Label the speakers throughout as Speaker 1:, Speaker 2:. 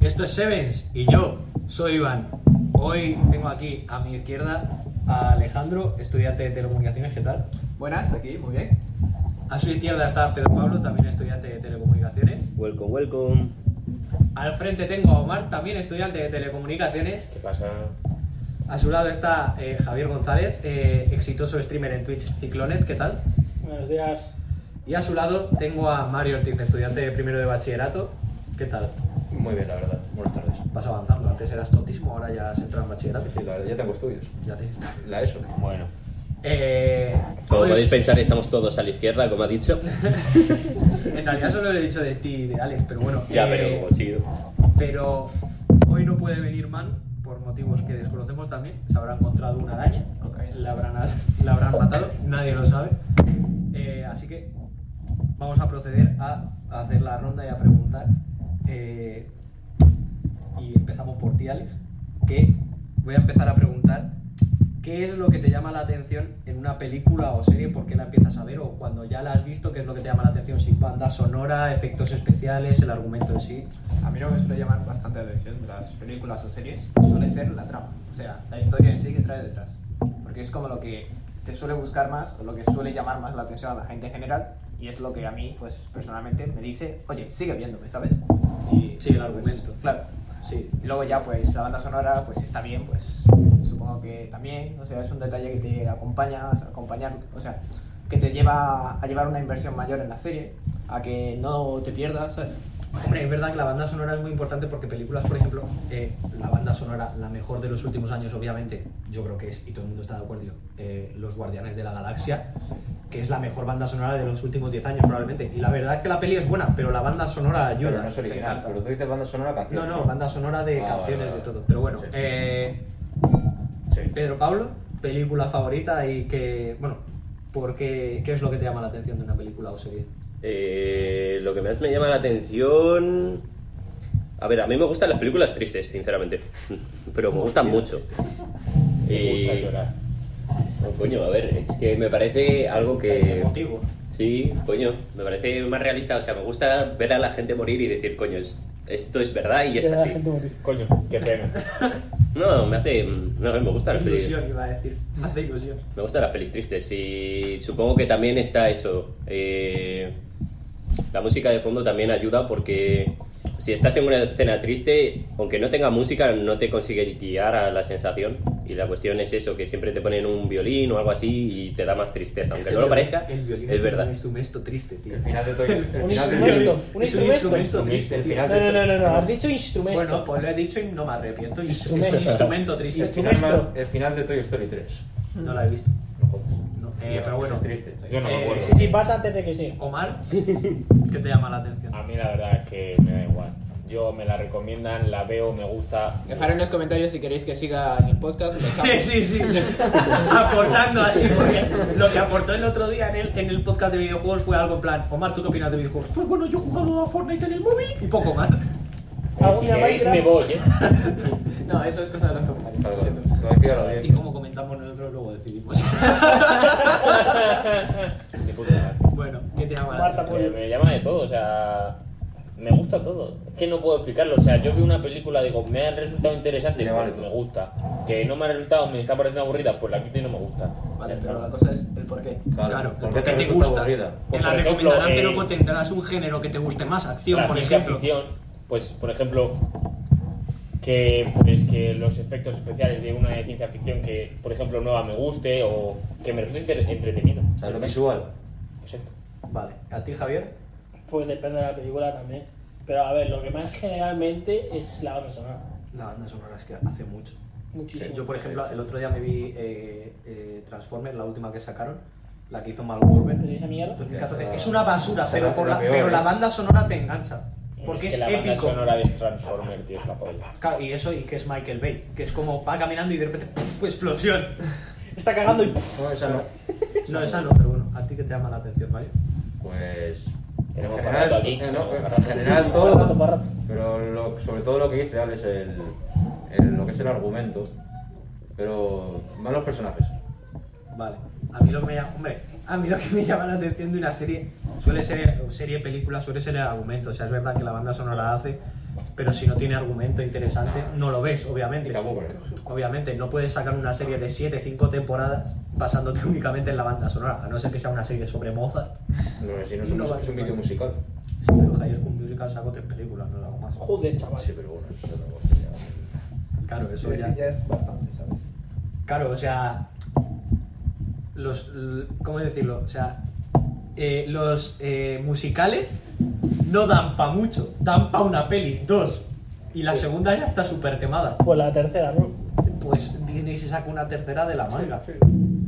Speaker 1: Esto es Sevens y yo soy Iván. Hoy tengo aquí a mi izquierda a Alejandro, estudiante de telecomunicaciones. ¿Qué tal?
Speaker 2: Buenas, aquí, muy bien.
Speaker 1: A su izquierda está Pedro Pablo, también estudiante de telecomunicaciones.
Speaker 3: Welcome, welcome.
Speaker 1: Al frente tengo a Omar, también estudiante de telecomunicaciones.
Speaker 4: ¿Qué pasa?
Speaker 1: A su lado está eh, Javier González, eh, exitoso streamer en Twitch Ciclonet. ¿Qué tal?
Speaker 5: Buenos días.
Speaker 1: Y a su lado tengo a Mario Ortiz, estudiante de primero de bachillerato. ¿Qué tal?
Speaker 4: Muy bien, la verdad. Buenas tardes.
Speaker 1: Vas avanzando. Antes eras tontísimo, ahora ya has entrado en bachillerato.
Speaker 4: Sí, la verdad, ya tengo estudios.
Speaker 1: Ya tienes.
Speaker 4: La ESO.
Speaker 3: Bueno,
Speaker 1: Eh,
Speaker 3: como
Speaker 1: hoy-
Speaker 3: podéis pensar, estamos todos a la izquierda, como ha dicho.
Speaker 1: En realidad solo le he dicho de ti y de Alex, pero bueno.
Speaker 3: ya,
Speaker 1: eh,
Speaker 3: pero sí.
Speaker 1: pero hoy no puede venir Man por motivos que desconocemos también. Se habrá encontrado una araña,
Speaker 2: Cocaína.
Speaker 1: la habrán, la habrán matado, nadie lo sabe. Eh, así que vamos a proceder a hacer la ronda y a preguntar. eh, y empezamos por ti, Alex, que voy a empezar a preguntar qué es lo que te llama la atención en una película o serie, por qué la empiezas a ver o cuando ya la has visto, qué es lo que te llama la atención, si banda sonora, efectos especiales, el argumento en sí.
Speaker 2: A mí lo que me suele llamar bastante la atención de las películas o series suele ser la trama, o sea, la historia en sí que trae detrás. Porque es como lo que te suele buscar más o lo que suele llamar más la atención a la gente en general y es lo que a mí, pues personalmente, me dice, oye, sigue viéndome, ¿sabes? Y,
Speaker 1: Sí, el
Speaker 2: pues,
Speaker 1: argumento.
Speaker 2: claro.
Speaker 1: Sí,
Speaker 2: Y luego ya, pues la banda sonora, pues si está bien, pues supongo que también, o sea, es un detalle que te acompaña, o sea, acompañar, o sea, que te lleva a llevar una inversión mayor en la serie, a que no te pierdas, ¿sabes?
Speaker 1: Hombre, es verdad que la banda sonora es muy importante porque películas, por ejemplo, eh, la banda sonora, la mejor de los últimos años, obviamente, yo creo que es, y todo el mundo está de acuerdo, eh, Los Guardianes de la Galaxia, que es la mejor banda sonora de los últimos 10 años, probablemente. Y la verdad es que la peli es buena, pero la banda sonora ayuda.
Speaker 4: Pero no es original,
Speaker 2: encanta.
Speaker 4: pero tú dices banda sonora canción.
Speaker 1: No, no, banda sonora de
Speaker 4: Ah, vale,
Speaker 1: canciones,
Speaker 4: vale.
Speaker 1: de todo. Pero bueno,
Speaker 4: Sí.
Speaker 1: eh,
Speaker 4: Sí.
Speaker 1: Pedro Pablo, película favorita y que, bueno, ¿por qué, qué es lo que te llama la atención de una película o serie?
Speaker 3: Eh, lo que más me llama la atención. A ver, a mí me gustan las películas tristes, sinceramente. Pero me gustan mucho.
Speaker 4: Me gusta llorar.
Speaker 3: No, coño, a ver, es que me parece algo que.
Speaker 1: Emotivo.
Speaker 3: Sí, coño, me parece más realista. O sea, me gusta ver a la gente morir y decir, coño, es- esto es verdad y es
Speaker 5: Ver a la
Speaker 3: así.
Speaker 5: gente morir.
Speaker 4: Coño, qué pena.
Speaker 3: No, me hace. No, me gusta la serie.
Speaker 1: Ilusión, iba a decir. Me hace ilusión.
Speaker 3: Me gustan las pelis tristes y supongo que también está eso. eh, la música de fondo también ayuda porque si estás en una escena triste, aunque no tenga música, no te consigue guiar a la sensación. Y la cuestión es eso, que siempre te ponen un violín o algo así y te da más tristeza.
Speaker 1: Es
Speaker 3: Aunque
Speaker 1: que
Speaker 3: no lo
Speaker 1: el violín-
Speaker 3: parezca,
Speaker 1: El violín
Speaker 3: es
Speaker 1: un
Speaker 3: verdad.
Speaker 1: instrumento triste, tío.
Speaker 4: El final de todo el
Speaker 5: Un
Speaker 4: final de
Speaker 5: instrumento.
Speaker 4: todo-
Speaker 5: Un
Speaker 1: Es un instrumento
Speaker 5: instrumento.
Speaker 1: triste,
Speaker 4: El
Speaker 1: tío.
Speaker 4: final
Speaker 5: No,
Speaker 4: de
Speaker 5: no,
Speaker 4: esto-
Speaker 5: no, no, no, has dicho instrumento.
Speaker 1: Bueno, pues lo he dicho y no me arrepiento. y Es un
Speaker 5: Instrumento.
Speaker 1: instrumento triste.
Speaker 4: el final
Speaker 5: Instrumento.
Speaker 4: más- El final de Toy Story 3.
Speaker 1: No la he visto.
Speaker 4: No jodas.
Speaker 1: No, eh,
Speaker 4: Tío,
Speaker 1: pero bueno.
Speaker 4: Es triste.
Speaker 6: Yo no me
Speaker 1: Eh,
Speaker 6: acuerdo.
Speaker 1: sí.
Speaker 5: Si pasa antes de que siga.
Speaker 1: Omar, ¿qué te llama la atención?
Speaker 6: A mí la verdad es que me da igual. Yo me la recomiendan, la veo, me gusta.
Speaker 7: Dejar en los comentarios si queréis que siga en el podcast. lo echamos.
Speaker 1: Sí, sí, sí. Aportando así, porque lo que aportó el otro día en el, en el podcast de videojuegos fue algo en plan: Omar, ¿tú qué opinas de videojuegos? Pues bueno, yo he jugado a Fortnite en el móvil y poco más.
Speaker 6: Pero si
Speaker 5: ¿Alguna
Speaker 6: queréis
Speaker 5: Minecraft?
Speaker 6: me voy, ¿eh?
Speaker 2: No, eso es cosa de los comentarios.
Speaker 4: Perdón,
Speaker 2: lo siento.
Speaker 4: lo decía a la
Speaker 1: Y
Speaker 4: audiencia.
Speaker 1: como comentamos nosotros, luego decidimos.
Speaker 6: Ni puta madre.
Speaker 1: bueno, ¿qué te llama la
Speaker 5: Marta, pues.
Speaker 1: atención?
Speaker 6: Oye,
Speaker 5: Oye.
Speaker 6: me llama de todo, o sea, me gusta todo. Es que no puedo explicarlo, o sea, yo vi una película, digo, me ha resultado interesante,
Speaker 4: Me
Speaker 6: me,
Speaker 4: vale
Speaker 6: me
Speaker 4: todo.
Speaker 6: gusta. Que no me ha resultado, me está pareciendo aburrida, pues la quito y no me gusta.
Speaker 2: Vale,
Speaker 6: Ya
Speaker 2: pero
Speaker 6: está.
Speaker 2: la cosa es el por qué.
Speaker 1: Claro,
Speaker 4: ¿por
Speaker 1: porque te,
Speaker 4: qué resulta
Speaker 1: gusta.
Speaker 4: aburrida?
Speaker 1: Te
Speaker 6: Pues,
Speaker 1: la
Speaker 6: por ejemplo,
Speaker 1: recomendarán,
Speaker 6: eh,
Speaker 1: pero pues tendrás un género que te guste más, acción,
Speaker 6: la
Speaker 1: por
Speaker 6: ciencia
Speaker 1: ejemplo.
Speaker 6: ficción, pues por ejemplo, que pues que los efectos especiales de una de ciencia ficción que, por ejemplo, nueva me guste o que me resulte inter- entretenido.
Speaker 4: O sea, lo visual.
Speaker 6: Exacto.
Speaker 1: Vale, ¿a ti, Javier?
Speaker 5: Pues depende de la película también. Pero a ver, lo que más generalmente es la banda sonora.
Speaker 1: La banda sonora es que hace mucho.
Speaker 5: Muchísimo.
Speaker 1: Yo, por ejemplo, el otro día me vi eh, eh, Transformers, la última que sacaron, la que hizo Malburger.
Speaker 5: ¿Tenéis esa mierda?
Speaker 1: 2014. Es una basura,
Speaker 4: Será
Speaker 1: pero, por la,
Speaker 4: peor,
Speaker 1: pero
Speaker 4: eh.
Speaker 1: la banda sonora te engancha. Porque
Speaker 6: es
Speaker 1: es,
Speaker 6: que la banda
Speaker 1: épico.
Speaker 6: sonora de Transformer, tío, es la polla.
Speaker 1: Claro, Y eso, y que es Michael Bay, que es como va caminando y de repente ¡puf! explosión.
Speaker 5: Está cagando y. pff,
Speaker 4: No, esa no.
Speaker 1: No, esa no, pero bueno, a ti que te llama la atención, Mario.
Speaker 4: Pues.
Speaker 6: Tenemos
Speaker 4: en
Speaker 6: para
Speaker 4: general,
Speaker 6: rato aquí.
Speaker 4: eh, no,
Speaker 6: tenemos para
Speaker 4: en
Speaker 6: rato.
Speaker 4: general
Speaker 5: Para rato, para
Speaker 4: todo.
Speaker 5: rato.
Speaker 4: Pero lo- sobre todo lo que dice Alex, el, el- lo que es el argumento. Pero van los personajes.
Speaker 1: Vale. A mí lo que me llama, hombre, a mí lo que me llama la atención de una serie suele ser o serie película suele ser el argumento, o sea, es verdad que la banda sonora hace, pero si no tiene argumento interesante,
Speaker 4: Nah.
Speaker 1: no lo ves, obviamente.
Speaker 4: Y tampoco, ¿eh?
Speaker 1: Obviamente, no puedes sacar una serie de 7, 5 temporadas basándote únicamente en la banda sonora, a no ser que sea una serie sobre Mozart.
Speaker 4: No, si no es un,
Speaker 1: No
Speaker 4: mus-
Speaker 1: vale,
Speaker 4: es un
Speaker 1: vale.
Speaker 4: vídeo musical.
Speaker 1: Sí, pero High School Musical sacó tres películas, no hago más.
Speaker 5: Joder, chaval.
Speaker 4: Sí, pero bueno, eso es otra cosa. ya.
Speaker 1: Claro, eso
Speaker 2: Pero
Speaker 1: ya...
Speaker 2: sí, ya es bastante, ¿sabes?
Speaker 1: Claro, o sea. Los. l- ¿Cómo decirlo? O sea. eh, los eh, musicales no dan pa' mucho. Dan pa' una peli, dos. Y la segunda ya está súper quemada.
Speaker 5: Pues la tercera, ¿no?
Speaker 1: Pues Disney se saca una tercera de la manga.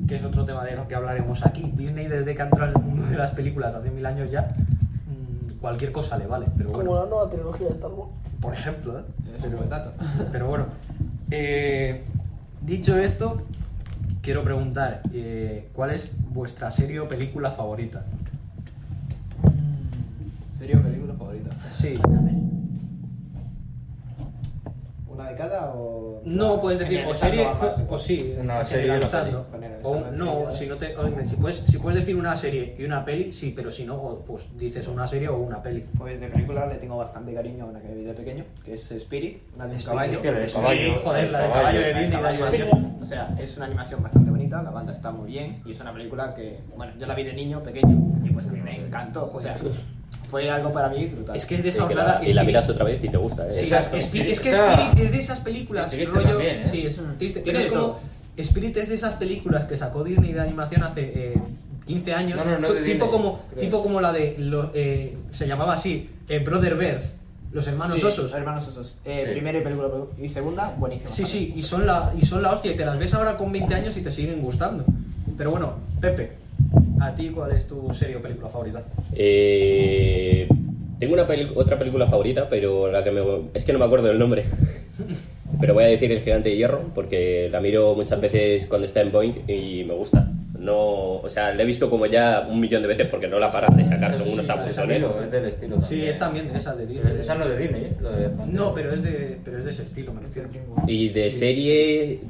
Speaker 1: Que es otro tema de lo que hablaremos aquí. Disney, desde que ha entrado en el mundo de las películas hace mil años ya. mm, Cualquier cosa le vale, pero bueno.
Speaker 5: Como la nueva trilogía de Star Wars.
Speaker 1: Por ejemplo, ¿eh?
Speaker 2: Es un buen dato.
Speaker 1: Pero bueno, eh, dicho esto, quiero preguntar, eh, ¿cuál es vuestra serie o película favorita?
Speaker 2: ¿Serio película favorita?
Speaker 1: Sí.
Speaker 2: ¿Una de cada o.?
Speaker 1: No, puedes decir, o serie, o, o sí,
Speaker 4: Una serie y una
Speaker 1: generalizando.
Speaker 2: peli.
Speaker 1: O no, si no te... o- si puedes, si puedes decir una serie y una peli, sí, pero si no, o- pues dices una serie o una peli.
Speaker 2: Pues de película le tengo bastante cariño a una que vi de pequeño, que es Spirit, una de un caballo.
Speaker 4: es que la de
Speaker 2: Sí,
Speaker 4: caballo,
Speaker 1: Joder, la
Speaker 4: el
Speaker 1: de caballo de
Speaker 4: caballo,
Speaker 1: Disney, la
Speaker 2: Caballo
Speaker 1: animación.
Speaker 2: Valiente. O sea, es una animación bastante bonita, la banda está muy bien y es una película que, bueno, yo la vi de niño, pequeño, y pues a mí me encantó. O sea, fue algo para mí brutal.
Speaker 1: Es que es de
Speaker 3: Sí,
Speaker 1: esa
Speaker 3: que
Speaker 1: hornada
Speaker 3: la- y la
Speaker 1: Spirit.
Speaker 3: miras otra vez y te gusta, ¿eh?
Speaker 1: Sí,
Speaker 2: Exacto.
Speaker 1: Spirit- es que
Speaker 4: Está-
Speaker 1: Spirit es de esas películas,
Speaker 4: es triste
Speaker 1: rollo.
Speaker 4: también, ¿eh?
Speaker 1: Sí, es un triste. pero
Speaker 2: Tiene
Speaker 1: es
Speaker 2: de
Speaker 1: como-
Speaker 2: todo.
Speaker 1: Spirit es de esas películas que sacó Disney de animación hace eh, 15 años.
Speaker 4: No, no, no
Speaker 1: tu-
Speaker 4: de
Speaker 1: tipo,
Speaker 4: Disney,
Speaker 1: como,
Speaker 4: creo.
Speaker 1: tipo como la de. lo- eh, se llamaba así: eh, Brother Bears, Los Hermanos
Speaker 2: Sí,
Speaker 1: Osos.
Speaker 2: Hermanos Osos. Eh,
Speaker 4: Sí.
Speaker 2: Primera y película y segunda, buenísima.
Speaker 1: Sí, sí, y son, la, y son la hostia. Y te las ves ahora con 20 años y te siguen gustando. Pero bueno, Pepe, ¿a ti cuál es tu serie o película favorita?
Speaker 3: Eh, tengo una peli- otra película favorita, pero la que me... Es que no me acuerdo del nombre. Pero voy a decir El Gigante de Hierro, porque la miro muchas veces cuando está en Boeing y me gusta. No, o sea, la he visto como ya un millón de veces porque no la paran de sacar, son unos
Speaker 1: Sí,
Speaker 4: Es
Speaker 1: Son
Speaker 4: del
Speaker 3: abusones.
Speaker 4: estilo, es del estilo.
Speaker 1: Sí, es también de esas de
Speaker 4: Sí,
Speaker 1: Disney.
Speaker 4: Esa no es de Disney, ¿eh? Lo de Pantera.
Speaker 1: No, pero es de, pero es de ese estilo, me refiero.
Speaker 3: Y de serie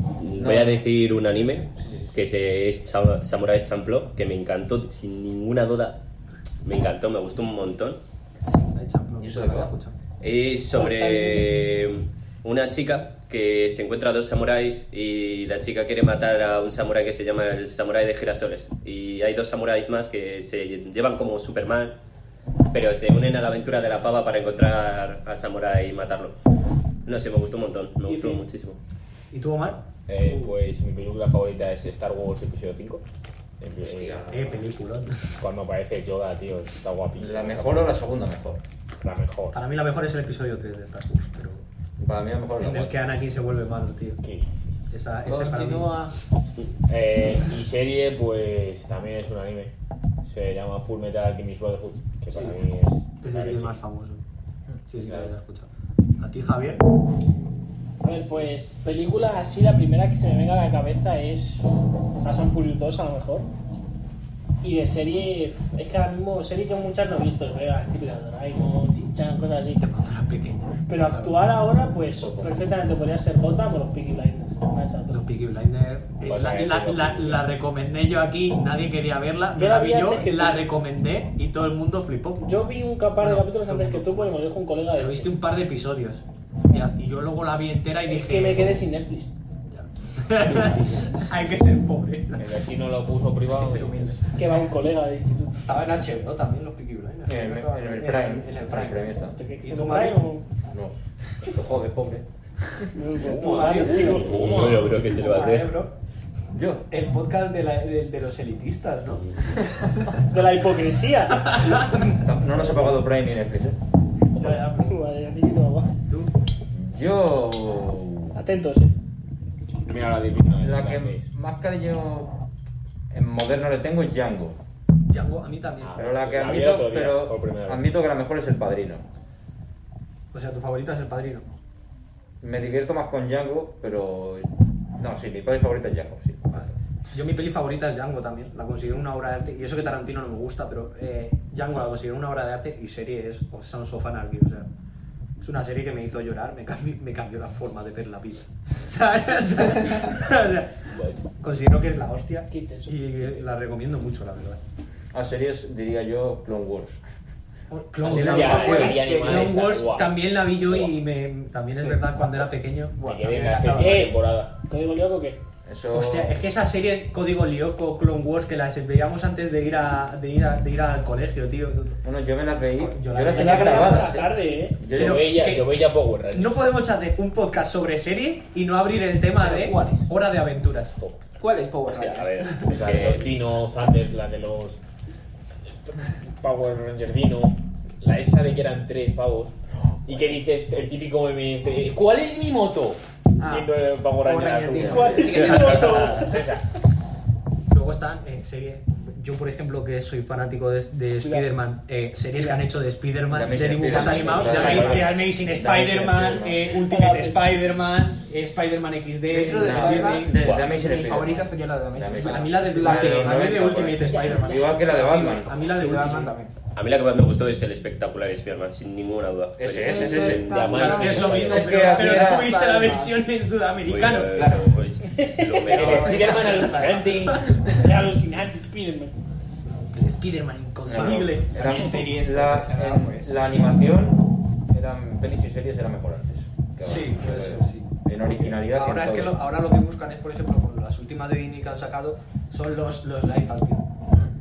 Speaker 3: voy a decir un anime, que se- es Cha- Samurai Champloo, que me encantó sin ninguna duda. Me encantó, me gustó un montón.
Speaker 1: Sí, la he champlón,
Speaker 4: ¿Y eso
Speaker 1: la
Speaker 4: de qué
Speaker 1: había
Speaker 4: va?
Speaker 1: escuchado.
Speaker 3: Es sobre una chica que se encuentra a dos samuráis y la chica quiere matar a un samurái que se llama el samurái de girasoles. Y hay dos samuráis más que se llevan como Superman, pero se unen a la aventura de la pava para encontrar al samurái y matarlo. No sé, me gustó un montón, me
Speaker 5: ¿Y
Speaker 3: gustó
Speaker 5: tú?
Speaker 3: muchísimo.
Speaker 1: ¿Y tú, Omar?
Speaker 4: Uh.
Speaker 6: Eh, pues mi película favorita es Star Wars Episodio 5. Eh,
Speaker 4: Hostia.
Speaker 1: Eh, película.
Speaker 6: Cuando aparece Yoda, tío, está guapísimo.
Speaker 4: ¿La mejor o la segunda mejor?
Speaker 6: La mejor.
Speaker 1: Para mí la mejor es el episodio 3 de Star Wars, pero...
Speaker 4: Para mí la mejor es la
Speaker 1: En el que
Speaker 4: cuarta.
Speaker 1: Anakin se vuelve malo, tío.
Speaker 6: ¿Qué?
Speaker 1: Esa, esa es para mí.
Speaker 2: Continúa.
Speaker 6: Eh, y serie, pues también es un anime. Se llama Full Metal Alchemist Brotherhood, que para mí es.
Speaker 1: Ese
Speaker 6: la
Speaker 1: es el
Speaker 6: leche.
Speaker 1: más famoso. Sí, sí,
Speaker 6: La
Speaker 1: la he
Speaker 6: leche.
Speaker 1: escuchado. ¿A ti, Javier?
Speaker 5: A ver, pues película así, la primera que se me venga a la cabeza es Fast and Furious 2 a lo mejor. Y de serie, es que ahora mismo serie que muchas no he visto, veo las típicas Doraemon, Chinchan, cosas así.
Speaker 1: Te cuando eras pequeño.
Speaker 5: Pero actuar ahora, pues perfectamente podría ser Gotham o los Peaky Blinders. una de esas dos.
Speaker 1: Los Peaky Blinders. eh,
Speaker 6: Pues
Speaker 1: la,
Speaker 6: ahí
Speaker 1: la-
Speaker 6: tengo
Speaker 1: la-
Speaker 6: Peaky
Speaker 1: la recomendé yo aquí, nadie quería verla.
Speaker 5: Yo
Speaker 1: me
Speaker 5: la
Speaker 1: la vi
Speaker 5: vi
Speaker 1: yo,
Speaker 5: antes que
Speaker 1: la
Speaker 5: tú.
Speaker 1: recomendé y todo el mundo flipó.
Speaker 5: Yo vi un par de
Speaker 1: No,
Speaker 5: capítulos
Speaker 1: tú
Speaker 5: antes
Speaker 1: no.
Speaker 5: que tú porque me lo dijo un colega de.
Speaker 1: Pero viste un par de episodios. Y as- Y yo luego la vi entera y
Speaker 5: Es
Speaker 1: dije... "Oh".
Speaker 5: que me quedé sin Netflix.
Speaker 1: Hay que ser pobre.
Speaker 6: El vecino lo puso privado.
Speaker 1: Hay que ser humilde.
Speaker 5: Que va un colega del instituto.
Speaker 1: Estaba en HBO también los Peaky Blinders.
Speaker 4: En el- en el Prime. En el Prime está.
Speaker 5: ¿Te crees que
Speaker 1: ¿Y
Speaker 5: te
Speaker 1: tú,
Speaker 5: traen
Speaker 1: Mario?
Speaker 5: o-
Speaker 4: No. Te jodes, pobre.
Speaker 5: Tú, Mario, chico.
Speaker 3: Bueno, creo que se lo va a hacer.
Speaker 4: Yo.
Speaker 1: El podcast de, la- de- de los elitistas, ¿no?
Speaker 5: De la hipocresía.
Speaker 4: No, no nos ha pagado Prime ni Netflix, ¿eh?
Speaker 5: Ya, ya, pero madre, ya te quito, papá.
Speaker 1: Tú.
Speaker 4: Yo.
Speaker 5: Atentos, eh.
Speaker 6: Mira la divina.
Speaker 4: La que más cariño en moderno le tengo es Django.
Speaker 1: Django, a mí también.
Speaker 6: Ah.
Speaker 4: Pero la que
Speaker 6: La vi
Speaker 4: admito,
Speaker 6: otro día, por primera
Speaker 4: pero
Speaker 6: vez.
Speaker 4: admito que la mejor es El Padrino.
Speaker 1: O sea, tu favorita es El Padrino.
Speaker 4: Me divierto más con Django, pero. No, sí, mi padre favorito es Django, sí.
Speaker 1: Vale. Yo mi peli favorita es Django también. La considero una obra de arte. Y eso que Tarantino no me gusta, pero eh, Django la considero una obra de arte y serie es o Sons of Anarchy. O sea, es una serie que me hizo llorar, me cambió, me cambió la forma de ver la vida. ¿Sabes? O sea, o sea, considero que es la hostia
Speaker 5: Quita eso.
Speaker 4: Ah,
Speaker 1: y la recomiendo mucho, la verdad.
Speaker 4: A series diría yo Clone Wars.
Speaker 1: Clone
Speaker 2: Sí,
Speaker 1: Wars, Pues,
Speaker 2: ya,
Speaker 1: Clone
Speaker 2: ya, ya,
Speaker 1: Wars
Speaker 6: ya, ya, ya.
Speaker 1: también la vi yo y
Speaker 6: Guau.
Speaker 1: me, también es
Speaker 2: Sí.
Speaker 1: verdad cuando era pequeño.
Speaker 6: Bueno,
Speaker 2: también
Speaker 6: la
Speaker 2: la
Speaker 6: séptima
Speaker 5: acabo.
Speaker 6: temporada.
Speaker 5: ¿Código Lyoko qué?
Speaker 4: Eso.
Speaker 1: Hostia, es que esas series Código Lyoko, Clone Wars, que las veíamos antes de ir, a, de ir, a- de ir al colegio, tío.
Speaker 4: Bueno, yo me las veí.
Speaker 1: Yo
Speaker 4: Yo
Speaker 1: la-
Speaker 4: las
Speaker 1: yo
Speaker 4: tenía
Speaker 5: la grababa por
Speaker 4: grabadas.
Speaker 5: la
Speaker 4: eh.
Speaker 5: tarde, ¿eh?
Speaker 4: Yo-
Speaker 1: Pero-
Speaker 6: Yo veía,
Speaker 1: ¿qué?
Speaker 6: yo veía Power Rangers.
Speaker 1: No podemos hacer un podcast sobre serie y no abrir el tema de
Speaker 2: ¿Cuáles?
Speaker 1: Hora de Aventuras.
Speaker 2: ¿Cuál es Power
Speaker 6: Hostia,
Speaker 2: Rangers?
Speaker 6: a ver. es que los Dino, Thunder, la de los Power Rangers Dino, la esa de que eran tres pavos. ¿Y qué dices? El típico meme es de ¿Cuál es mi moto?
Speaker 2: Ah,
Speaker 6: Siendo el Power
Speaker 2: Power
Speaker 6: Ranger
Speaker 2: Ranger
Speaker 6: azul.
Speaker 2: Dino.
Speaker 5: ¿Cuál es mi moto?
Speaker 6: Es esa.
Speaker 1: Luego están eh, series. Yo, por ejemplo, que soy fanático de, de Spider-Man, eh, series que han hecho de
Speaker 4: The
Speaker 1: Spider-Man,
Speaker 4: Amazing
Speaker 1: de dibujos
Speaker 4: Spider-Man,
Speaker 1: animados,
Speaker 4: sí,
Speaker 1: de,
Speaker 4: claro,
Speaker 1: Ama-
Speaker 4: claro.
Speaker 1: de Amazing
Speaker 4: The Amazing
Speaker 1: Spider-Man,
Speaker 4: Spider-Man.
Speaker 1: eh, Ultimate Spider-Man, eh, Spider-Man XD.
Speaker 2: Dentro de
Speaker 4: No,
Speaker 2: Spider-Man,
Speaker 4: de- de Amazing
Speaker 2: mi
Speaker 4: Spider-Man.
Speaker 2: favorita sería la de
Speaker 4: De
Speaker 2: Amazing
Speaker 4: Amazing.
Speaker 1: a
Speaker 2: Spider-Man.
Speaker 1: mí la de,
Speaker 4: La de los
Speaker 1: a mí de
Speaker 4: 90,
Speaker 1: Ultimate
Speaker 4: por ahí.
Speaker 1: Spider-Man.
Speaker 4: Igual que la de Batman.
Speaker 1: A mí la de
Speaker 2: Y Batman
Speaker 1: Ultimate.
Speaker 2: también.
Speaker 3: A mí la que más me gustó es el espectacular Spider-Man, sin ninguna duda.
Speaker 4: Ese,
Speaker 3: Pero
Speaker 4: ese,
Speaker 3: es-
Speaker 4: ese.
Speaker 3: en- de Amazing
Speaker 1: Es lo mismo,
Speaker 4: Es que
Speaker 1: pero, pero
Speaker 4: hacía-
Speaker 1: tú viste la versión en sudamericano.
Speaker 3: Bueno,
Speaker 2: claro.
Speaker 3: Pues, es lo mejor.
Speaker 6: Spider-Man alucinante.
Speaker 5: Alucinante, Spiderman.
Speaker 1: Spider-Man inconcebible.
Speaker 4: Era-
Speaker 2: También series,
Speaker 4: la,
Speaker 2: pues, era,
Speaker 4: en-
Speaker 2: pues.
Speaker 4: la animación, eran pelis y series era mejor antes. que ahora.
Speaker 1: Sí, puede ser, sí.
Speaker 4: En originalidad. y en
Speaker 1: Ahora, es que
Speaker 4: todo.
Speaker 1: lo, ahora lo que buscan es, por ejemplo, con las últimas de Disney que han sacado, son los, los live action.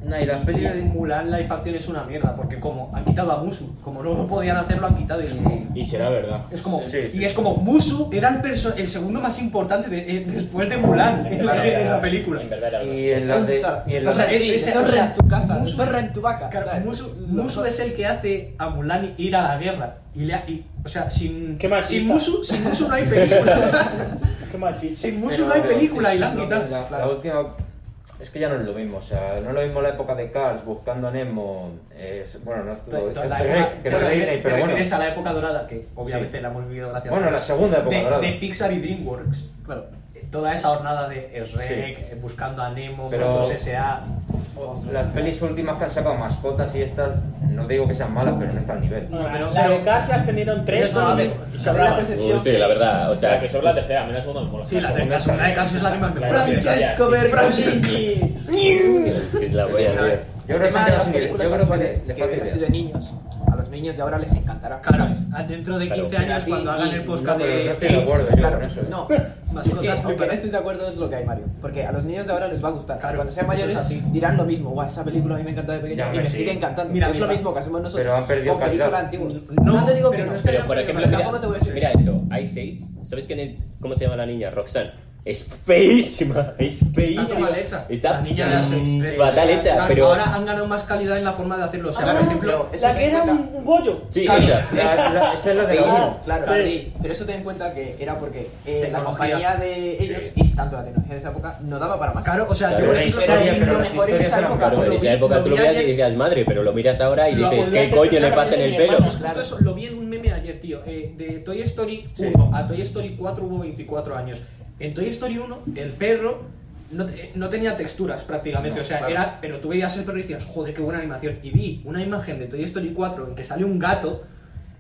Speaker 4: No, y las pelis
Speaker 1: Y Mulan live action es una mierda, porque como han quitado a Musu, como no lo podían hacer, lo han quitado y es como...
Speaker 6: Y será verdad.
Speaker 1: Es como,
Speaker 4: Sí, sí.
Speaker 1: y es como Musu era el, perso- el segundo más importante de- eh, después de Mulan en,
Speaker 4: Claro,
Speaker 1: en
Speaker 4: ya,
Speaker 1: esa
Speaker 4: ya.
Speaker 1: película.
Speaker 6: En verdad era algo
Speaker 4: Y
Speaker 6: así.
Speaker 4: en las de. Y en
Speaker 1: O sea,
Speaker 4: las de-
Speaker 1: es- es- o
Speaker 2: zorra
Speaker 1: sea,
Speaker 2: en tu casa,
Speaker 1: Musu-
Speaker 2: zorra en tu vaca.
Speaker 1: Claro,
Speaker 2: ¿sabes?
Speaker 1: Musu,
Speaker 2: Lo-
Speaker 1: Musu es el que hace a Mulan ir a la guerra. Y le ha- y- o sea, sin,
Speaker 5: Qué machista.
Speaker 1: sin, Musu, sin Musu no hay película.
Speaker 5: Qué machista.
Speaker 1: sin Musu
Speaker 4: Pero-
Speaker 1: no hay
Speaker 4: pero
Speaker 1: película
Speaker 2: sí,
Speaker 1: y la han
Speaker 2: no,
Speaker 1: quitado.
Speaker 2: la-
Speaker 4: La última. Es que ya no es lo mismo, o sea, no es lo mismo la época de Cars buscando a Nemo. eh, bueno, no estuvo.
Speaker 1: Toda
Speaker 4: que
Speaker 1: la
Speaker 4: se
Speaker 1: época-
Speaker 4: re-
Speaker 1: te
Speaker 4: que se
Speaker 1: refieres-
Speaker 4: reír,
Speaker 1: te
Speaker 4: pero bueno.
Speaker 1: refieres a la época dorada, que obviamente
Speaker 4: Sí.
Speaker 1: la hemos vivido gracias
Speaker 4: Bueno,
Speaker 1: a
Speaker 4: la segunda época
Speaker 1: de,
Speaker 4: dorada.
Speaker 1: de Pixar y DreamWorks.
Speaker 2: Claro.
Speaker 1: Eh, Toda esa hornada de Shrek, eh, buscando a Nemo,
Speaker 4: Pero-
Speaker 1: Monstruos S.A.
Speaker 4: Las pelis últimas que han sacado mascotas y estas, no digo que sean malas, pero no está al nivel.
Speaker 5: No, la-
Speaker 1: pero-
Speaker 5: la
Speaker 1: pero-
Speaker 5: de Cars las tenieron tres
Speaker 1: Eso, a
Speaker 5: y-
Speaker 1: ver,
Speaker 5: y
Speaker 2: Tengo la
Speaker 5: sobraban.
Speaker 2: percepción
Speaker 3: Sí, la verdad, o
Speaker 6: O sea,
Speaker 3: sea,
Speaker 6: que sobre la tercera, a mí la segunda me mola.
Speaker 1: Sí, la,
Speaker 6: segunda
Speaker 1: de- la segunda de Cars es la que más me
Speaker 6: Claro,
Speaker 1: mola.
Speaker 6: sí, esa ya,
Speaker 2: Francesco
Speaker 6: sí.
Speaker 2: Bertolucci.
Speaker 3: es que es la
Speaker 4: Sí,
Speaker 3: polla,
Speaker 4: no,
Speaker 3: tío.
Speaker 4: Yo
Speaker 2: el
Speaker 4: creo que
Speaker 2: tema
Speaker 4: se
Speaker 2: de las
Speaker 4: han quedado sin- yo
Speaker 2: películas
Speaker 4: creo que
Speaker 2: actuales
Speaker 4: le- le
Speaker 2: que ves
Speaker 4: falta
Speaker 2: así
Speaker 4: idea.
Speaker 2: de niños, a los niños de ahora les encantará.
Speaker 1: Claro,
Speaker 2: ¿sabes?
Speaker 1: a- Ah, dentro de
Speaker 3: Claro,
Speaker 1: 15
Speaker 2: pero
Speaker 1: años,
Speaker 2: a ti-
Speaker 1: cuando hagan el
Speaker 2: y-
Speaker 1: podcast
Speaker 4: no, pero
Speaker 1: de
Speaker 4: yo estoy de
Speaker 1: Pits,
Speaker 4: acuerdo yo
Speaker 2: Claro,
Speaker 4: con eso. ¿eh?
Speaker 2: No, es
Speaker 1: mascotas
Speaker 2: que aunque no
Speaker 1: locas.
Speaker 2: estés de acuerdo es lo que hay Mario, porque a los niños de ahora les va a gustar.
Speaker 1: Claro,
Speaker 2: Cuando sean
Speaker 1: eso es
Speaker 2: mayores
Speaker 1: así.
Speaker 2: dirán lo mismo, guau, esa película a mí me encantó de pequeño
Speaker 4: Ya,
Speaker 2: y me
Speaker 4: hombre, sí.
Speaker 2: sigue encantando.
Speaker 1: Mira,
Speaker 2: es lo
Speaker 1: mira.
Speaker 2: mismo que hacemos nosotros.
Speaker 4: Pero han perdido
Speaker 2: con películas
Speaker 4: calidad.
Speaker 2: antiguas.
Speaker 1: No,
Speaker 2: te digo que
Speaker 1: pero
Speaker 2: no.
Speaker 1: no es que
Speaker 3: Pero,
Speaker 1: hayan
Speaker 3: por ejemplo,
Speaker 1: pero
Speaker 3: mira,
Speaker 2: tampoco te voy a decir.
Speaker 3: mira esto, Ice Age, ¿sabes quién es- cómo se llama la niña? Roxanne. Es feísima, es feísima.
Speaker 1: Está mal hecha.
Speaker 3: Está
Speaker 1: la niña de las
Speaker 3: mm,
Speaker 1: estrellas.
Speaker 3: fatal hecha,
Speaker 1: Claro,
Speaker 3: pero...
Speaker 1: Ahora han ganado más calidad en la forma de hacerlo. O sea, por ejemplo,
Speaker 2: eso
Speaker 5: La
Speaker 2: ten
Speaker 5: que
Speaker 2: en
Speaker 5: era
Speaker 2: cuenta.
Speaker 5: un un bollo.
Speaker 3: Sí,
Speaker 2: ¿sabes?
Speaker 3: esa.
Speaker 4: La- la- Esa es la de la
Speaker 3: Claro.
Speaker 4: uno.
Speaker 2: Claro,
Speaker 5: Sí.
Speaker 2: sí. Pero eso ten en cuenta que era porque eh, la
Speaker 1: Tecnología.
Speaker 2: compañía de ellos
Speaker 3: Sí.
Speaker 2: y tanto la tecnología de esa época no daba para más.
Speaker 1: claro, o sea, yo
Speaker 3: Claro,
Speaker 1: por
Speaker 4: la
Speaker 1: ejemplo,
Speaker 4: historia,
Speaker 1: lo vi-
Speaker 4: pero
Speaker 1: lo
Speaker 4: las
Speaker 1: mejor en
Speaker 4: historias
Speaker 1: esa
Speaker 4: eran
Speaker 1: época,
Speaker 4: mejores.
Speaker 3: Claro,
Speaker 1: lo
Speaker 3: en
Speaker 1: vi-
Speaker 3: esa época
Speaker 1: lo vi
Speaker 3: tú lo veías y
Speaker 1: ayer-
Speaker 3: decías madre, pero lo miras ahora y
Speaker 1: Lo
Speaker 3: dices,
Speaker 1: podría
Speaker 3: ¿qué
Speaker 1: ser
Speaker 3: coño le
Speaker 5: perfectamente
Speaker 3: pasa en el
Speaker 5: mi
Speaker 3: pelo?
Speaker 5: hermano.
Speaker 1: Justo
Speaker 2: Claro.
Speaker 1: eso, lo vi en un meme ayer, tío. Eh, de Toy Story
Speaker 4: Sí.
Speaker 1: 1 a Toy Story 4 hubo 24 años. En Toy Story 1, el perro no, te- eh, no tenía texturas prácticamente.
Speaker 4: No,
Speaker 1: o sea,
Speaker 4: claro.
Speaker 1: era. Pero tú veías el perro y decías, joder, qué buena animación. Y vi una imagen de Toy Story 4 en que sale un gato.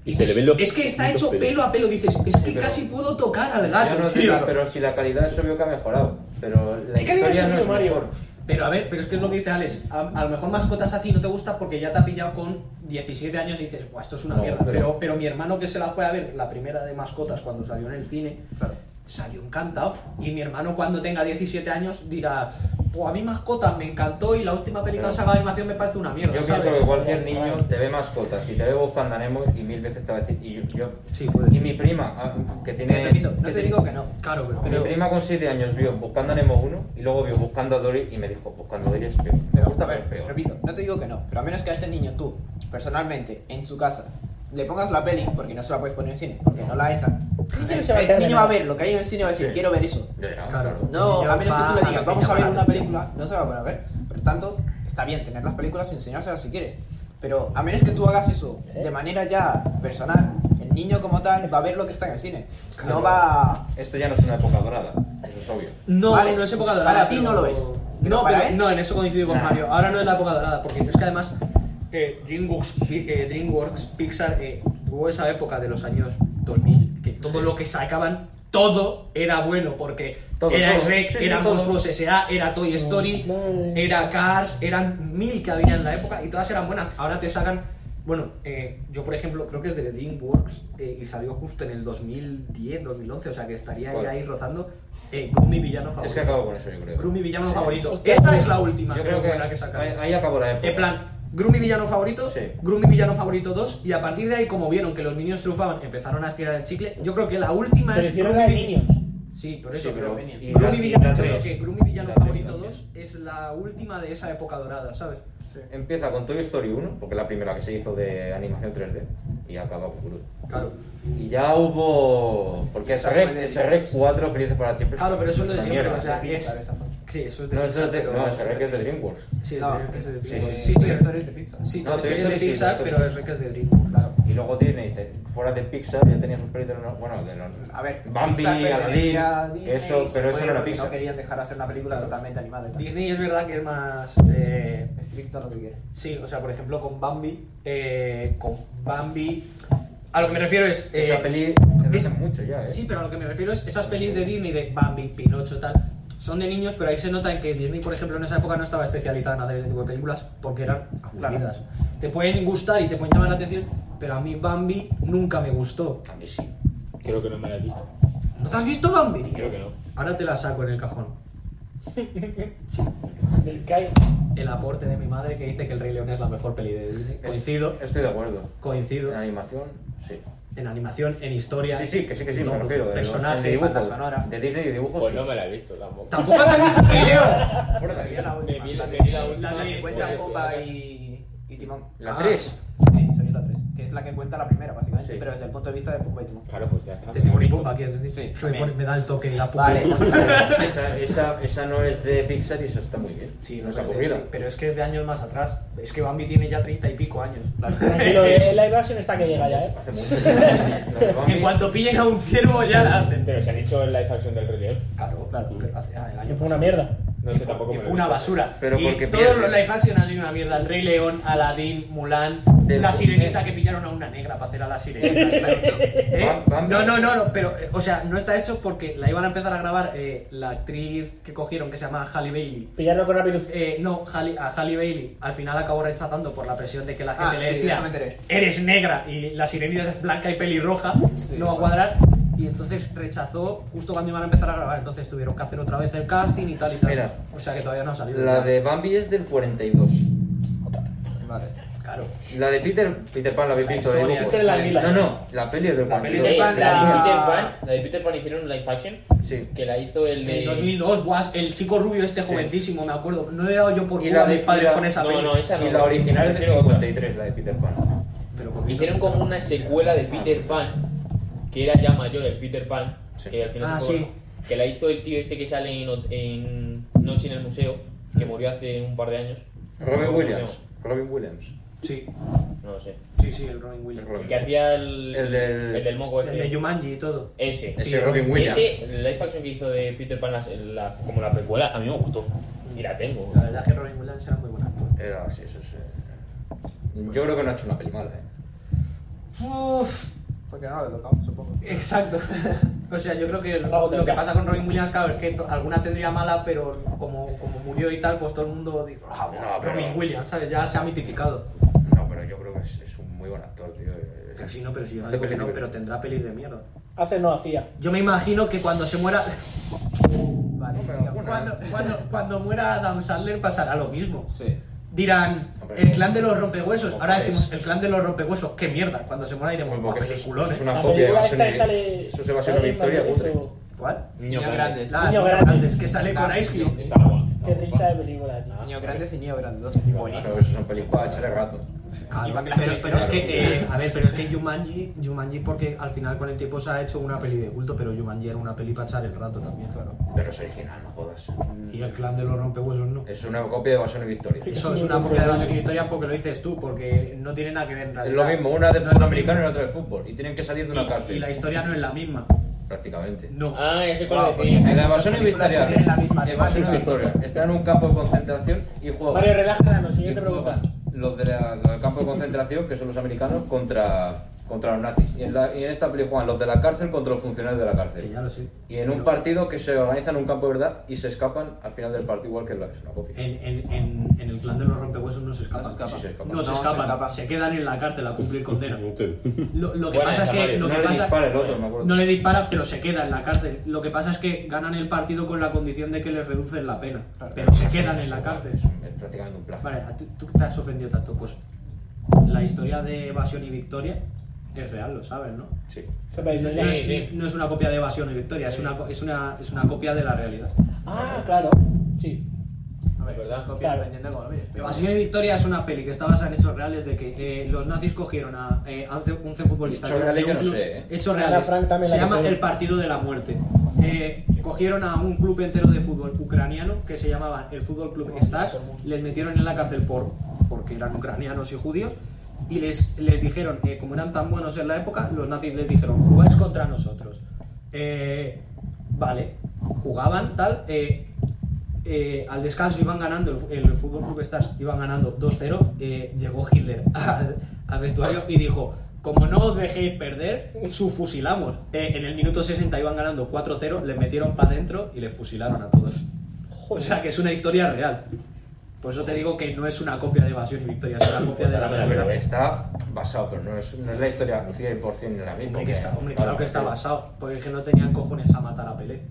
Speaker 3: Y se le ven los-
Speaker 1: Es que está
Speaker 3: los
Speaker 1: hecho
Speaker 3: pelos.
Speaker 1: pelo a pelo. Dices, es que
Speaker 4: pero-
Speaker 1: casi puedo tocar al
Speaker 4: Ya
Speaker 1: gato,
Speaker 4: no sé,
Speaker 1: tío.
Speaker 4: pero si la calidad es obvio que ha mejorado. Pero la
Speaker 5: ¿Qué calidad es
Speaker 4: historia no
Speaker 5: obvio,
Speaker 4: es
Speaker 5: Mario?
Speaker 4: mejor.
Speaker 1: Pero a ver, pero es que es lo que dice Alex. A, a lo mejor mascotas a ti no te gusta porque ya te ha pillado con 17 años y dices, Buah, esto es una
Speaker 4: No,
Speaker 1: mierda. Pero...
Speaker 4: pero-
Speaker 1: Pero, mi hermano que se la fue a ver, la primera de mascotas cuando salió en el cine, salió encantado. Y mi hermano cuando tenga 17 años dirá, pues a mí mascotas me encantó y la última película
Speaker 4: Pero-
Speaker 1: saga de animación me parece una
Speaker 4: Yo
Speaker 1: mierda,
Speaker 4: pienso
Speaker 1: ¿sabes?
Speaker 4: que cualquier niño te ve mascotas y te ve buscando a Nemo y mil veces te va a decir. Y yo. yo-
Speaker 1: Sí, puede
Speaker 4: y
Speaker 1: ser.
Speaker 4: mi prima, ah, que
Speaker 2: Te
Speaker 4: tiene.
Speaker 2: repito,
Speaker 4: que
Speaker 2: no te
Speaker 4: tiene-
Speaker 2: digo que no.
Speaker 1: Claro, pero...
Speaker 4: Mi prima con 7 años vio Buscando a Nemo 1 y luego vio Buscando a Dory y me dijo, Buscando a Dory es peor. Me
Speaker 2: Pero,
Speaker 4: gusta
Speaker 2: a
Speaker 4: pero es
Speaker 2: ver,
Speaker 4: peor.
Speaker 2: repito, no te digo que no, pero a menos que a ese niño tú, personalmente, en su casa, le pongas la peli, porque no se la puedes poner en cine, porque no la echan.
Speaker 5: quiero
Speaker 2: El,
Speaker 5: se va a entrar de
Speaker 2: niño va a
Speaker 5: nada.
Speaker 2: ver lo que hay en el cine y va a decir,
Speaker 4: Sí.
Speaker 2: quiero ver eso.
Speaker 4: Ya, ya,
Speaker 1: Claro.
Speaker 2: No,
Speaker 1: niño
Speaker 2: a menos que
Speaker 1: va
Speaker 2: tú
Speaker 1: a
Speaker 2: le
Speaker 1: la
Speaker 2: digas, vamos a ver
Speaker 1: peña
Speaker 2: una
Speaker 1: barata".
Speaker 2: película, no se la van a ver. Por tanto, está bien tener las películas y enseñárselas si quieres. Pero a menos que tú hagas eso
Speaker 4: ¿Eh?
Speaker 2: de manera ya personal, el niño como tal va a ver lo que está en el cine. No
Speaker 4: Claro.
Speaker 2: va a-
Speaker 4: Esto ya no es una época dorada, eso es obvio.
Speaker 1: No,
Speaker 2: Vale,
Speaker 1: no es época dorada.
Speaker 2: para ti
Speaker 1: pero-
Speaker 2: no lo es. Pero
Speaker 1: No,
Speaker 2: para
Speaker 1: pero
Speaker 2: él-
Speaker 1: no, en eso coincido con
Speaker 4: Nah.
Speaker 1: Mario. Ahora no es la época dorada, porque es que además eh, DreamWorks, Pi- eh, DreamWorks, Pixar, eh, tuvo esa época de los años 2000, que todo lo que sacaban, todo era bueno, porque
Speaker 4: Todo,
Speaker 1: era
Speaker 4: todo.
Speaker 1: Shrek,
Speaker 4: Sí, sí,
Speaker 1: era
Speaker 4: todo. Mm,
Speaker 1: Monstruos S.A., era Toy Story,
Speaker 5: madre.
Speaker 1: era Cars, eran mil que había en la época y todas eran buenas. Ahora te sacan Bueno, eh, yo por ejemplo creo que es de DreamWorks eh, y salió justo en el 2010, 2011, o sea que estaría ahí,
Speaker 4: ¿Cuál?
Speaker 1: ahí rozando. Eh, Gru, mi villano favorito.
Speaker 4: Es que acabo con eso, yo creo.
Speaker 1: Gru, mi villano favorito.
Speaker 5: Hostia,
Speaker 1: Esa es la última
Speaker 4: Yo creo que,
Speaker 1: buena sacaron.
Speaker 4: ahí, ahí acabó la época.
Speaker 1: En plan, Grumi villano favorito,
Speaker 4: Sí.
Speaker 1: Grumi villano favorito 2, y a partir de ahí, como vieron que los niños triunfaban, empezaron a estirar el chicle. Yo creo que la última
Speaker 5: Pero
Speaker 1: es
Speaker 5: hicieron
Speaker 1: Grumi
Speaker 5: la de
Speaker 1: vi-
Speaker 5: Minions.
Speaker 1: Sí, por eso,
Speaker 4: Sí,
Speaker 1: pero.
Speaker 4: pero-
Speaker 2: y
Speaker 1: Grumi
Speaker 4: la- y
Speaker 1: villano,
Speaker 4: la
Speaker 1: creo
Speaker 4: tres.
Speaker 1: que Grumi villano
Speaker 4: La tres
Speaker 1: favorito
Speaker 4: también.
Speaker 1: 2 es la última de esa época dorada, ¿sabes?
Speaker 4: Empieza con Toy Story 1, porque es la primera que se hizo de animación 3D, y acaba con Groot.
Speaker 1: Claro.
Speaker 4: Y ya hubo. Porque
Speaker 2: Esa
Speaker 4: ese
Speaker 2: fue
Speaker 4: rec,
Speaker 2: de-
Speaker 4: ese rec 4 Felices para siempre.
Speaker 1: Claro, pero eso es lo de
Speaker 4: Una
Speaker 1: siempre.
Speaker 4: mierda.
Speaker 1: O sea,
Speaker 2: De
Speaker 1: es.
Speaker 2: Pixar, esa fue.
Speaker 1: Sí, eso es de
Speaker 4: No, eso es
Speaker 1: Pixar,
Speaker 4: de,
Speaker 1: pero-
Speaker 4: no, ese rec es de DreamWorks.
Speaker 1: Sí, es
Speaker 2: No,
Speaker 1: de- es de
Speaker 2: sí,
Speaker 1: DreamWorks.
Speaker 2: sí,
Speaker 1: Sí,
Speaker 2: Toy
Speaker 1: sí,
Speaker 2: Story de Pixar.
Speaker 1: Sí, Toy
Speaker 4: No, Toy
Speaker 1: Story es de
Speaker 4: Story sí,
Speaker 1: Pixar,
Speaker 4: Toy
Speaker 1: pero
Speaker 4: Story
Speaker 1: es
Speaker 4: sí.
Speaker 1: que es de DreamWorks, claro.
Speaker 4: Y luego Disney, te- fuera de Pixar, ya tenía sus pelis de los. Bueno, de los.
Speaker 2: A ver,
Speaker 4: Bambi,
Speaker 2: Pixar
Speaker 4: Aladdin.
Speaker 2: pertenecía a Disney
Speaker 4: Eso,
Speaker 2: y se
Speaker 4: pero eso
Speaker 2: fue
Speaker 4: no era
Speaker 2: porque
Speaker 4: Pixar.
Speaker 2: No querían dejar hacer una película totalmente animada. y tal.
Speaker 1: Disney es verdad que es más. eh,
Speaker 2: Estricto a lo que quiere.
Speaker 1: Sí, o sea, por ejemplo, con Bambi. eh, con Bambi. A lo que me refiero es. eh,
Speaker 4: Esa peli.
Speaker 1: es-
Speaker 4: Es mucho ya, eh.
Speaker 1: Sí, pero a lo que me refiero es esas pelis de Disney de Bambi, Pinocho, tal. Son de niños, pero ahí se nota en que Disney, por ejemplo, en esa época no estaba especializada en hacer ese tipo de películas porque eran aburridas. Te pueden gustar y te pueden llamar la atención, pero a mí Bambi nunca me gustó.
Speaker 6: A mí sí. Creo que no me la he visto.
Speaker 1: ¿No te has visto Bambi?
Speaker 6: Creo que no.
Speaker 1: Ahora te la saco en el cajón.
Speaker 5: Del Kai.
Speaker 1: El aporte de mi madre que dice que El Rey León es la mejor peli de Disney.
Speaker 4: Es-
Speaker 1: Coincido,
Speaker 4: Estoy de acuerdo.
Speaker 1: coincido.
Speaker 4: En animación, sí.
Speaker 1: En animación, en historia.
Speaker 4: Sí, sí, que sí, que sí, me
Speaker 1: todo.
Speaker 4: refiero. de
Speaker 1: Personajes.
Speaker 4: dibujos,
Speaker 2: banda sonora.
Speaker 4: De Disney y dibujos.
Speaker 6: Pues
Speaker 4: sí.
Speaker 6: no me la he visto tampoco.
Speaker 1: Tampoco te has visto El Rey León.
Speaker 4: Por eso.
Speaker 2: Sería la última.
Speaker 6: Me vi-
Speaker 2: la
Speaker 6: me
Speaker 2: que-
Speaker 6: vi la última
Speaker 2: la que
Speaker 6: que
Speaker 2: cuenta
Speaker 6: fue-
Speaker 2: Pomba y, y Timón.
Speaker 4: La
Speaker 2: Ah,
Speaker 4: tres.
Speaker 2: Sí, sería la 3. Que es la que cuenta la primera, básicamente.
Speaker 4: Sí.
Speaker 2: Pero desde el punto de vista de Pomba y Timón.
Speaker 6: Claro, pues ya está.
Speaker 1: De
Speaker 6: me la he
Speaker 1: Timón y
Speaker 6: visto.
Speaker 1: Pumba, quieres decir.
Speaker 2: Sí,
Speaker 1: Que me,
Speaker 2: también.
Speaker 1: pone- me da el toque la pupa.
Speaker 2: Vale.
Speaker 4: pues, esa, esa, esa no es de Pixar y eso está muy bien.
Speaker 1: Sí,
Speaker 4: no
Speaker 1: no
Speaker 4: es
Speaker 1: sé,
Speaker 4: aburrida.
Speaker 1: pero es que es de años más atrás. Es que Bambi tiene ya treinta y pico años.
Speaker 5: Tranquilo, el live action está que llega ya, ¿eh?
Speaker 4: Hace mucho. Los Bambi-
Speaker 1: en cuanto pillen a un ciervo ya la hacen.
Speaker 6: Pero se han hecho el live action del Rey León.
Speaker 1: Claro, claro. pero hace- ah, el
Speaker 5: Que
Speaker 1: año
Speaker 5: fue una mierda.
Speaker 6: No sé tampoco
Speaker 1: que
Speaker 6: me
Speaker 1: fue
Speaker 6: lo he
Speaker 1: una
Speaker 6: visto.
Speaker 1: basura.
Speaker 4: Pero
Speaker 1: y
Speaker 4: porque
Speaker 1: todos
Speaker 4: pierde.
Speaker 1: los live action han sido una mierda. El Rey León, Aladdin, Mulan,
Speaker 4: Del-
Speaker 1: La Sirenita que pillaron a una negra para hacer a la Sirenita. está hecho. ¿Eh?
Speaker 4: Bam- Bam-
Speaker 1: No, no, no, no, pero eh, o sea, no está hecho porque la iban a empezar a grabar eh, la actriz que cogieron que se llama Halle Bailey.
Speaker 5: Pillar coronavirus.
Speaker 1: Eh, no, Halle- a Halle Bailey al final acabó rechazando por la presión de que la gente
Speaker 2: Ah,
Speaker 1: le
Speaker 2: sí,
Speaker 1: decía
Speaker 2: eso me enteré.
Speaker 1: eres negra y la sirenita es blanca y pelirroja,
Speaker 2: Sí.
Speaker 1: no va a cuadrar y entonces rechazó justo cuando iban a empezar a grabar, entonces tuvieron que hacer otra vez el casting y tal y tal.
Speaker 4: Mira.
Speaker 1: o sea que todavía no ha salido.
Speaker 4: La de Bambi es del 42.
Speaker 2: Vale.
Speaker 1: Claro.
Speaker 4: La de Peter, Peter Pan la habéis
Speaker 1: La
Speaker 4: visto de
Speaker 1: historia,
Speaker 4: dibujos.
Speaker 5: Peter la Lila.
Speaker 4: No, no, la peli es del
Speaker 2: La peli
Speaker 4: 42.
Speaker 2: de Peter
Speaker 6: Ey,
Speaker 2: Pan,
Speaker 6: la de
Speaker 2: la-
Speaker 6: Peter Pan, la de Peter Pan hicieron un live action
Speaker 4: Sí.
Speaker 6: que la hizo el
Speaker 1: En
Speaker 6: de...
Speaker 1: el 2002, guas, el chico rubio este jovencísimo, me acuerdo, no le he dado yo por
Speaker 4: Y
Speaker 1: culo
Speaker 4: la
Speaker 1: a mis
Speaker 4: de-
Speaker 1: padres
Speaker 4: y la-
Speaker 1: con esa
Speaker 6: no,
Speaker 1: peli.
Speaker 6: no, esa
Speaker 4: Y la original es del
Speaker 6: Hicieron otra.
Speaker 4: 53, la de Peter Pan.
Speaker 1: Pero ¿por qué
Speaker 6: Hicieron
Speaker 1: no?
Speaker 6: como una secuela de Peter Pan, que era ya mayor el Peter Pan,
Speaker 4: Sí.
Speaker 6: que al final
Speaker 1: Ah,
Speaker 6: se fue-
Speaker 1: sí.
Speaker 6: que la hizo el tío este que sale en, en Noche en el Museo, que murió hace un par de años.
Speaker 4: Robin
Speaker 6: ¿Cómo se
Speaker 4: Williams. Robin Williams.
Speaker 1: Sí,
Speaker 6: llama? No lo sé.
Speaker 1: sí, sí, el Robin Williams.
Speaker 6: El que hacía el,
Speaker 4: El del-
Speaker 6: el moco
Speaker 1: El
Speaker 6: este.
Speaker 1: de Jumanji y todo.
Speaker 6: Ese.
Speaker 4: Ese Robin Williams.
Speaker 6: Ese, el live action que hizo de Peter Pan, las- la- como la precuela, a mí me gustó. Y la tengo.
Speaker 1: La verdad es que Robin Williams era muy buen actor.
Speaker 4: Era, sí, eso sí. eh. Yo creo que no ha hecho una peli mala, eh.
Speaker 1: Uf,
Speaker 2: Porque no lo he tocado, supongo.
Speaker 1: exacto. O sea, yo creo que el-
Speaker 5: Luego te
Speaker 1: lo que
Speaker 5: toca.
Speaker 1: pasa con Robin Williams, claro, es que to- alguna tendría mala, pero como, como murió y tal, pues todo el mundo dijo, ah, bueno,
Speaker 4: No, pero-
Speaker 1: Robin Williams, ¿sabes? Ya se ha mitificado.
Speaker 4: No, pero yo creo que es, es un muy buen actor, tío. Eh,
Speaker 1: Que sí, no, pero si yo no digo que no, pero tendrá pelis de mierda.
Speaker 5: Hace no hacía.
Speaker 1: Yo me imagino que cuando se muera,
Speaker 2: Vale,
Speaker 4: pero
Speaker 2: sigamos.
Speaker 4: bueno.
Speaker 1: cuando, cuando, cuando muera Adam Sandler pasará lo mismo.
Speaker 2: Sí.
Speaker 1: Dirán,
Speaker 4: Hombre,
Speaker 1: el clan de los rompehuesos.
Speaker 4: ¿cómo
Speaker 1: Ahora
Speaker 4: crees?
Speaker 1: decimos, el clan de los rompehuesos, qué mierda. Cuando se muera iremos,
Speaker 4: Porque
Speaker 1: a
Speaker 4: eso es- eso
Speaker 1: peliculones.
Speaker 4: es una
Speaker 5: La
Speaker 4: copia de
Speaker 5: película esta
Speaker 4: Evasión
Speaker 5: que
Speaker 4: y-
Speaker 5: sale.
Speaker 4: Eso se va a ser una
Speaker 5: sale
Speaker 4: victoria,
Speaker 5: Madrid,
Speaker 4: aburre.
Speaker 5: eso.
Speaker 1: ¿Cuál?
Speaker 7: Niños
Speaker 2: Niños
Speaker 7: grandes.
Speaker 1: La
Speaker 5: Niño
Speaker 1: Niño
Speaker 5: Grandes.
Speaker 1: Grandes, que sale
Speaker 2: Está
Speaker 1: con Ice Cube.
Speaker 6: Está guapa. está
Speaker 5: Qué
Speaker 6: guapa.
Speaker 5: risa de película, tío.
Speaker 2: Niños grandes y Niños grandes.
Speaker 4: Claro, eso son pelis para echar el rato.
Speaker 1: Claro,
Speaker 2: Y para que la
Speaker 1: pero,
Speaker 2: gente
Speaker 1: pero es
Speaker 4: se
Speaker 1: que,
Speaker 4: entere.
Speaker 1: eh, a ver, pero es que Jumanji, Jumanji porque al final con el tiempo se ha hecho una peli de culto, pero Jumanji era una peli para echar el rato también, claro.
Speaker 4: Pero es original, no jodas.
Speaker 1: Y el clan de los rompehuesos no.
Speaker 4: Es una copia de Evasión y Victoria.
Speaker 1: Eso es una copia de las historias porque lo dices tú, porque no tiene nada que ver en
Speaker 4: Es
Speaker 1: realidad.
Speaker 4: lo mismo, una de
Speaker 1: No es
Speaker 4: fútbol
Speaker 1: lo
Speaker 4: americano y
Speaker 1: mismo.
Speaker 4: otra de fútbol. Y tienen que salir de una
Speaker 1: Y la
Speaker 4: cárcel,
Speaker 1: historia no es la misma.
Speaker 4: prácticamente.
Speaker 1: No.
Speaker 6: Ah, ya sé
Speaker 2: Guau,
Speaker 6: cuál
Speaker 2: porque-
Speaker 6: decía.
Speaker 4: En la Evasión y
Speaker 2: películas
Speaker 4: Victoria.
Speaker 2: que tienen la misma
Speaker 4: Evasión y
Speaker 2: temática.
Speaker 4: Victoria. Están en un campo de concentración y juegan.
Speaker 5: Mario, relájala, no
Speaker 4: Y
Speaker 5: siguiente pregunta.
Speaker 4: juegan Los de la- del campo de concentración, que son los americanos, contra contra los nazis. Y en, la- y en esta peli juegan los de la cárcel contra los funcionarios de la
Speaker 1: Que
Speaker 4: cárcel.
Speaker 1: ya lo sé.
Speaker 4: Y en un
Speaker 1: Pero
Speaker 4: partido que se organiza en un campo de verdad y se escapan al final del partido, igual que la- es una copia.
Speaker 1: En, en, en, en el clan de los rompehuesos no se escapan.
Speaker 2: No se escapan.
Speaker 4: Sí, se escapan.
Speaker 1: No se
Speaker 2: No se
Speaker 1: escapan,
Speaker 2: escapan.
Speaker 1: se quedan en la cárcel a cumplir condena. Lo, lo que
Speaker 6: Buena
Speaker 1: pasa es
Speaker 6: esa,
Speaker 1: que.
Speaker 6: Mario.
Speaker 1: Lo
Speaker 4: no
Speaker 1: que
Speaker 4: le
Speaker 1: pasa, eh,
Speaker 4: dispara el otro, me acuerdo.
Speaker 1: no le dispara, pero se queda en la cárcel. Lo que pasa es que ganan el partido con la condición de que les reducen la pena.
Speaker 2: Claro.
Speaker 1: Pero se quedan en la cárcel.
Speaker 4: Es prácticamente un plan.
Speaker 1: Vale, a ti- tú te has ofendido tanto. Pues la historia de Evasión y Victoria es real, lo sabes, ¿no?
Speaker 4: Sí.
Speaker 1: No es,
Speaker 6: Sí, sí.
Speaker 1: no es una copia de Evasión y Victoria, es una, co- es, una, es una copia de la realidad.
Speaker 5: Ah, claro. Sí.
Speaker 2: A ver,
Speaker 6: ¿Verdad?
Speaker 2: es copia
Speaker 5: Claro.
Speaker 2: dependiente de cómo lo mires, pero-
Speaker 1: Evasión y Victoria es una peli que está basada en hechos reales de que eh, los nazis cogieron a eh, a 11, 11 futbolistas.
Speaker 4: Hechos
Speaker 1: de-
Speaker 4: reales
Speaker 1: de un
Speaker 4: yo no
Speaker 1: club-
Speaker 4: sé, ¿eh?
Speaker 1: Hechos
Speaker 5: Ana
Speaker 1: reales.
Speaker 5: Frank también
Speaker 1: se
Speaker 5: la
Speaker 1: llama
Speaker 5: cogió.
Speaker 1: El Partido de la Muerte. Eh, cogieron a un club entero de fútbol ucraniano que se llamaba el Fútbol Club Stars. Les metieron en la cárcel por porque eran ucranianos y judíos. Y les, les dijeron, eh, como eran tan buenos en la época, los nazis les dijeron, jugáis contra nosotros. Eh, vale, jugaban tal. eh, eh, al descanso iban ganando, el, fu- el Fútbol Club Stars iban ganando 2-0. eh, llegó Hitler al, al vestuario y dijo: Como no os dejéis perder, su fusilamos. Eh, en el minuto 60 iban ganando 4-0, les metieron para adentro y les fusilaron a todos. O sea que es una historia real. Por eso te digo que no es una copia de Evasión y Victoria, es una copia de la
Speaker 4: Pues Ahora me la veo,
Speaker 1: realidad.
Speaker 4: Está basado, pero no es, no es la historia 100% ni la misma.
Speaker 1: Hombre, que está- hombre, claro
Speaker 4: Claro,
Speaker 1: que está basado, porque es que no tenían cojones a matar a Pelé,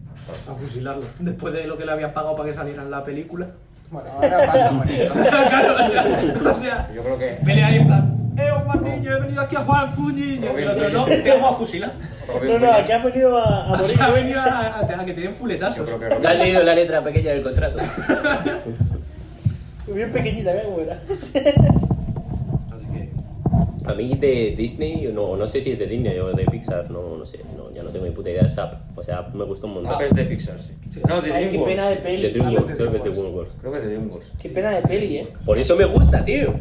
Speaker 1: a fusilarlo. Después de lo que le habían pagado para que saliera en la película.
Speaker 2: Bueno, ahora pasa, bonito.
Speaker 1: Claro, o sea, o sea,
Speaker 4: Yo creo que
Speaker 1: Pelea ahí en plan, eh, Omar niño, he venido aquí a jugar al fútbol. Y el otro, no, te vamos a fusilar.
Speaker 4: Robin
Speaker 5: No, no,
Speaker 4: Williams-
Speaker 5: aquí has venido a, a morir.
Speaker 1: Aquí ha venido a, a- a que te den
Speaker 4: Ah, Yo
Speaker 1: fuletazos.
Speaker 4: creo que
Speaker 3: ¿No has
Speaker 4: Robin-
Speaker 3: leído la letra pequeña del contrato?
Speaker 5: Bien pequeñita, mira cómo era.
Speaker 1: Así que,
Speaker 3: A mí de Disney, no, no sé si es de Disney o de Pixar, no, no sé, no, ya no tengo ni puta idea de SAP. O sea, me gustó un montón.
Speaker 4: Ah, es de Pixar, sí. No, de
Speaker 5: Ay, qué pena de
Speaker 4: DreamWorks.
Speaker 3: De
Speaker 5: peli.
Speaker 2: Ah,
Speaker 3: DreamWorks,
Speaker 2: es de
Speaker 3: creo que es de
Speaker 2: DreamWorks.
Speaker 3: DreamWorks.
Speaker 4: Creo que es de DreamWorks.
Speaker 5: Qué pena de peli, eh.
Speaker 3: Por eso me gusta, tío.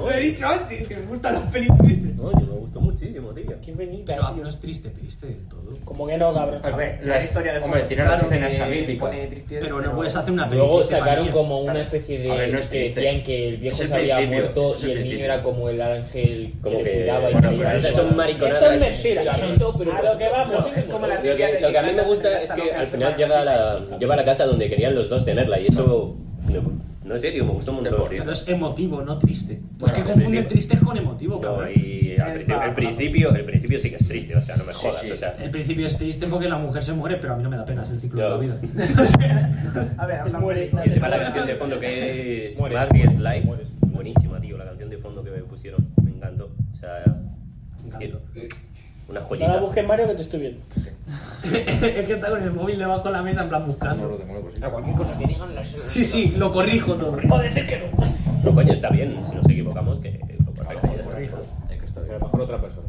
Speaker 1: lo he dicho antes, que me gustan las pelis tristes.
Speaker 3: No, yo me gustó muchísimo, tío.
Speaker 5: Qué penita,
Speaker 1: Pero a mí
Speaker 5: tío.
Speaker 1: no es triste, triste del todo.
Speaker 5: Como que no, cabrón.
Speaker 2: A ver,
Speaker 4: La
Speaker 2: la historia de
Speaker 4: hombre,
Speaker 2: fondo,
Speaker 4: tiene una escena
Speaker 2: que
Speaker 4: satírica.
Speaker 2: pone tristeza,
Speaker 1: Pero no puedes hacer
Speaker 5: Ah,
Speaker 1: una peli
Speaker 6: Luego
Speaker 1: triste para
Speaker 6: sacaron
Speaker 1: niños.
Speaker 6: como una
Speaker 4: Claro.
Speaker 6: especie
Speaker 4: A
Speaker 6: de
Speaker 4: ver, no es
Speaker 6: que
Speaker 4: triste.
Speaker 6: decían que el viejo
Speaker 4: Es el
Speaker 6: se había
Speaker 4: principio,
Speaker 6: muerto
Speaker 4: es
Speaker 6: y
Speaker 4: el
Speaker 6: el niño
Speaker 4: principio.
Speaker 6: era como el ángel
Speaker 3: Como
Speaker 6: que,
Speaker 3: que-
Speaker 6: le cuidaba y
Speaker 4: bueno,
Speaker 6: le
Speaker 4: pero
Speaker 6: ayudaba.
Speaker 3: esas son mariconadas.
Speaker 5: Eso es mentira.
Speaker 6: Claro.
Speaker 5: Eso, pero a lo que vamos.
Speaker 2: Es como la
Speaker 3: Lo
Speaker 2: teoría
Speaker 3: que,
Speaker 2: de
Speaker 3: lo que a mí me
Speaker 2: tantas
Speaker 3: gusta
Speaker 2: princesas
Speaker 3: es que
Speaker 2: locas
Speaker 3: al
Speaker 2: se
Speaker 3: final
Speaker 2: van
Speaker 3: llega a la,
Speaker 2: resisten.
Speaker 3: llega a la casa donde querían los dos tenerla y eso, no, sé, tío, me gustó un montón. tío.
Speaker 1: Pero es emotivo, no triste. Pues
Speaker 4: Bueno,
Speaker 1: que
Speaker 4: en
Speaker 1: confunden
Speaker 4: principio.
Speaker 1: tristes con emotivo,
Speaker 3: No,
Speaker 1: cabrón.
Speaker 3: y al principio, el, principio, el principio sí que es triste, o sea, no me
Speaker 4: Sí,
Speaker 3: jodas.
Speaker 4: sí.
Speaker 3: O sea,
Speaker 1: El principio es triste porque la mujer se muere, pero a mí no me da pena, es el ciclo
Speaker 3: Claro.
Speaker 1: de la vida. O sea,
Speaker 2: A
Speaker 1: Pues
Speaker 2: ver, hablamos
Speaker 5: Mueres,
Speaker 2: de-
Speaker 3: y encima la canción de fondo que es
Speaker 6: Mueres,
Speaker 3: Married
Speaker 6: mueres,
Speaker 3: Life,
Speaker 6: mueres.
Speaker 3: buenísima, tío, la canción de fondo que me pusieron, me encantó. O sea, es que- una
Speaker 5: No
Speaker 3: joyita.
Speaker 5: la busques, Mario, que te estoy viendo.
Speaker 1: es que está con el móvil debajo de la mesa en plan
Speaker 4: No lo
Speaker 1: buscando.
Speaker 4: tengo, lo
Speaker 6: A
Speaker 4: posible.
Speaker 6: cualquier cosa que digan las
Speaker 1: Sí, sí, lo corrijo todo.
Speaker 5: Puedo decir que no.
Speaker 3: No, coño, está bien, si nos equivocamos, que lo corrija y ya está.
Speaker 1: corrijo.
Speaker 4: Es que está
Speaker 6: Pero a
Speaker 4: bien.
Speaker 6: lo mejor otra persona.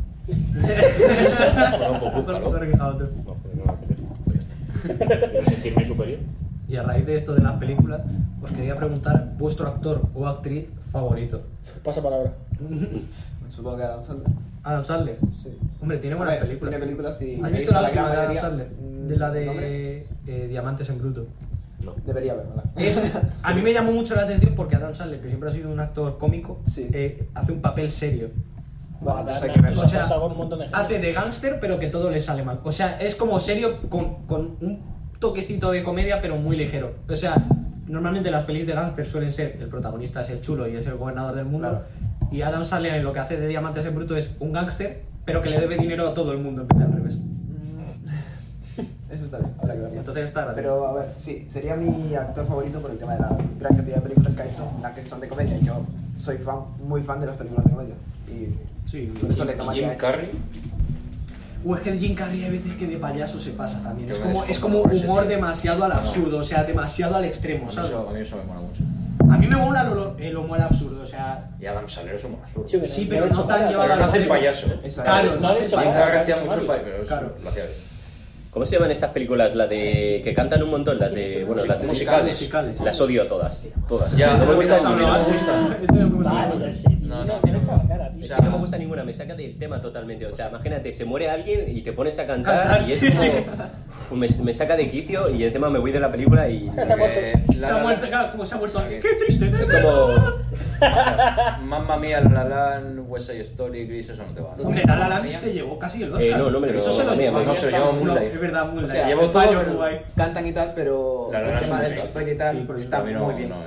Speaker 1: Lo corrija otro.
Speaker 6: No, porque no me apetece. Quiero sentirme superior.
Speaker 1: Y a raíz de esto de las películas, os quería preguntar vuestro actor o actriz favorito.
Speaker 5: Pasa palabra.
Speaker 2: Supongo que Adam Sandler.
Speaker 1: Adam Sandler.
Speaker 2: Sí.
Speaker 1: Hombre, tiene
Speaker 2: A
Speaker 1: buenas
Speaker 2: ver,
Speaker 1: películas.
Speaker 2: tiene películas y-
Speaker 1: ¿Has
Speaker 2: he
Speaker 1: visto
Speaker 2: visto
Speaker 1: la
Speaker 2: la
Speaker 1: última
Speaker 2: gran
Speaker 1: de Adam
Speaker 2: mayoría.
Speaker 1: Sandler?
Speaker 2: Mm,
Speaker 1: De la de
Speaker 2: ¿nombre?
Speaker 1: eh, Diamantes en Bruto.
Speaker 6: No.
Speaker 2: Debería verla.
Speaker 1: Es- a mí me llamó mucho la atención porque Adam Sandler, que siempre ha sido un actor cómico,
Speaker 2: Sí.
Speaker 1: eh, hace un papel serio.
Speaker 2: Bueno, entonces hay que verla.
Speaker 5: Eso
Speaker 1: O sea,
Speaker 5: pasa con un montón de gente.
Speaker 1: Hace de gángster, pero que todo le sale mal. O sea, es como serio con, con un toquecito de comedia, pero muy ligero. O sea, normalmente las pelis de gángster suelen ser el protagonista es el chulo y es el gobernador del mundo. Y Adam Sandler en lo que hace de Diamantes en Bruto es un gángster, pero que le debe dinero a todo el mundo en vez de al revés.
Speaker 2: Eso está bien, habrá que verla.
Speaker 1: Entonces está gracioso.
Speaker 2: Pero a ver, sí, sería mi actor favorito por el tema de la gran cantidad de películas que ha hecho, las que son de comedia. Yo soy fan, muy fan de las películas de comedia. Y
Speaker 1: Sí,
Speaker 2: por eso le tomaría.
Speaker 5: eh.
Speaker 4: Jim Carrey.
Speaker 1: O es que Jim Carrey hay veces que de payaso se pasa también. Es
Speaker 4: Yo
Speaker 1: como,
Speaker 4: creo que
Speaker 1: es
Speaker 4: es
Speaker 1: como
Speaker 4: como por ese
Speaker 1: humor
Speaker 4: tío.
Speaker 1: demasiado al absurdo, o sea, demasiado al extremo, ¿sabes?
Speaker 4: Eso, a mí eso me mola mucho.
Speaker 1: A mí me mola el olor- el humor absurdo, o sea,
Speaker 4: Y Adam Sandler es un absurdo.
Speaker 5: Sí,
Speaker 1: Sí,
Speaker 5: no
Speaker 1: pero
Speaker 5: ha hecho
Speaker 1: no tan
Speaker 5: nada.
Speaker 1: llevado
Speaker 4: Pero
Speaker 1: al
Speaker 4: no hace el
Speaker 1: extremo.
Speaker 4: payaso. ¿eh?
Speaker 2: Esa-
Speaker 1: Claro,
Speaker 5: No ha dicho
Speaker 1: hace
Speaker 4: Jim
Speaker 5: nada.
Speaker 1: payaso.
Speaker 4: Carrey hacía
Speaker 5: no,
Speaker 4: mucho el
Speaker 5: no,
Speaker 4: payaso, pero es-
Speaker 1: claro.
Speaker 4: lo hacía bien.
Speaker 3: ¿Cómo se llaman estas películas? Las de que cantan un montón, las de bueno, las de
Speaker 4: Musicales.
Speaker 3: Las odio todas, todas.
Speaker 4: Ya,
Speaker 3: no me
Speaker 4: gusta
Speaker 3: gustan.
Speaker 4: no me gusta.
Speaker 1: Eso es lo que me
Speaker 5: Vale,
Speaker 1: mola.
Speaker 5: ya sé.
Speaker 4: No,
Speaker 5: No, no,
Speaker 4: no,
Speaker 5: me han
Speaker 4: no.
Speaker 5: echado la cara, tío.
Speaker 3: Es
Speaker 4: sea,
Speaker 3: que no me gusta ninguna, me saca del tema totalmente. O sea, imagínate, se muere alguien y te pones a
Speaker 2: Cantar,
Speaker 3: cantar y es
Speaker 2: sí,
Speaker 3: como,
Speaker 2: sí.
Speaker 3: Uf, me, me saca de quicio y encima me voy de la película y...
Speaker 5: Se ha muerto.
Speaker 4: Eh, la,
Speaker 2: se
Speaker 4: la,
Speaker 2: ha
Speaker 4: la.
Speaker 2: muerto, claro, como se ha muerto alguien. ¡Qué triste!
Speaker 3: Es
Speaker 2: Es
Speaker 3: como...
Speaker 4: Mamma mía, La La Land, West Side Story, Gris, eso no te va. ¿no?
Speaker 2: Hombre, La La Land se llevó casi el Oscar.
Speaker 3: Eh, no, no me lo
Speaker 2: Eso
Speaker 3: llevó,
Speaker 2: se lo
Speaker 3: mamma
Speaker 2: llevó.
Speaker 3: mía, no,
Speaker 4: se lo llevó
Speaker 2: No,
Speaker 4: Moonlight.
Speaker 2: Es verdad, Moonlight.
Speaker 4: sea, llevó
Speaker 2: Fallo
Speaker 4: todo,
Speaker 2: en Uruguay. Cantan y tal, pero
Speaker 4: La
Speaker 2: el
Speaker 4: verdad
Speaker 2: tema de
Speaker 4: es que
Speaker 2: la
Speaker 4: sí.
Speaker 2: historia y tal pues,
Speaker 1: Sí, pero
Speaker 2: está
Speaker 4: A mí no,
Speaker 2: muy bien.
Speaker 4: no, eh.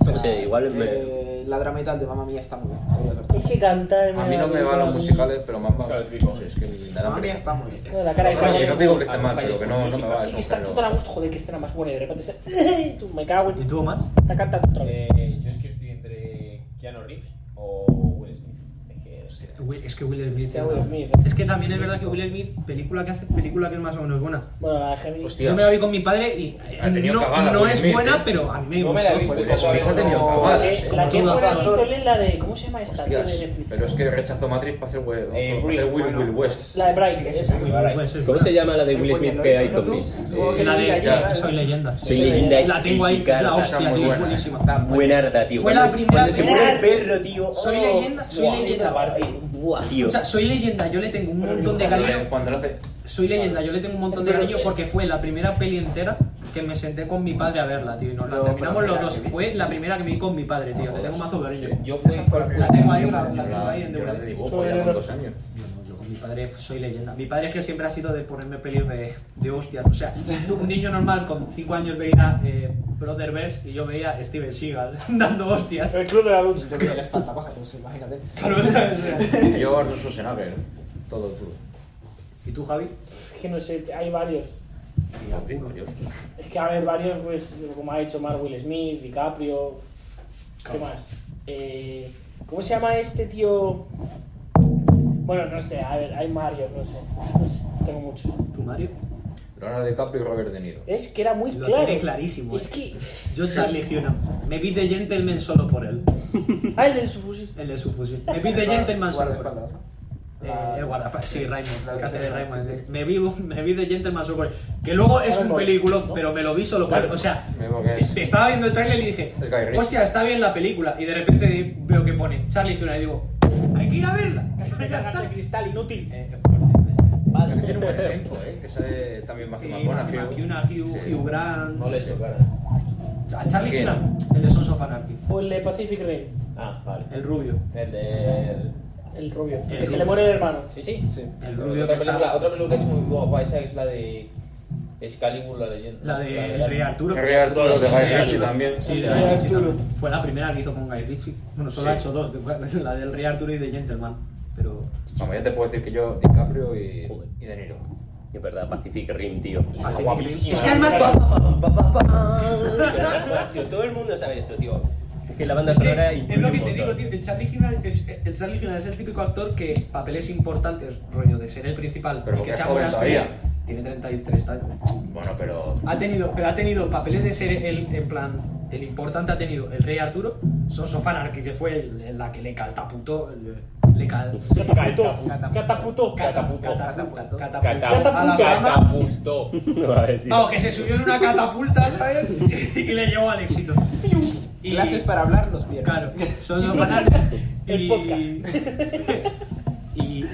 Speaker 2: O sea,
Speaker 3: No sé, igual me-
Speaker 2: eh, La drama y tal de Mamma Mía está muy bien.
Speaker 5: Es que cantar.
Speaker 4: A mí no me van los musicales, pero Mamma Mía. Es que me da
Speaker 2: Mamma Mía
Speaker 4: pereza.
Speaker 2: está muy bien.
Speaker 5: No, la cara de
Speaker 4: Bueno, si
Speaker 5: Javier.
Speaker 4: no te digo que esté mal, pero que no, no me va
Speaker 5: Sí,
Speaker 4: eso,
Speaker 5: que estás
Speaker 4: pero-
Speaker 5: total a gusto, joder, que escena más buena y de repente se... Tú, me cago
Speaker 1: ¿Y
Speaker 5: en...
Speaker 1: tú, Omar?
Speaker 5: Está cantando otra vez.
Speaker 6: Eh, yo es que estoy entre Keanu Reeves o Will Smith. Es que, no sé.
Speaker 1: Will- Es que Will Smith.
Speaker 5: Hostia,
Speaker 1: ¿no?
Speaker 5: Will Smith, eh.
Speaker 1: Es que también es verdad que Will Smith, película que hace, película que es más o menos buena.
Speaker 5: Bueno, la de Gemini.
Speaker 4: Hostia.
Speaker 1: Yo me la vi con mi padre y
Speaker 4: Ha tenido
Speaker 1: no,
Speaker 4: cagada,
Speaker 1: no
Speaker 4: Will
Speaker 1: es
Speaker 4: Smith,
Speaker 1: buena,
Speaker 4: eh.
Speaker 1: pero a mí me
Speaker 6: No
Speaker 1: gustó.
Speaker 6: me la he visto.
Speaker 2: Pues
Speaker 4: Pues
Speaker 2: eso
Speaker 4: eso,
Speaker 2: había
Speaker 4: hijo de mi
Speaker 2: uno-
Speaker 5: La
Speaker 4: cagada,
Speaker 5: que-
Speaker 4: eh.
Speaker 5: La que es
Speaker 1: Como todo
Speaker 5: buena
Speaker 2: actor.
Speaker 5: hizo él es la de... ¿Cómo se llama esta? Tío de
Speaker 4: Hostias,
Speaker 5: Netflix.
Speaker 4: pero es que rechazó Matrix para hacer Will,
Speaker 6: Eh,
Speaker 4: para hacer Will,
Speaker 2: bueno.
Speaker 4: Will West.
Speaker 5: La de Bright, esa.
Speaker 1: Muy buena, pues, es
Speaker 3: ¿Cómo
Speaker 1: buena.
Speaker 3: se llama la de Will
Speaker 2: Muy
Speaker 3: Smith
Speaker 2: bien,
Speaker 3: que
Speaker 2: ¿lo
Speaker 3: hay
Speaker 2: hizo, no tú?
Speaker 3: zombies?
Speaker 2: Supongo que
Speaker 3: Eh,
Speaker 1: La de
Speaker 4: Ya.
Speaker 1: Soy leyenda.
Speaker 3: Soy leyenda es
Speaker 1: La tengo ahí, que es la
Speaker 3: típica,
Speaker 1: hostia,
Speaker 4: esa es muy
Speaker 1: tío, es
Speaker 4: buena.
Speaker 1: buenísima. Está muy-
Speaker 3: Buenarda, tío.
Speaker 1: Fue
Speaker 3: Cuando-
Speaker 1: la primera
Speaker 3: Cuando se muere el
Speaker 5: película-
Speaker 3: perro, tío.
Speaker 1: Soy
Speaker 3: oh.
Speaker 1: leyenda, soy
Speaker 5: Buah, esa
Speaker 1: leyenda.
Speaker 5: parte.
Speaker 3: Buah, tío.
Speaker 1: O sea, soy leyenda, yo le tengo un montón de
Speaker 4: Cuando,
Speaker 1: cariño.
Speaker 4: cuando lo hace.
Speaker 1: Soy leyenda, yo le tengo un montón de
Speaker 5: Pero-
Speaker 1: cariño porque fue la primera peli entera que me senté con mi padre a verla, tío. Y nos la
Speaker 2: No,
Speaker 1: terminamos
Speaker 2: fue la
Speaker 1: los
Speaker 2: primera
Speaker 1: dos.
Speaker 2: que vi.
Speaker 1: Fue la primera que vi con mi padre, tío. Le tengo mazo de cariño.
Speaker 4: Yo fui
Speaker 2: Esa fue la
Speaker 1: La
Speaker 2: primera.
Speaker 1: tengo ahí, la, la
Speaker 4: yo
Speaker 1: tengo
Speaker 4: la,
Speaker 1: ahí en
Speaker 4: yo la de
Speaker 1: DVD.
Speaker 4: dibujo ya con dos años.
Speaker 1: Yo no, yo con mi padre soy leyenda. Mi padre es que siempre ha sido de ponerme pelis de, de hostias. O sea, tú, un niño normal con 5 años veía eh, Brother Bears y yo veía Steven Seagal dando hostias.
Speaker 5: El club de la lucha.
Speaker 2: Yo vi el espantapájaros, pues, imagínate.
Speaker 1: Claro, ¿sabes?
Speaker 4: Yo Arnold Schwarzenegger, todo tú.
Speaker 1: ¿Y tú, Javi?
Speaker 5: Es que no sé, hay varios.
Speaker 4: Y alguno, yo.
Speaker 5: Es que a ver, varios, pues, como ha hecho Mark Will Smith, DiCaprio. ¿Qué más? Eh, ¿Cómo se llama este tío? Bueno, no sé, a ver, hay varios, no sé. No sé, tengo muchos.
Speaker 1: ¿Tú, Mario?
Speaker 4: Leonardo DiCaprio y Robert De Niro.
Speaker 5: Es que era muy
Speaker 1: Lo
Speaker 5: claro.
Speaker 1: tiene clarísimo,
Speaker 5: Es
Speaker 1: eh.
Speaker 5: que.
Speaker 1: Yo, Charlie Hunnam. Me vi de Gentleman solo por él.
Speaker 5: Ah, el del su fusil.
Speaker 1: El de su fusil. Me vi de Gentleman solo por él.
Speaker 2: Guardaespaldas, ¿no?
Speaker 1: Eh, el guardaespaldas, sí, Raymond,
Speaker 2: La-
Speaker 1: el que hace de
Speaker 2: la-
Speaker 1: Raymond.
Speaker 2: sí, sí.
Speaker 1: Me, vi, me vi de Gentleman solo por él. Que luego es
Speaker 5: Ahora
Speaker 1: un
Speaker 5: no,
Speaker 1: película,
Speaker 5: ¿no?
Speaker 1: pero me lo vi solo por él.
Speaker 4: Claro.
Speaker 1: O sea,
Speaker 4: Me digo que es-
Speaker 1: estaba viendo el tráiler y dije,
Speaker 4: Es Guy Ritchie.
Speaker 1: hostia, está bien la película. Y de repente veo que pone Charlie Hunnam y digo, hay que ir a verla.
Speaker 5: Casi
Speaker 1: Ya
Speaker 5: te cargas
Speaker 1: está.
Speaker 5: el cristal, inútil.
Speaker 1: Eh, qué fuerte.
Speaker 4: Vale. Tiene un buen tiempo, ¿eh? Que sale también
Speaker 1: Sí,
Speaker 4: Matthew
Speaker 1: Matthew
Speaker 4: McConaughey.
Speaker 1: McConaughey, Hugh,
Speaker 4: Sí.
Speaker 1: Hugh Grant.
Speaker 6: No le he hecho cara.
Speaker 1: A Charlie
Speaker 4: ¿Quién?
Speaker 1: Hunnam, el de Sons of Anarchy,
Speaker 5: O el de Pacific Rim,
Speaker 6: Ah, vale.
Speaker 1: el rubio.
Speaker 6: El de.
Speaker 5: el rubio. que se
Speaker 1: rubio.
Speaker 5: le muere el hermano.
Speaker 6: Sí, sí.
Speaker 1: El rubio que
Speaker 6: otra,
Speaker 1: está-
Speaker 6: película, otra película que es muy guapa, esa es la de. Excalibur, la leyenda.
Speaker 1: La de
Speaker 6: la-
Speaker 1: El Rey Arturo.
Speaker 4: Harry Arturo de Guy Ritchie también.
Speaker 1: Sí, de
Speaker 5: El Rey
Speaker 1: Guy Ritchie
Speaker 5: Arturo.
Speaker 1: también. Fue la primera que hizo con Guy Ritchie. Bueno, solo
Speaker 4: Sí.
Speaker 1: ha hecho dos, de- la del Rey Arturo y de Gentleman. Pero
Speaker 4: Vamos, ya te puedo decir que yo DiCaprio y,
Speaker 3: Joder.
Speaker 4: y De Niro.
Speaker 3: Es verdad, Pacific Rim, tío.
Speaker 1: Es que además
Speaker 3: Tío, Todo el mundo sabe esto, tío. Es que la banda
Speaker 1: es, que
Speaker 3: sonora
Speaker 1: es lo que te digo, tío. El Charlie Hunnam es, el Charlie Hunnam es el típico actor que papeles importantes, rollo de ser el principal,
Speaker 4: Pero
Speaker 1: y que
Speaker 4: porque
Speaker 1: sea
Speaker 4: es joven
Speaker 1: buenas
Speaker 4: todavía.
Speaker 1: pelis. Tiene 33 años.
Speaker 4: Bueno, pero.
Speaker 1: Ha tenido, pero ha tenido papeles de ser el, en plan, el importante ha tenido el Rey Arturo, Sons of Anarchy, que fue el- la que le cataputó, le, le cal-
Speaker 5: Catapulto.
Speaker 1: Catapulto.
Speaker 5: Catapulto.
Speaker 1: Catapulto.
Speaker 2: Catapulto.
Speaker 1: Catapulto. A la fama.
Speaker 6: Catapultó.
Speaker 1: Vamos, que se subió en una catapulta, ¿sabes? y le llevó al éxito. Y,
Speaker 2: Clases para hablar los viernes.
Speaker 1: Claro, son los bananas.
Speaker 5: El
Speaker 1: y, y,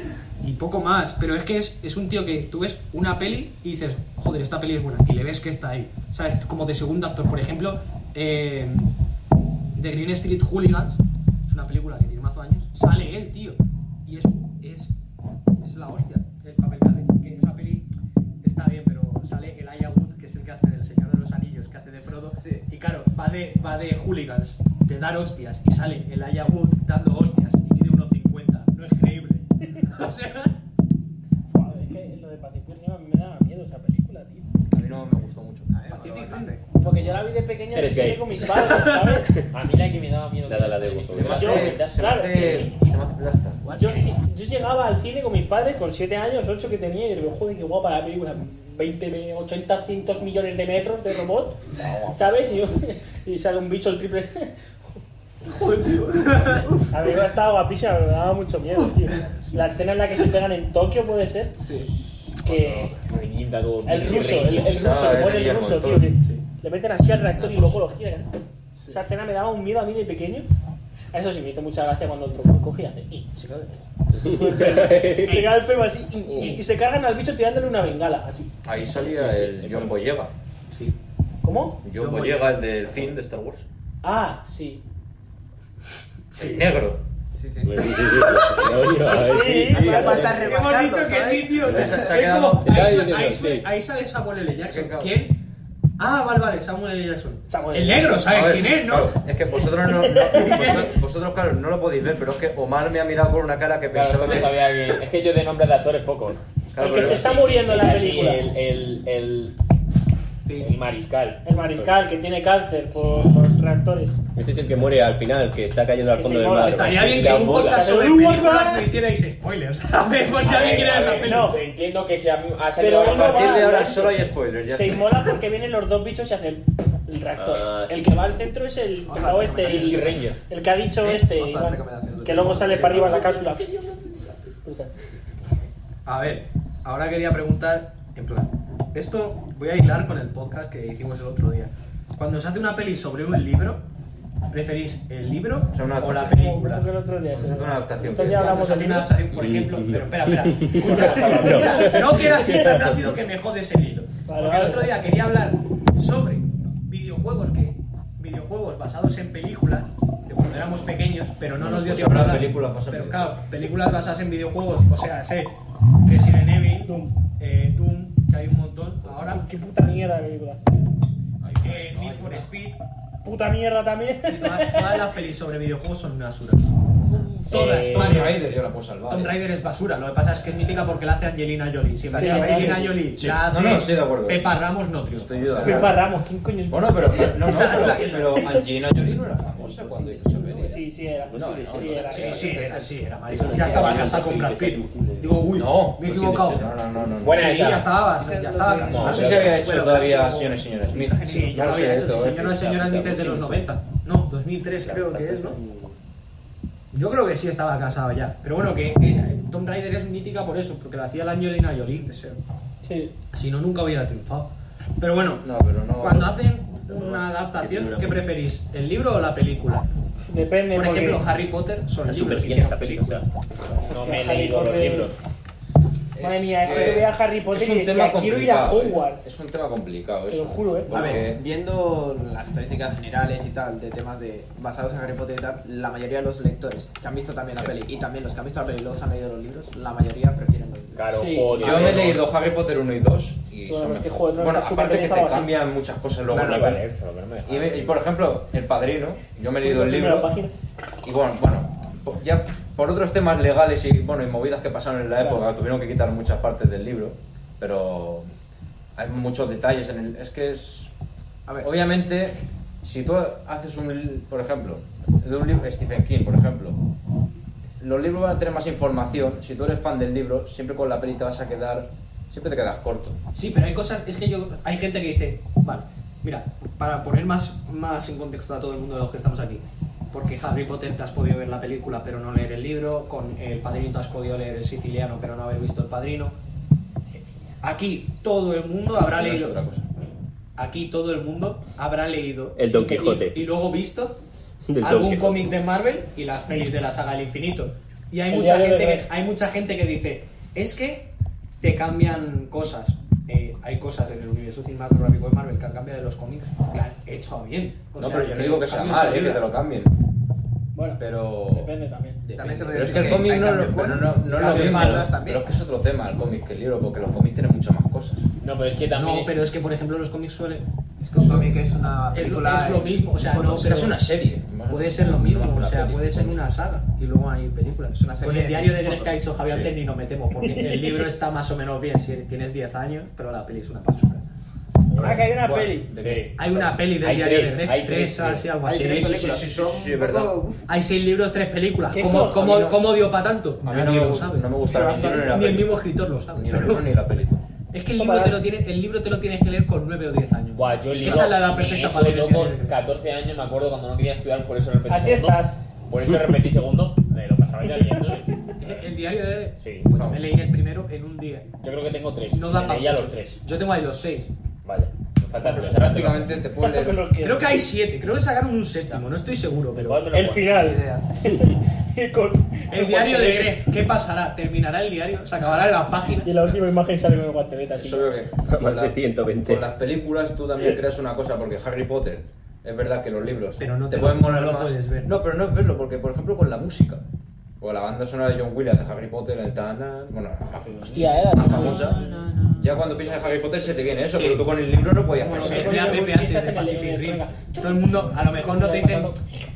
Speaker 1: y poco más. Pero es que es, es un tío que tú ves una peli y dices, joder, esta peli es buena. Y le ves que está ahí. ¿Sabes? Como de segundo actor. Por ejemplo, eh, The Green Street Hooligans. Es una película que tiene mazo años. Sale él, tío. Y es, es, es la hostia. El papel que hace. Que esa peli está bien, pero sale el Aya Wood, que es el que hace del Señor de los Anillos, que hace de Frodo.
Speaker 2: Sí.
Speaker 1: Y claro, va de, va de hooligans, de dar hostias, y sale el Aya Wood dando hostias y mide 1,50. No es creíble. o sea,
Speaker 5: Joder, es que lo de Pacific Rim a mí me daba miedo esa película, tío.
Speaker 4: A mí no me gustó mucho.
Speaker 2: A ver,
Speaker 1: Pacific
Speaker 2: bastante.
Speaker 1: Rim.
Speaker 5: Porque yo la vi de pequeña en el
Speaker 3: Eres
Speaker 5: cine
Speaker 3: gay.
Speaker 5: con mis padres, ¿sabes?
Speaker 6: A mí la que me daba miedo.
Speaker 3: La-
Speaker 6: que
Speaker 3: la- la
Speaker 6: era
Speaker 3: de Wolf.
Speaker 6: esa
Speaker 4: Se me
Speaker 5: Yo-
Speaker 4: hace, se me
Speaker 5: claro,
Speaker 4: hace,
Speaker 5: sí.
Speaker 4: se me hace plasta.
Speaker 5: Yo, yo llegaba al cine con mis padres con 7 años, 8 que tenía, y digo, joder, qué guapa la película. 20, me- 80, 100 millones de metros de robot, ¿sabes? Y, yo- y sale un bicho el triple.
Speaker 1: Joder, tío.
Speaker 5: La película estaba guapísima, me daba mucho miedo, tío. La escena en la que se pegan en Tokio puede ser.
Speaker 6: Eh,
Speaker 5: Que
Speaker 6: Revienta todo.
Speaker 5: el ruso, el, el
Speaker 4: Ah,
Speaker 5: ruso, le
Speaker 4: era
Speaker 5: pone el
Speaker 4: Guillermo
Speaker 5: ruso,
Speaker 4: del
Speaker 5: tío.
Speaker 4: Toro.
Speaker 5: que le meten así al reactor y luego lo giran. Esa escena me daba un miedo a mí de pequeño. Eso sí, me hizo mucha gracia cuando el robot coge y hace. "Y", se caga el- se caga el pelo así. "Y", y, y se cargan al bicho tirándole una bengala. Así.
Speaker 4: Ahí salía el John Boyega.
Speaker 5: ¿Cómo?
Speaker 4: John Boyega, el del fin de Star Wars.
Speaker 5: Ah, sí.
Speaker 4: El negro.
Speaker 2: Sí, sí.
Speaker 3: Pues Sí, sí, sí. Coño, a ver,
Speaker 5: Sí.
Speaker 2: Hace falta
Speaker 1: Hemos
Speaker 2: rematarlo,
Speaker 1: dicho que
Speaker 2: ¿sabes?
Speaker 1: sí, tío. o sea,
Speaker 4: Se ha
Speaker 1: es
Speaker 4: quedado-
Speaker 1: como.
Speaker 3: Ya,
Speaker 1: Ahí,
Speaker 3: yo
Speaker 1: sa-
Speaker 3: digo,
Speaker 1: ahí
Speaker 3: sí.
Speaker 1: sue- ahí sale Samuel L. Jackson.
Speaker 4: Venga.
Speaker 1: ¿Quién? Ah, vale, vale, Samuel L. Jackson.
Speaker 5: Samuel
Speaker 1: El
Speaker 5: L.
Speaker 1: negro, ¿sabes
Speaker 4: A ver,
Speaker 1: quién es, no?
Speaker 4: claro, es que vosotros no, no- vosotros, vosotros, claro, no lo podéis ver, pero es que Omar me ha mirado con una cara que
Speaker 6: Claro,
Speaker 4: pensaba
Speaker 6: no
Speaker 4: que.
Speaker 6: sabía que- Es que yo de nombres de actores poco.
Speaker 4: Claro,
Speaker 5: el que
Speaker 4: pero
Speaker 5: se
Speaker 4: sí,
Speaker 5: está
Speaker 4: sí,
Speaker 5: muriendo en la
Speaker 6: Así,
Speaker 5: película.
Speaker 6: El, el, el, el mariscal.
Speaker 5: El mariscal que tiene cáncer por los reactores.
Speaker 3: Ese es el que muere al final, que está cayendo al
Speaker 5: Que
Speaker 3: fondo
Speaker 5: se
Speaker 3: del
Speaker 5: mola.
Speaker 3: mar.
Speaker 1: Estaría
Speaker 3: Sí,
Speaker 1: bien que
Speaker 3: la
Speaker 1: en un
Speaker 3: bola.
Speaker 1: podcast sobre
Speaker 5: Pero
Speaker 1: películas
Speaker 5: igual-
Speaker 1: no hicierais spoilers. A ver, por si alguien quiere ver la
Speaker 5: ver,
Speaker 1: peli.
Speaker 5: Eh, no.
Speaker 6: Entiendo que se ha, ha
Speaker 5: Pero
Speaker 6: salido
Speaker 5: él
Speaker 4: A
Speaker 5: no va,
Speaker 4: partir de ahora
Speaker 5: ¿no?
Speaker 4: solo hay spoilers. Pues Ya
Speaker 5: Se
Speaker 4: está.
Speaker 5: inmola porque vienen los dos bichos y hacen el reactor.
Speaker 3: Ah, sí.
Speaker 5: el que va al centro es el
Speaker 2: Ojalá,
Speaker 5: pelado este,
Speaker 2: recomendación.
Speaker 5: el,
Speaker 2: Sí,
Speaker 6: Ranger.
Speaker 5: el que ha dicho
Speaker 2: Eh,
Speaker 5: este,
Speaker 2: ojalá,
Speaker 5: Iván,
Speaker 2: recomendación.
Speaker 5: que luego sale
Speaker 2: Sí.
Speaker 5: para arriba la cápsula. Pues Brutal.
Speaker 1: A ver, ahora quería preguntar, en plan, esto voy a hilar con el podcast que hicimos el otro día. Cuando se hace una peli sobre un libro, ¿preferís el libro
Speaker 4: O sea, una
Speaker 1: o la
Speaker 4: adaptación.
Speaker 1: película?
Speaker 5: Creo que el otro día,
Speaker 4: Vamos a
Speaker 5: sí.
Speaker 4: hacer una adaptación.
Speaker 5: Entonces ya
Speaker 1: Cuando
Speaker 5: hablamos
Speaker 1: se
Speaker 5: de
Speaker 1: hace una
Speaker 5: libros.
Speaker 1: adaptación, por ejemplo,
Speaker 4: Mm.
Speaker 1: pero espera, espera, escucha,
Speaker 3: No.
Speaker 1: escucha, no quieras ir tan rápido que me jodes el hilo.
Speaker 5: Vale,
Speaker 1: Porque el
Speaker 5: vale.
Speaker 1: otro día quería hablar sobre videojuegos que videojuegos basados en películas de cuando éramos pequeños, pero no
Speaker 4: Bueno,
Speaker 1: nos dio
Speaker 4: pues
Speaker 1: tiempo
Speaker 4: habrá
Speaker 1: hablar.
Speaker 4: películas basadas en
Speaker 1: pero claro,
Speaker 4: videojuegos.
Speaker 1: películas basadas en videojuegos, o sea, sé Resident Evil,
Speaker 5: Doom.
Speaker 1: eh, Doom, que hay un montón ahora,
Speaker 5: Qué puta mierda de película.
Speaker 1: eh, Need for Speed,
Speaker 5: Puta mierda también.
Speaker 1: y todas, todas las pelis sobre videojuegos son una basura. Todas,
Speaker 6: Eh,
Speaker 1: todas.
Speaker 4: Tomb Raider yo la puedo salvar. ¿eh?
Speaker 1: Tomb Raider es basura, lo que pasa es que es mítica porque la hace Angelina Jolie. Si la
Speaker 5: Sí,
Speaker 1: hace Angelina
Speaker 5: sí.
Speaker 1: Jolie,
Speaker 4: Sí.
Speaker 1: la hace
Speaker 4: No, no, estoy de acuerdo.
Speaker 1: Pepa Ramos no triunfa.
Speaker 4: Estoy yo de
Speaker 5: Pepa
Speaker 4: acuerdo.
Speaker 5: Pues Ramos, ¿quién coño es
Speaker 4: Bueno, pero, pero- no, no, pero, pero Angelina Jolie no era famosa cuando hizo esa peli.
Speaker 5: Sí, sí era.
Speaker 3: No, no,
Speaker 5: sí,
Speaker 3: no,
Speaker 5: era.
Speaker 1: Sí, sí, era, sí, era Mario.
Speaker 3: Eso no
Speaker 1: Ya estaba
Speaker 3: tiene
Speaker 1: casada con
Speaker 3: nada
Speaker 1: Brad
Speaker 3: que ver,
Speaker 1: Pitt.
Speaker 3: eso es
Speaker 1: Digo, uy,
Speaker 4: No,
Speaker 1: me he
Speaker 4: no,
Speaker 1: equivocado.
Speaker 4: sí, sí, No, no, no, no. no.
Speaker 6: Buena
Speaker 1: Sí,
Speaker 6: esa.
Speaker 1: ya estaba, ya estaba
Speaker 4: No, no
Speaker 1: casada.
Speaker 4: sé si había hecho todavía Señores y Señora Smith.
Speaker 1: Sí, ya
Speaker 4: No
Speaker 1: lo había
Speaker 4: sé,
Speaker 1: hecho.
Speaker 4: todo
Speaker 1: Sí, señora,
Speaker 4: esto. eh.
Speaker 1: señora Smith es de los 90. No, 2003 creo que es, ¿no? Yo creo que sí estaba casado ya. Pero bueno, que eh, Tomb Raider es mítica por eso, porque la hacía la Angelina Jolie. que se-
Speaker 5: Sí.
Speaker 1: Si no, nunca hubiera triunfado. Pero bueno,
Speaker 4: No, pero no.
Speaker 1: Cuando hacen una adaptación, ¿qué preferís? ¿El libro o la película?
Speaker 5: Depende.
Speaker 1: Por
Speaker 5: porque-
Speaker 1: ejemplo, Harry Potter son
Speaker 3: Está súper
Speaker 1: libros.
Speaker 3: bien esta película. O sea,
Speaker 6: No
Speaker 5: Hostia,
Speaker 6: me he
Speaker 5: Harry
Speaker 6: leído los
Speaker 5: Potter.
Speaker 6: libros.
Speaker 5: Madre mía, es que
Speaker 4: que
Speaker 5: yo veía a Harry Potter
Speaker 4: es un
Speaker 5: y
Speaker 4: tema
Speaker 5: decía, quiero ir a
Speaker 4: complicado, ¿eh?
Speaker 5: Hogwarts.
Speaker 4: Es un tema complicado,
Speaker 5: Te
Speaker 4: eso.
Speaker 5: lo juro, ¿eh?
Speaker 4: Porque-
Speaker 2: A ver, viendo las estadísticas generales y tal, de temas de basados en Harry Potter y tal, la mayoría de los lectores que han visto también la peli y también los que han visto la peli y luego se han leído los libros, la mayoría prefieren los libros.
Speaker 6: Claro,
Speaker 5: Sí.
Speaker 6: joder.
Speaker 4: Yo me he leído Harry Potter 1 y 2 y
Speaker 5: Son
Speaker 4: son
Speaker 5: los que
Speaker 4: mejores.
Speaker 5: juegan, no
Speaker 4: Bueno,
Speaker 5: estás tú
Speaker 4: aparte que
Speaker 5: metiendo
Speaker 4: te
Speaker 5: esa
Speaker 4: cambian muchas cosas luego.
Speaker 6: Me
Speaker 4: en la
Speaker 6: iba a
Speaker 4: peli.
Speaker 6: leer, pero no me
Speaker 4: Y,
Speaker 6: dejaron.
Speaker 4: me- y, por ejemplo, El Padrino, yo me he leído el
Speaker 5: Primera
Speaker 4: libro
Speaker 5: página.
Speaker 4: y bueno, bueno, po- ya por otros temas legales y bueno, y movidas que pasaron en la
Speaker 5: Claro.
Speaker 4: época, tuvieron que quitar muchas partes del libro, pero hay muchos detalles en el es que es
Speaker 2: A ver.
Speaker 4: obviamente si tú haces un li- por ejemplo, de un libro Stephen King, por ejemplo, los libros van a tener más información, si tú eres fan del libro, siempre con la peli te vas a quedar siempre te quedas corto.
Speaker 1: Sí, pero hay cosas, es que yo, hay gente que dice, vale, mira, para poner más, más en contexto a todo el mundo de los que estamos aquí, porque Harry Potter te has podido ver la película pero no leer el libro, con El Padrino te has podido leer El Siciliano pero no haber visto El Padrino. Aquí todo el mundo habrá
Speaker 4: No es
Speaker 1: leído,
Speaker 4: otra cosa.
Speaker 1: aquí todo el mundo habrá leído
Speaker 3: El Don Quijote.
Speaker 1: y, y luego visto
Speaker 3: del Don
Speaker 1: algún
Speaker 3: Quijote.
Speaker 1: cómic de Marvel y las pelis de la saga del infinito. Y hay
Speaker 5: El
Speaker 1: mucha,
Speaker 5: diario
Speaker 1: gente
Speaker 5: de
Speaker 1: que,
Speaker 5: Greg.
Speaker 1: hay mucha gente que dice, es que te cambian cosas. Eh, hay cosas en el universo cinematográfico de Marvel que han cambiado de los cómics que han hecho a bien. O
Speaker 4: No,
Speaker 1: sea,
Speaker 4: pero yo no digo que sea
Speaker 1: cambios
Speaker 4: mal,
Speaker 1: de
Speaker 4: eh, que
Speaker 1: vida.
Speaker 4: te lo cambien.
Speaker 5: Bueno,
Speaker 4: Pero
Speaker 5: depende también.
Speaker 2: También se puede
Speaker 4: Pero
Speaker 2: decir
Speaker 4: es que el cómic
Speaker 2: hay
Speaker 4: no,
Speaker 2: cambios
Speaker 4: lo- pero
Speaker 2: buenos,
Speaker 4: no, no es lo
Speaker 2: cambios
Speaker 4: mismo.
Speaker 2: malos también.
Speaker 4: Pero es que es otro tema el cómic que el libro, porque los cómics tienen muchas más cosas.
Speaker 6: No, pero es que también.
Speaker 1: No,
Speaker 6: es-
Speaker 1: pero es que, por ejemplo, los cómics suelen...
Speaker 2: Es que un cómic es una
Speaker 1: Es lo,
Speaker 2: película
Speaker 1: es lo
Speaker 2: en
Speaker 1: mismo, o sea,
Speaker 2: fotos.
Speaker 1: no,
Speaker 4: Pero
Speaker 1: pero
Speaker 4: es una serie.
Speaker 1: Puede ser lo mismo,
Speaker 4: No
Speaker 1: o
Speaker 4: una
Speaker 1: sea,
Speaker 4: peli.
Speaker 1: puede ser una saga y luego hay películas.
Speaker 2: Es una serie
Speaker 1: Con el
Speaker 2: de
Speaker 1: diario de Greg
Speaker 2: fotos.
Speaker 1: que ha hecho Javier
Speaker 4: Sí.
Speaker 1: Antes ni nos metemos, porque el libro está más o menos bien si tienes 10 años, pero la peli es una basura.
Speaker 5: Ah, que hay una
Speaker 4: ¿Cuál?
Speaker 5: peli.
Speaker 4: ¿De
Speaker 6: Sí.
Speaker 4: qué?
Speaker 1: Hay una peli del
Speaker 6: Hay
Speaker 1: diario
Speaker 6: tres,
Speaker 1: de Greg,
Speaker 6: hay
Speaker 1: tres,
Speaker 6: tres,
Speaker 1: así, algo
Speaker 2: Hay
Speaker 1: así.
Speaker 4: Sí,
Speaker 2: tres
Speaker 4: sí,
Speaker 2: películas.
Speaker 4: sí, sí, sí,
Speaker 2: son
Speaker 4: sí,
Speaker 2: un
Speaker 4: verdad.
Speaker 2: poco- uf.
Speaker 1: Hay seis libros, tres películas.
Speaker 5: ¿Qué
Speaker 1: ¿Cómo,
Speaker 5: cojones?
Speaker 1: cómo,
Speaker 4: No.
Speaker 1: cómo dio para tanto?
Speaker 4: A mí
Speaker 1: Nadie
Speaker 4: no, me
Speaker 1: lo
Speaker 4: gusta-
Speaker 1: sabe.
Speaker 4: no me gusta
Speaker 2: Pero
Speaker 4: ni el libro ni la
Speaker 1: Ni el
Speaker 4: peli.
Speaker 1: mismo escritor lo sabe.
Speaker 4: Ni el libro ni la peli.
Speaker 1: Es que el libro, te lo tiene, el libro te lo tienes que leer con 9 o 10 años.
Speaker 6: Buah, yo el libro-
Speaker 1: Esa es la edad
Speaker 6: en
Speaker 1: perfecta
Speaker 6: eso
Speaker 1: para leer.
Speaker 6: Yo
Speaker 1: el diario
Speaker 6: con
Speaker 1: de Greg.
Speaker 6: 14 años me acuerdo cuando no quería estudiar, por eso repetí.
Speaker 5: Así
Speaker 6: segundo.
Speaker 5: estás.
Speaker 6: Por eso repetí segundo. Me lo pasaba ya leyendo.
Speaker 1: Eh, El diario de Greg.
Speaker 6: Sí.
Speaker 1: Pues
Speaker 4: Vamos.
Speaker 1: me leí el primero en un día.
Speaker 6: Yo creo que tengo tres.
Speaker 1: No da
Speaker 6: Me
Speaker 1: para
Speaker 6: leía los tres.
Speaker 1: Yo tengo ahí los seis.
Speaker 6: Vale. Fantástico.
Speaker 4: Prácticamente te puedo leer.
Speaker 1: Creo que hay siete, creo que sacaron un séptimo, no estoy seguro, pero.
Speaker 6: Igual me lo
Speaker 5: El
Speaker 6: pongo.
Speaker 5: final. Con-
Speaker 1: El diario de Greg, ¿qué pasará? ¿Terminará el diario? ¿Se acabarán las páginas?
Speaker 5: Y en la última imagen sale con el guantelete así.
Speaker 4: Es obvio que. con
Speaker 3: Más de
Speaker 4: la-
Speaker 3: 120.
Speaker 4: Con las películas tú también creas una cosa, porque Harry Potter. Es verdad que los libros
Speaker 1: Pero no
Speaker 4: te,
Speaker 1: te-
Speaker 4: pueden molar
Speaker 1: no lo
Speaker 4: más.
Speaker 1: puedes ver.
Speaker 4: No, pero no es verlo, porque por ejemplo con la música. O la banda sonora de John Williams de Harry Potter, el tan. Bueno,
Speaker 7: Hostia, era.
Speaker 4: la famosa. Ya cuando piensas en Harry Potter se te viene eso, pero tú con el libro no podías
Speaker 1: Como
Speaker 4: pensar.
Speaker 1: se decía Pepe antes de Pacific Rim. Todo el mundo, a lo mejor no te dicen.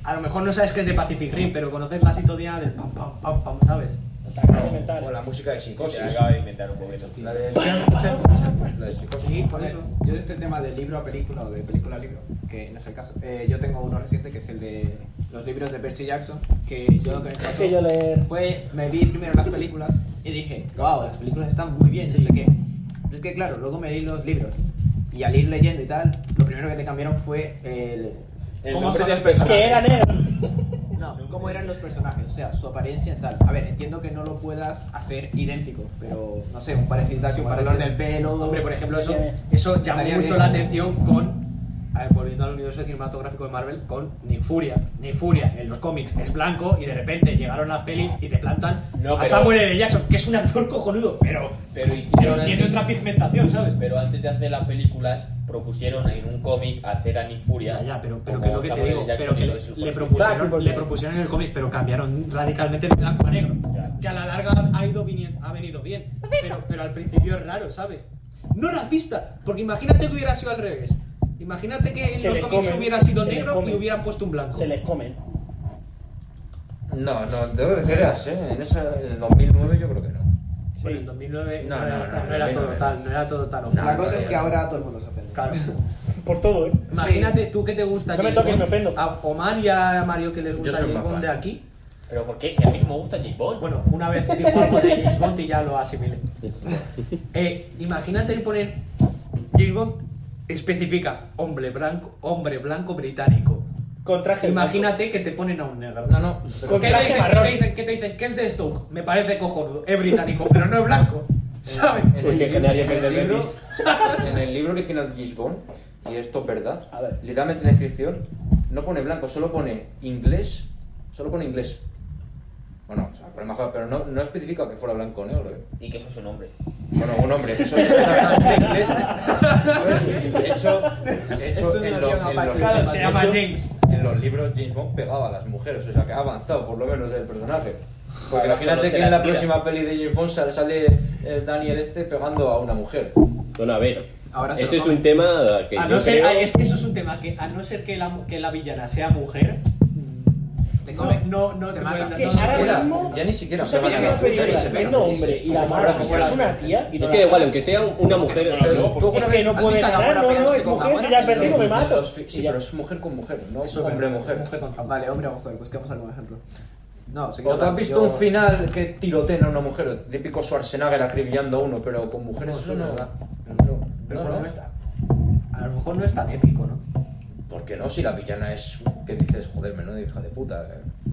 Speaker 1: A lo mejor no sabes que es de Pacific Rim, pero conoces la sintonía del pam pam pam pam, ¿sabes?
Speaker 5: Ataque mental.
Speaker 4: O la música de psicosis.
Speaker 6: Se acaba de inventar un poquito.
Speaker 4: La de, la de psicosis.
Speaker 1: Sí, por eso.
Speaker 2: Yo de este tema de libro a película o de película a libro, que no es el caso, eh, yo tengo uno reciente que es el de los libros de Percy Jackson, que yo lo que me pasó
Speaker 5: que yo leer-
Speaker 2: fue, me vi primero las películas y dije, wow, las películas están muy bien, no sé qué. Pero es que claro, luego me di los libros y al ir leyendo y tal, lo primero que te cambiaron fue el...
Speaker 6: El
Speaker 2: ¿Cómo
Speaker 6: nombre
Speaker 2: son
Speaker 6: de
Speaker 2: los
Speaker 6: los personajes.
Speaker 5: Que
Speaker 2: personajes?
Speaker 5: era negro.
Speaker 2: No, cómo eran los personajes, o sea, su apariencia y tal. A ver, entiendo que no lo puedas hacer idéntico, pero no sé, un parecido, así, un color del pelo.
Speaker 1: Hombre, por ejemplo, eso,
Speaker 5: Bien.
Speaker 1: eso llamó
Speaker 2: Estaría
Speaker 1: mucho
Speaker 2: bien.
Speaker 1: la atención con. a ver, volviendo al universo cinematográfico de Marvel, con Nick Furia. Nick Furia en los cómics es blanco y de repente llegaron las pelis y te plantan
Speaker 6: No,
Speaker 1: a
Speaker 6: pero-
Speaker 1: Samuel L. Jackson, que es un actor cojonudo, pero,
Speaker 6: Pero hicieron
Speaker 1: pero tiene
Speaker 6: antes-
Speaker 1: otra pigmentación, ¿sabes?
Speaker 6: Pero antes de hacer las películas, propusieron en un cómic hacer a Nick Furia.
Speaker 1: Ya, ya, pero, pero
Speaker 6: como
Speaker 1: que es lo que te
Speaker 6: Samuel L.
Speaker 1: digo,
Speaker 6: Jackson
Speaker 1: pero que
Speaker 6: y
Speaker 1: le,
Speaker 6: Lois
Speaker 1: le
Speaker 6: Lane.
Speaker 5: Ah,
Speaker 1: propusieron, le propusieron en el cómic, pero cambiaron radicalmente de blanco a negro.
Speaker 6: Ya.
Speaker 1: Que a la larga ha, ido vini- ha venido bien, pero, pero al principio es raro, ¿sabes? No racista, porque imagínate que hubiera sido al revés. Imagínate que en
Speaker 5: Se
Speaker 1: los
Speaker 5: le
Speaker 1: cómics
Speaker 5: comen,
Speaker 1: hubiera
Speaker 5: se-
Speaker 1: sido
Speaker 5: se le
Speaker 1: negro y
Speaker 5: comen.
Speaker 1: hubieran puesto un blanco.
Speaker 5: Se les comen.
Speaker 4: No, no, de que creas, ¿eh? En, esa, en el 2009 yo creo que no.
Speaker 1: Bueno, en 2009
Speaker 4: No,
Speaker 1: no,
Speaker 4: no,
Speaker 1: era, tan-
Speaker 4: no,
Speaker 1: no era
Speaker 4: no,
Speaker 1: todo
Speaker 4: no,
Speaker 1: tal, no era todo tan ofensivo.
Speaker 2: la cosa es que ahora todo el mundo se ofende.
Speaker 1: Claro.
Speaker 5: Por todo, ¿eh?
Speaker 1: Imagínate tú que te gusta
Speaker 5: No
Speaker 1: James
Speaker 5: me toques,
Speaker 1: Bond,
Speaker 5: me ofendo.
Speaker 1: A Omar y a Mario que les gusta
Speaker 4: soy
Speaker 1: James
Speaker 4: más
Speaker 1: Bond de
Speaker 4: fan.
Speaker 1: aquí.
Speaker 6: Pero ¿por qué? Que a mí no me gusta J. Bond.
Speaker 1: Bueno, una vez dijo algo de James Bond y ya lo asimilé. Eh, imagínate el poner James Bond especifica hombre blanco, hombre blanco británico.
Speaker 5: Con traje
Speaker 1: Imagínate que te ponen a un negro.
Speaker 4: No, no.
Speaker 1: ¿Qué
Speaker 5: Con
Speaker 1: te,
Speaker 5: traje
Speaker 1: dicen, ¿Qué
Speaker 5: marrón.
Speaker 1: te dicen? ¿Qué te dicen? ¿Qué es de Stoke? Me parece cojonudo. Es británico, pero no es blanco. ¿Sabes?
Speaker 4: En
Speaker 6: Un
Speaker 4: el,
Speaker 6: legendario
Speaker 4: en
Speaker 6: que es
Speaker 4: el
Speaker 6: del
Speaker 4: libro,
Speaker 6: Betis.
Speaker 4: en el libro original de Gisbon, y esto es verdad,
Speaker 5: A ver.
Speaker 4: literalmente en la descripción no pone blanco, solo pone inglés, solo pone inglés. Bueno, o sea, pone más claro, pero no, no especifica que fuera blanco o negro. ¿eh?
Speaker 6: ¿Y qué fue su nombre?
Speaker 4: Bueno, un hombre, eso es exactamente inglés. De hecho, de
Speaker 2: Eso
Speaker 4: hecho
Speaker 2: no
Speaker 4: en,
Speaker 2: había
Speaker 4: lo-
Speaker 2: una
Speaker 4: en
Speaker 2: parte.
Speaker 4: los,
Speaker 1: Claro, se llama
Speaker 4: de hecho,
Speaker 1: James.
Speaker 4: en los libros James Bond pegaba a las mujeres, o sea que ha avanzado por lo menos el personaje. Porque
Speaker 6: Ahora solo
Speaker 4: imagínate
Speaker 6: se
Speaker 4: que en
Speaker 6: la
Speaker 4: la
Speaker 6: tira.
Speaker 4: próxima peli de James Bond sale, sale el Daniel este pegando a una mujer.
Speaker 3: Bueno, a ver.
Speaker 2: Ahora se
Speaker 3: Ese
Speaker 2: lo
Speaker 3: es
Speaker 2: comen.
Speaker 3: un tema al que
Speaker 1: A
Speaker 3: yo
Speaker 1: Ah, no ser,
Speaker 3: creo-
Speaker 1: a- es que eso es un tema que a no ser que la, que la villana sea mujer,
Speaker 2: Te
Speaker 1: no,
Speaker 2: come-
Speaker 1: no, no
Speaker 2: te
Speaker 1: te,
Speaker 2: mata.
Speaker 1: puedes-
Speaker 2: Es
Speaker 5: que
Speaker 1: no se
Speaker 5: ahora
Speaker 1: puede.
Speaker 5: mismo- No.
Speaker 4: Ya ni siquiera
Speaker 5: ¿Tú sabes que
Speaker 4: pegan a
Speaker 5: una
Speaker 4: tu
Speaker 5: película
Speaker 4: cara y se
Speaker 5: siendo
Speaker 4: pegan.
Speaker 5: hombre y la
Speaker 4: Como
Speaker 5: mata
Speaker 4: fuera
Speaker 5: porque es una tía y no
Speaker 3: Es que da
Speaker 5: la
Speaker 3: igual,
Speaker 5: matas?
Speaker 3: aunque sea una mujer.
Speaker 4: Pero tú alguna
Speaker 5: Es que
Speaker 4: vez
Speaker 5: no
Speaker 4: has
Speaker 5: puede
Speaker 4: visto a
Speaker 5: entrar,
Speaker 4: Gamora
Speaker 5: no, no,
Speaker 4: pegándose
Speaker 5: es
Speaker 4: con
Speaker 5: mujer,
Speaker 4: Gamora?
Speaker 5: ya he perdido, me
Speaker 4: Los-
Speaker 5: mato.
Speaker 4: los fi- Sí,
Speaker 5: Y ya.
Speaker 4: pero es mujer con mujer,
Speaker 1: Eso
Speaker 4: no
Speaker 1: es verdad,
Speaker 4: hombre-mujer.
Speaker 1: mujer contra hombre.
Speaker 2: Vale, hombre o mujer, busquemos algún ejemplo. No, sí que
Speaker 4: O tú has
Speaker 2: no,
Speaker 4: visto
Speaker 2: yo-
Speaker 4: un final que tirotean a una mujer, o típico Schwarzenegger acribillando a uno, pero con mujeres
Speaker 1: No,
Speaker 4: eso
Speaker 1: es
Speaker 4: no.
Speaker 1: verdad.
Speaker 4: no,
Speaker 1: Pero
Speaker 4: no,
Speaker 1: por lo
Speaker 4: no.
Speaker 1: menos está- A lo mejor no es tan épico, ¿no?
Speaker 4: ¿Por qué no? Si la villana es que dices, joder, menuda hija de puta. eh.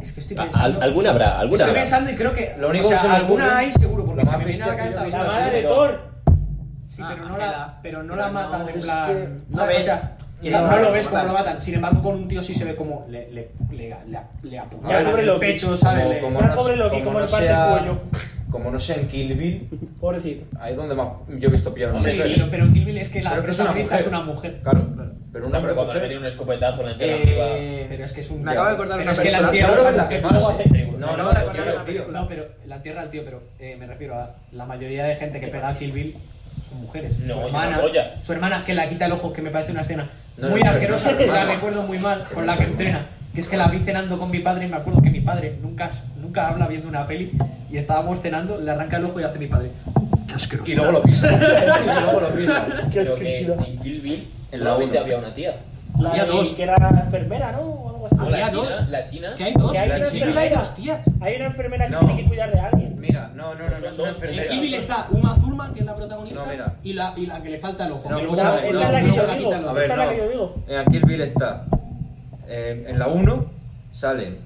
Speaker 1: Es que estoy
Speaker 4: Ah,
Speaker 3: A-
Speaker 1: pensando.
Speaker 3: al- alguna habrá, alguna
Speaker 1: Estoy
Speaker 3: habrá.
Speaker 1: pensando y creo que.
Speaker 4: Lo único
Speaker 1: o sea,
Speaker 4: que se me
Speaker 1: alguna
Speaker 4: ocurre-
Speaker 1: hay seguro, porque
Speaker 4: lo
Speaker 1: se
Speaker 4: más
Speaker 1: me viene a la
Speaker 4: bestia que yo he
Speaker 1: cabeza.
Speaker 4: visto
Speaker 5: La
Speaker 1: alguna.
Speaker 4: es-
Speaker 5: mala de
Speaker 4: pero-
Speaker 5: Thor.
Speaker 1: Sí,
Speaker 2: Ah,
Speaker 1: pero no
Speaker 2: Angela.
Speaker 1: la, pero no la
Speaker 2: Pero
Speaker 1: matan
Speaker 2: no,
Speaker 1: en
Speaker 2: es
Speaker 1: plan.
Speaker 2: que-
Speaker 1: No,
Speaker 2: no,
Speaker 1: o sea,
Speaker 2: que
Speaker 1: no,
Speaker 2: la
Speaker 1: lo
Speaker 2: matan,
Speaker 1: ves
Speaker 2: la
Speaker 1: como lo
Speaker 2: matan.
Speaker 1: matan. Sin embargo, con un tío sí se ve como le, le, le, le, le apuntan
Speaker 5: Ya, hombre,
Speaker 1: en
Speaker 5: lo
Speaker 1: el
Speaker 5: que-
Speaker 1: pecho, ¿sabes? Le-
Speaker 5: como- Una pobre Loki, como le parte el cuello.
Speaker 4: como no sea en Kill Bill,
Speaker 5: Pobrecito.
Speaker 4: ahí es donde más yo he visto pillar a una
Speaker 1: Sí,
Speaker 4: mujer.
Speaker 1: pero, pero en Kill Bill es que la
Speaker 4: Pero que es una
Speaker 1: protagonista
Speaker 4: mujer.
Speaker 1: es una mujer.
Speaker 4: Claro, pero una
Speaker 6: No, pero cuando le
Speaker 4: mujer-
Speaker 6: meten un escopetazo en la entera arriba.
Speaker 2: Eh,
Speaker 1: Pero es que es un.
Speaker 2: Me acabo de acordar
Speaker 1: Pero
Speaker 2: una
Speaker 1: es que la
Speaker 2: película.
Speaker 1: tierra.
Speaker 4: Seguro que es la que más,
Speaker 6: Luego
Speaker 4: eh.
Speaker 6: hacen películas.
Speaker 4: No,
Speaker 2: Me
Speaker 4: no,
Speaker 2: acabo de
Speaker 4: no,
Speaker 2: acordar
Speaker 4: tío,
Speaker 2: una
Speaker 4: tío.
Speaker 2: película.
Speaker 1: No, pero la tierra al tío, pero eh, me refiero a la mayoría de gente que pega a Kill Bill son mujeres.
Speaker 6: No,
Speaker 1: su
Speaker 6: yo
Speaker 1: hermana,
Speaker 6: no, polla.
Speaker 1: su hermana que la quita el ojo, que me parece una escena
Speaker 4: No,
Speaker 1: muy
Speaker 4: no, no,
Speaker 1: asquerosa,
Speaker 4: no, no,
Speaker 1: que
Speaker 4: no,
Speaker 1: la
Speaker 4: no.
Speaker 1: recuerdo muy mal, con la que entrena. Que es que la vi cenando con mi padre y me acuerdo que mi padre nunca, nunca habla viendo una peli y estábamos cenando, le arranca el ojo y hace mi padre. Qué asqueroso.
Speaker 4: Y luego lo pisa. y luego lo pisa.
Speaker 5: Qué
Speaker 6: Creo que
Speaker 5: asquerosidad.
Speaker 6: en Kill Bill
Speaker 4: En la
Speaker 6: solamente
Speaker 4: uno.
Speaker 6: había una tía.
Speaker 5: La
Speaker 1: Había
Speaker 5: de-
Speaker 1: dos.
Speaker 5: que era enfermera, ¿no? O algo así.
Speaker 6: No,
Speaker 1: Había
Speaker 6: la
Speaker 1: dos.
Speaker 6: china, la china.
Speaker 1: Que hay dos,
Speaker 5: Que hay
Speaker 1: en
Speaker 5: una
Speaker 1: Kill Bill hay
Speaker 5: enfermera.
Speaker 1: dos tías.
Speaker 5: Hay una enfermera que
Speaker 4: No.
Speaker 5: tiene que cuidar de alguien.
Speaker 4: Mira, no, no, no, no es una
Speaker 1: En
Speaker 4: enfermera.
Speaker 1: Kill Bill está Uma Thurman, que es la protagonista,
Speaker 4: No, mira.
Speaker 1: y, la, y la que le falta el ojo.
Speaker 4: No,
Speaker 1: que luego
Speaker 4: esa-
Speaker 1: se-
Speaker 4: esa
Speaker 1: luego
Speaker 4: es la que yo
Speaker 1: quita
Speaker 5: digo.
Speaker 1: el ojo.
Speaker 4: A
Speaker 5: Esa
Speaker 4: ver,
Speaker 5: es la que
Speaker 4: no.
Speaker 5: yo digo.
Speaker 4: En Kill Bill está. En, en la 1 salen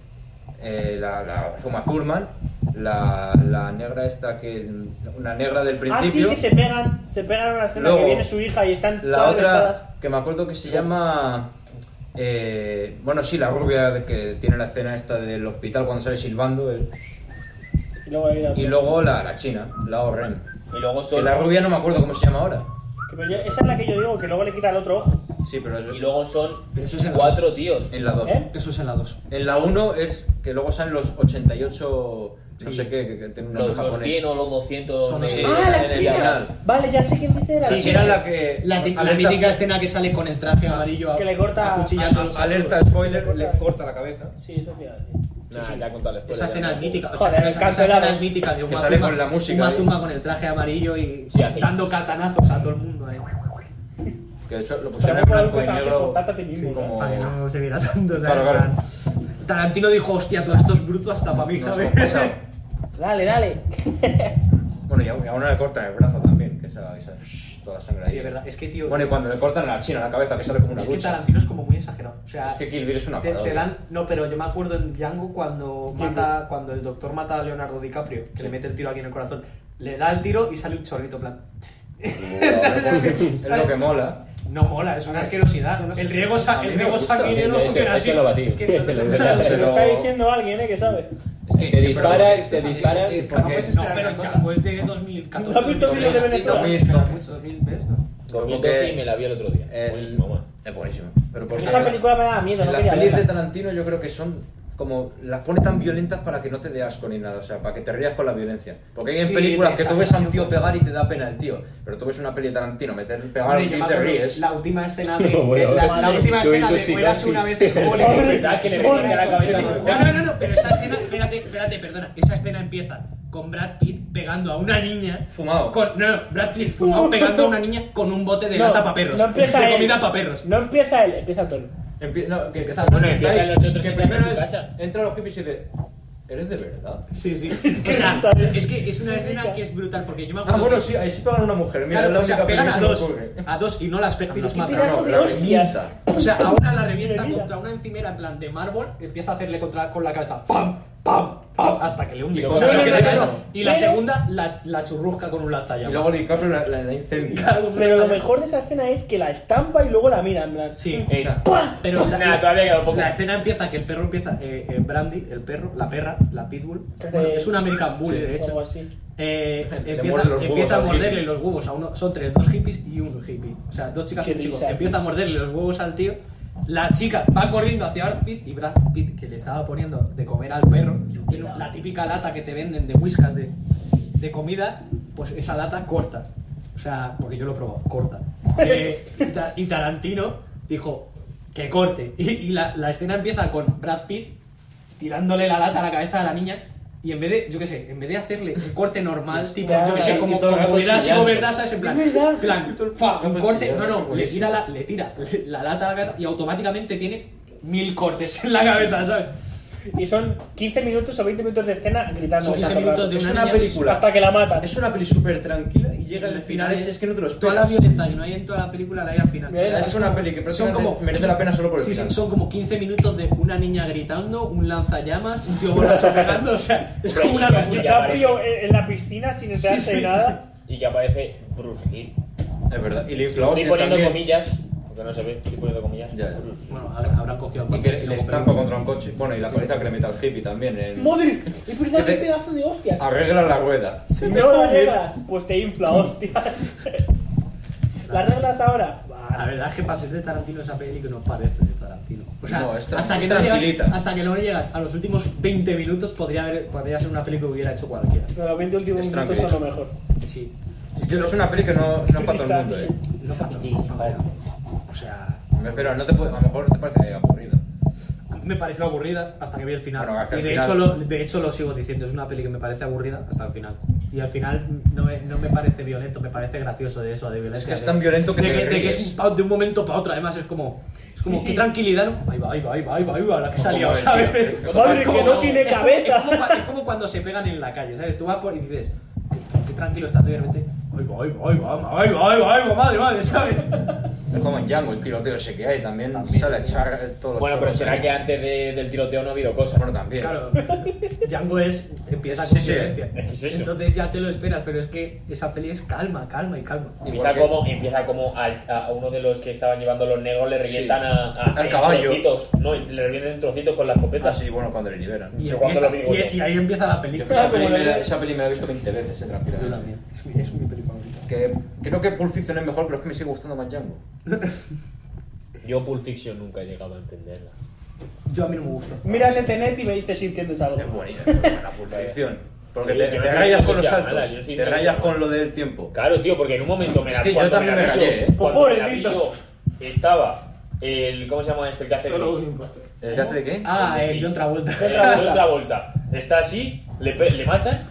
Speaker 4: eh, la, la eh, Uma Thurman, la, la negra esta que... Una negra del
Speaker 5: Ah, sí,
Speaker 4: principio.
Speaker 5: que se pegan. Se pegan en una escena
Speaker 4: Luego,
Speaker 5: que viene su hija y están
Speaker 4: La
Speaker 5: todas
Speaker 4: otra,
Speaker 5: retadas.
Speaker 4: que me acuerdo que se llama... eh, bueno, sí, la rubia de que tiene la escena esta del hospital cuando sale silbando. el-
Speaker 5: Y luego, hay otra.
Speaker 4: y luego la, la china, la Oren.
Speaker 6: Y luego
Speaker 4: Que
Speaker 6: solo,
Speaker 4: la rubia no me acuerdo cómo se llama ahora.
Speaker 5: Que pero yo- esa es la que yo digo, que luego le quita el otro ojo.
Speaker 4: Sí, pero es
Speaker 6: y luego son
Speaker 1: Pero eso es en la
Speaker 6: cuatro tíos.
Speaker 4: en la 2.
Speaker 5: ¿Eh?
Speaker 1: Eso es en la 2.
Speaker 4: En la 1 es que luego salen los 88... No
Speaker 1: Sí.
Speaker 4: sé qué, que, que tienen un nombre
Speaker 6: Los, los
Speaker 4: japonés.
Speaker 6: 100 o los 200.
Speaker 1: Son
Speaker 6: de-
Speaker 1: así.
Speaker 5: ah,
Speaker 4: la
Speaker 5: la
Speaker 4: del
Speaker 5: china.
Speaker 4: Eh, diagonal.
Speaker 5: Vale, ya sé quién dice. La
Speaker 4: Sí,
Speaker 5: china.
Speaker 4: que era la que...
Speaker 1: La, ti- la
Speaker 4: Eh, alerta-
Speaker 1: mítica escena que sale con el traje amarillo a-
Speaker 5: Que le corta-
Speaker 1: a cuchillas
Speaker 5: a-
Speaker 1: de los-
Speaker 4: Alerta, spoiler, le corta la cabeza.
Speaker 5: Sí, eso te iba a decir.
Speaker 6: Nah, ya he contado la
Speaker 1: Esa
Speaker 6: historia,
Speaker 1: escena
Speaker 6: ya
Speaker 1: es
Speaker 6: no.
Speaker 1: mítica. o sea,
Speaker 5: Joder,
Speaker 1: esa-
Speaker 5: el
Speaker 1: esa
Speaker 5: canto de
Speaker 1: escena
Speaker 5: la-
Speaker 1: es mítica de
Speaker 4: que
Speaker 1: Uma
Speaker 4: sale
Speaker 1: Thurman-
Speaker 4: con la música,
Speaker 1: Uma
Speaker 4: ¿eh?
Speaker 1: Thurman con el traje amarillo y
Speaker 6: Sí, hace-
Speaker 1: dando catanazos a todo el mundo. ahí.
Speaker 4: Que de hecho lo pusieron en
Speaker 5: Pero no puedo
Speaker 4: blanco y
Speaker 5: cortarte
Speaker 4: negro.
Speaker 5: cortarte a ti
Speaker 4: sí,
Speaker 5: mismo. ¿no?
Speaker 4: como-
Speaker 1: Para que no se viera tanto. o sea,
Speaker 4: Claro, claro.
Speaker 1: Tarantino dijo, hostia, todo esto es bruto hasta para mí,
Speaker 4: No,
Speaker 1: ¿sabes?
Speaker 4: no, pesado.
Speaker 5: Dale, dale.
Speaker 4: Bueno, y a y a uno le cortan el brazo también, que esa, esa shh, toda la sangre ahí.
Speaker 1: Sí, es verdad. Es que, tío,
Speaker 4: Bueno, y cuando le cortan a la china la cabeza, que sale como una
Speaker 1: es que
Speaker 4: ducha.
Speaker 1: Tarantino es como muy exagerado. O sea,
Speaker 4: Es que Kill Bill es una
Speaker 1: te,
Speaker 4: parodia.
Speaker 1: te dan... No, pero yo me acuerdo en Django cuando,
Speaker 5: Sí,
Speaker 1: mata, cuando el doctor mata a Leonardo DiCaprio, que le mete el tiro aquí en el corazón. Le da el tiro y sale un chorrito, en plan...
Speaker 4: Es lo que mola.
Speaker 1: No mola, es una
Speaker 2: Eso no
Speaker 1: asquerosidad.
Speaker 2: se-
Speaker 1: El riego,
Speaker 4: a
Speaker 1: sa
Speaker 4: mí
Speaker 1: el
Speaker 4: me
Speaker 1: riego
Speaker 4: gusta.
Speaker 1: sanguíneo no
Speaker 3: Eso-
Speaker 1: funciona
Speaker 4: "Este
Speaker 1: así.
Speaker 3: eso no va así.
Speaker 2: Es que eso no se-
Speaker 5: Se lo
Speaker 4: Pero-
Speaker 5: está diciendo alguien, ¿eh? Que sabe.
Speaker 2: Es que
Speaker 3: Te
Speaker 2: pero-
Speaker 3: disparas, te
Speaker 2: es- es-
Speaker 3: disparas.
Speaker 2: es-
Speaker 4: Porque-
Speaker 2: no puedes
Speaker 1: No,
Speaker 2: esperar
Speaker 1: pero
Speaker 2: otra cosa.
Speaker 1: Django es de 2014.
Speaker 5: ¿No has visto
Speaker 4: Vídeos de
Speaker 5: Venezuela?
Speaker 1: 2008, 2000, ¿ves?
Speaker 4: Luego
Speaker 6: 2012 y me la vi el otro día.
Speaker 4: el-
Speaker 6: Buenísimo, bueno.
Speaker 4: Es buenísimo. Pero por
Speaker 5: Esa película me daba miedo, no
Speaker 4: Las
Speaker 5: quería
Speaker 4: pelis de
Speaker 5: verla.
Speaker 4: Tarantino yo creo que son como las pone tan violentas para que no te dé asco ni nada, o sea, para que te rías con la violencia. Porque hay en
Speaker 1: Sí,
Speaker 4: películas
Speaker 1: de
Speaker 4: que tú ves a un
Speaker 1: exageración,
Speaker 4: tío
Speaker 1: pues.
Speaker 4: pegar y te da pena el tío, pero tú ves una peli de Tarantino meter pegar a
Speaker 1: Hombre,
Speaker 4: un
Speaker 1: yo
Speaker 4: tío
Speaker 1: me
Speaker 4: y te
Speaker 1: acuerdo
Speaker 4: ríes.
Speaker 1: la última escena de,
Speaker 3: No, bueno,
Speaker 1: de- la, la
Speaker 5: madre,
Speaker 1: última
Speaker 3: yo
Speaker 1: escena de
Speaker 3: entusiasmo.
Speaker 1: Fueras una vez en
Speaker 5: Hombre,
Speaker 1: Hollywood.
Speaker 6: ¿Verdad que le corta la cabeza?
Speaker 1: No, no, no, no, pero esa escena, espérate, espérate, perdona. Esa escena empieza con Brad Pitt pegando a una niña.
Speaker 4: Fumado.
Speaker 1: Con, no, no, Brad Pitt fumado pegando a una niña con un bote de lata para perros.
Speaker 5: No empieza
Speaker 1: de
Speaker 5: él.
Speaker 1: comida para perros.
Speaker 5: No empieza él, empieza Tolo.
Speaker 4: Empie- no, que, que está
Speaker 6: Bueno,
Speaker 4: que está ahí,
Speaker 6: empiezan los otros
Speaker 4: que
Speaker 6: entran en
Speaker 4: primero
Speaker 6: su casa.
Speaker 4: Entran los hippies y dicen, ¿eres de verdad?
Speaker 1: Sí, sí. O sea, es que es una escena que es brutal porque yo me
Speaker 4: Ah,
Speaker 1: acuerdo.
Speaker 4: bueno,
Speaker 1: que-
Speaker 4: sí, ahí sí pegan a una mujer, mira,
Speaker 1: Claro, o
Speaker 4: es la
Speaker 1: sea,
Speaker 4: única peli
Speaker 1: pegan
Speaker 4: que
Speaker 1: a
Speaker 4: se me
Speaker 1: dos. Ah,
Speaker 4: ocurre.
Speaker 1: A dos y no las pegan, las matan.
Speaker 5: pedazo
Speaker 4: No,
Speaker 5: de
Speaker 4: la
Speaker 5: hostias.
Speaker 4: revienta.
Speaker 1: O sea, a una la
Speaker 5: Pero
Speaker 1: revienta
Speaker 5: mira.
Speaker 1: contra una encimera en plan de mármol, empieza a hacerle contra, con la cabeza ¡pam! ¡pam! ¡pam! hasta que le hunde.
Speaker 6: Y luego-
Speaker 1: O sea,
Speaker 5: No,
Speaker 1: lo
Speaker 5: no,
Speaker 1: que
Speaker 5: no,
Speaker 1: te
Speaker 5: no,
Speaker 1: queda.
Speaker 5: no.
Speaker 1: Y la
Speaker 5: Pero-
Speaker 1: segunda la, la churrusca con un
Speaker 4: Y
Speaker 1: lanzallamas.
Speaker 4: luego DiCaprio la, la, la incendia.
Speaker 1: Claro, hombre,
Speaker 5: Pero lo
Speaker 1: claro.
Speaker 5: mejor de esa escena es que la estampa y luego la mira, en plan.
Speaker 1: Sí.
Speaker 6: Es.
Speaker 5: ¡Pua!
Speaker 1: Pero la,
Speaker 6: Nada, todavía queda un poco.
Speaker 1: la escena empieza que el perro empieza, eh, eh, Brandy, el perro, la perra, la pitbull,
Speaker 5: Que
Speaker 1: bueno,
Speaker 5: te-
Speaker 1: es un American Bully
Speaker 4: Sí.
Speaker 1: de
Speaker 5: O
Speaker 1: hecho,
Speaker 5: algo así.
Speaker 1: Eh,
Speaker 4: Le
Speaker 1: empieza,
Speaker 4: muerde los huevos
Speaker 1: empieza a
Speaker 4: al hippie.
Speaker 1: morderle los huevos a uno. Son tres, dos hippies y un hippie. O sea, dos chicas y
Speaker 5: Qué
Speaker 1: un chico.
Speaker 5: risa.
Speaker 1: Empieza a morderle los huevos al tío. La chica va corriendo hacia Brad Pitt y Brad Pitt, que le estaba poniendo de comer al perro, tiene la típica lata que te venden de whiskas de, de comida, pues esa lata corta. O sea, porque yo lo he probado, corta. Eh, y Ta- y Tarantino dijo que corte. Y, y la, la escena empieza con Brad Pitt tirándole la lata a la cabeza de la niña y en vez de, yo qué sé, en vez de hacerle un corte normal, tipo, yo qué sé, como,
Speaker 4: todo el
Speaker 1: como
Speaker 4: rato
Speaker 1: hubiera sido
Speaker 4: chillando.
Speaker 1: verdad, ¿sabes? En plan,
Speaker 5: Es verdad.
Speaker 1: plan, fa, un
Speaker 4: rato
Speaker 1: corte, no,
Speaker 4: chillando,
Speaker 1: no, le
Speaker 4: buenísimo.
Speaker 1: tira, la, le tira la lata a la cabeza y automáticamente tiene mil cortes en la cabeza, ¿sabes?
Speaker 5: Y son 15 minutos o 20 minutos de escena gritando.
Speaker 1: Son
Speaker 5: esa
Speaker 1: 15 minutos
Speaker 5: palabra.
Speaker 1: de
Speaker 4: Es
Speaker 1: una
Speaker 4: una
Speaker 1: niña
Speaker 4: película.
Speaker 5: Hasta que la matan.
Speaker 4: Es una peli súper tranquila y llega al final, es, es que no te lo
Speaker 1: Toda la
Speaker 4: esperas.
Speaker 1: violencia que no hay en toda la película la hay al final.
Speaker 4: O sea, es una peli que
Speaker 1: Son
Speaker 4: prácticamente
Speaker 1: como,
Speaker 4: merece la pena solo por el
Speaker 1: sí, sí,
Speaker 4: final.
Speaker 1: son como 15 minutos de una niña gritando, un lanzallamas, un tío borracho pegando, o sea, es como una locura.
Speaker 5: DiCaprio en en la piscina sin enterarse
Speaker 1: Sí, sí.
Speaker 5: de nada.
Speaker 6: Y que aparece Bruce Lee.
Speaker 4: Es verdad. Y le infla
Speaker 6: Estoy
Speaker 4: hostias
Speaker 6: poniendo
Speaker 4: también.
Speaker 6: comillas, porque no se ve, estoy poniendo comillas.
Speaker 4: Ya, ya.
Speaker 6: Bruce Lee.
Speaker 1: Bueno, habrá- habrán cogido a
Speaker 4: Y que
Speaker 1: cualquier
Speaker 4: le,
Speaker 1: chico
Speaker 4: le
Speaker 1: con
Speaker 4: estampa
Speaker 1: peluca.
Speaker 4: contra un coche. Bueno, y la paliza que le mete al hippie también. el-
Speaker 5: ¡Madre! ¡Es
Speaker 4: Que
Speaker 5: verdad qué
Speaker 4: te- Ah,
Speaker 5: pedazo de hostia!
Speaker 4: Arregla la rueda.
Speaker 5: No la arreglas, pues te infla, hostias. ¿La arreglas ahora?
Speaker 1: La verdad es que pases de Tarantino esa peli que no parece de Tarantino. O sea,
Speaker 4: No, es tra-
Speaker 1: hasta, que
Speaker 4: es
Speaker 1: no llegas,
Speaker 4: tranquilita.
Speaker 1: hasta que no llegas a los últimos 20 minutos podría, haber, podría ser una peli que hubiera hecho cualquiera.
Speaker 5: Pero los 20 últimos
Speaker 4: Es
Speaker 5: minutos
Speaker 4: tranquilo.
Speaker 5: son lo mejor.
Speaker 1: Sí.
Speaker 4: Es una peli que no, no es para todo el mundo, eh.
Speaker 1: No para todo el mundo, pero, O sea,
Speaker 4: Me refiero, no te puede- a lo mejor te parece aburrido.
Speaker 1: a mí me pareció aburrida hasta que vi el final.
Speaker 4: Bueno, es que
Speaker 1: y
Speaker 4: el
Speaker 1: de,
Speaker 4: final-
Speaker 1: Hecho lo, de hecho lo sigo diciendo, es una peli que me parece aburrida hasta el final. Y al final no me, no me parece violento, me parece gracioso de eso, de violencia.
Speaker 4: que es
Speaker 1: de-
Speaker 4: tan violento que
Speaker 1: de
Speaker 4: te
Speaker 1: de que es
Speaker 4: ríes.
Speaker 1: un pa- de un momento para otro, además es como... Es como,
Speaker 5: Sí,
Speaker 1: qué
Speaker 5: sí.
Speaker 1: tranquilidad, ¿no? Ahí va, ahí va, ahí va, ahí va, ahí va, la que se ha liado,
Speaker 4: Joder,
Speaker 1: ¿sabes?
Speaker 4: tío.
Speaker 5: ¡Madre, que no tiene
Speaker 1: Es como- es
Speaker 5: cabeza!
Speaker 1: como cua- Es como cuando se pegan en la calle, ¿sabes? Tú vas por y dices, qué, qué tranquilo estás, tú y de repente, ¡ay, va, ay, va, ay, va, ay, va, ay, va, madre, madre, ¿sabes?
Speaker 4: Es como en Django, el tiroteo ese que hay, también, sale a echar eh, todos los
Speaker 6: Bueno, pero
Speaker 4: chorros
Speaker 6: será
Speaker 4: ahí.
Speaker 6: que antes de- del tiroteo no ha habido cosas.
Speaker 4: Bueno, también.
Speaker 1: Claro, Django es, empieza
Speaker 4: Sí,
Speaker 1: con
Speaker 4: sí.
Speaker 1: violencia.
Speaker 6: Es que es eso.
Speaker 1: Entonces ya te lo esperas, pero es que esa peli es calma, calma y calma.
Speaker 6: Empieza
Speaker 4: qué?
Speaker 6: como, empieza como al- a uno de los que estaban llevando los negros le revientan
Speaker 4: Sí.
Speaker 6: a, a-
Speaker 4: Al
Speaker 6: en
Speaker 4: caballo.
Speaker 6: trocitos. No, le revientan en trocitos con la escopeta.
Speaker 4: Ah, sí, bueno, cuando le liberan.
Speaker 1: Y,
Speaker 6: Yo cuando lo
Speaker 1: empieza-
Speaker 6: vi,
Speaker 1: y-
Speaker 6: yo-
Speaker 1: y ahí empieza la
Speaker 4: Yo
Speaker 1: película.
Speaker 4: esa, peli
Speaker 6: bueno,
Speaker 4: me la,
Speaker 6: yo-
Speaker 4: esa peli me la he visto 20 veces, eh,
Speaker 1: Yo
Speaker 4: tranquilamente.
Speaker 1: también. Es mi, es mi peli favorita.
Speaker 4: Que creo que Pulp Fiction es mejor, pero es que me sigue gustando más Django.
Speaker 6: Yo Pulp Fiction nunca he llegado a entenderla.
Speaker 1: Yo a mí no me gusta.
Speaker 5: Mírate Tenet y me dices si entiendes algo.
Speaker 4: Es buenísima, es buena Pulp Fiction. Porque
Speaker 6: Sí,
Speaker 4: te,
Speaker 6: yo no
Speaker 4: te
Speaker 6: estoy
Speaker 4: rayas
Speaker 6: diciendo
Speaker 4: con
Speaker 6: que
Speaker 4: los
Speaker 6: sea
Speaker 4: saltos,
Speaker 6: mala, yo estoy
Speaker 4: te
Speaker 6: diciendo que
Speaker 4: rayas
Speaker 6: sea
Speaker 4: con
Speaker 6: mala.
Speaker 4: lo del tiempo.
Speaker 6: Claro, tío, porque en un momento me
Speaker 4: Es
Speaker 6: la-
Speaker 4: que yo
Speaker 6: cuando
Speaker 4: también
Speaker 6: me la
Speaker 4: me
Speaker 6: vi yo-
Speaker 4: rayé, ¿eh?
Speaker 6: cuando me la vi
Speaker 5: Pobrecito.
Speaker 6: yo, estaba el ¿cómo se llama este el que hace
Speaker 8: Solo
Speaker 6: Gris?
Speaker 8: un impostor.
Speaker 4: ¿El que hace de qué?
Speaker 1: Ah, eh, John Travolta.
Speaker 6: John Travolta. John Travolta. Está así, le, pe- le matan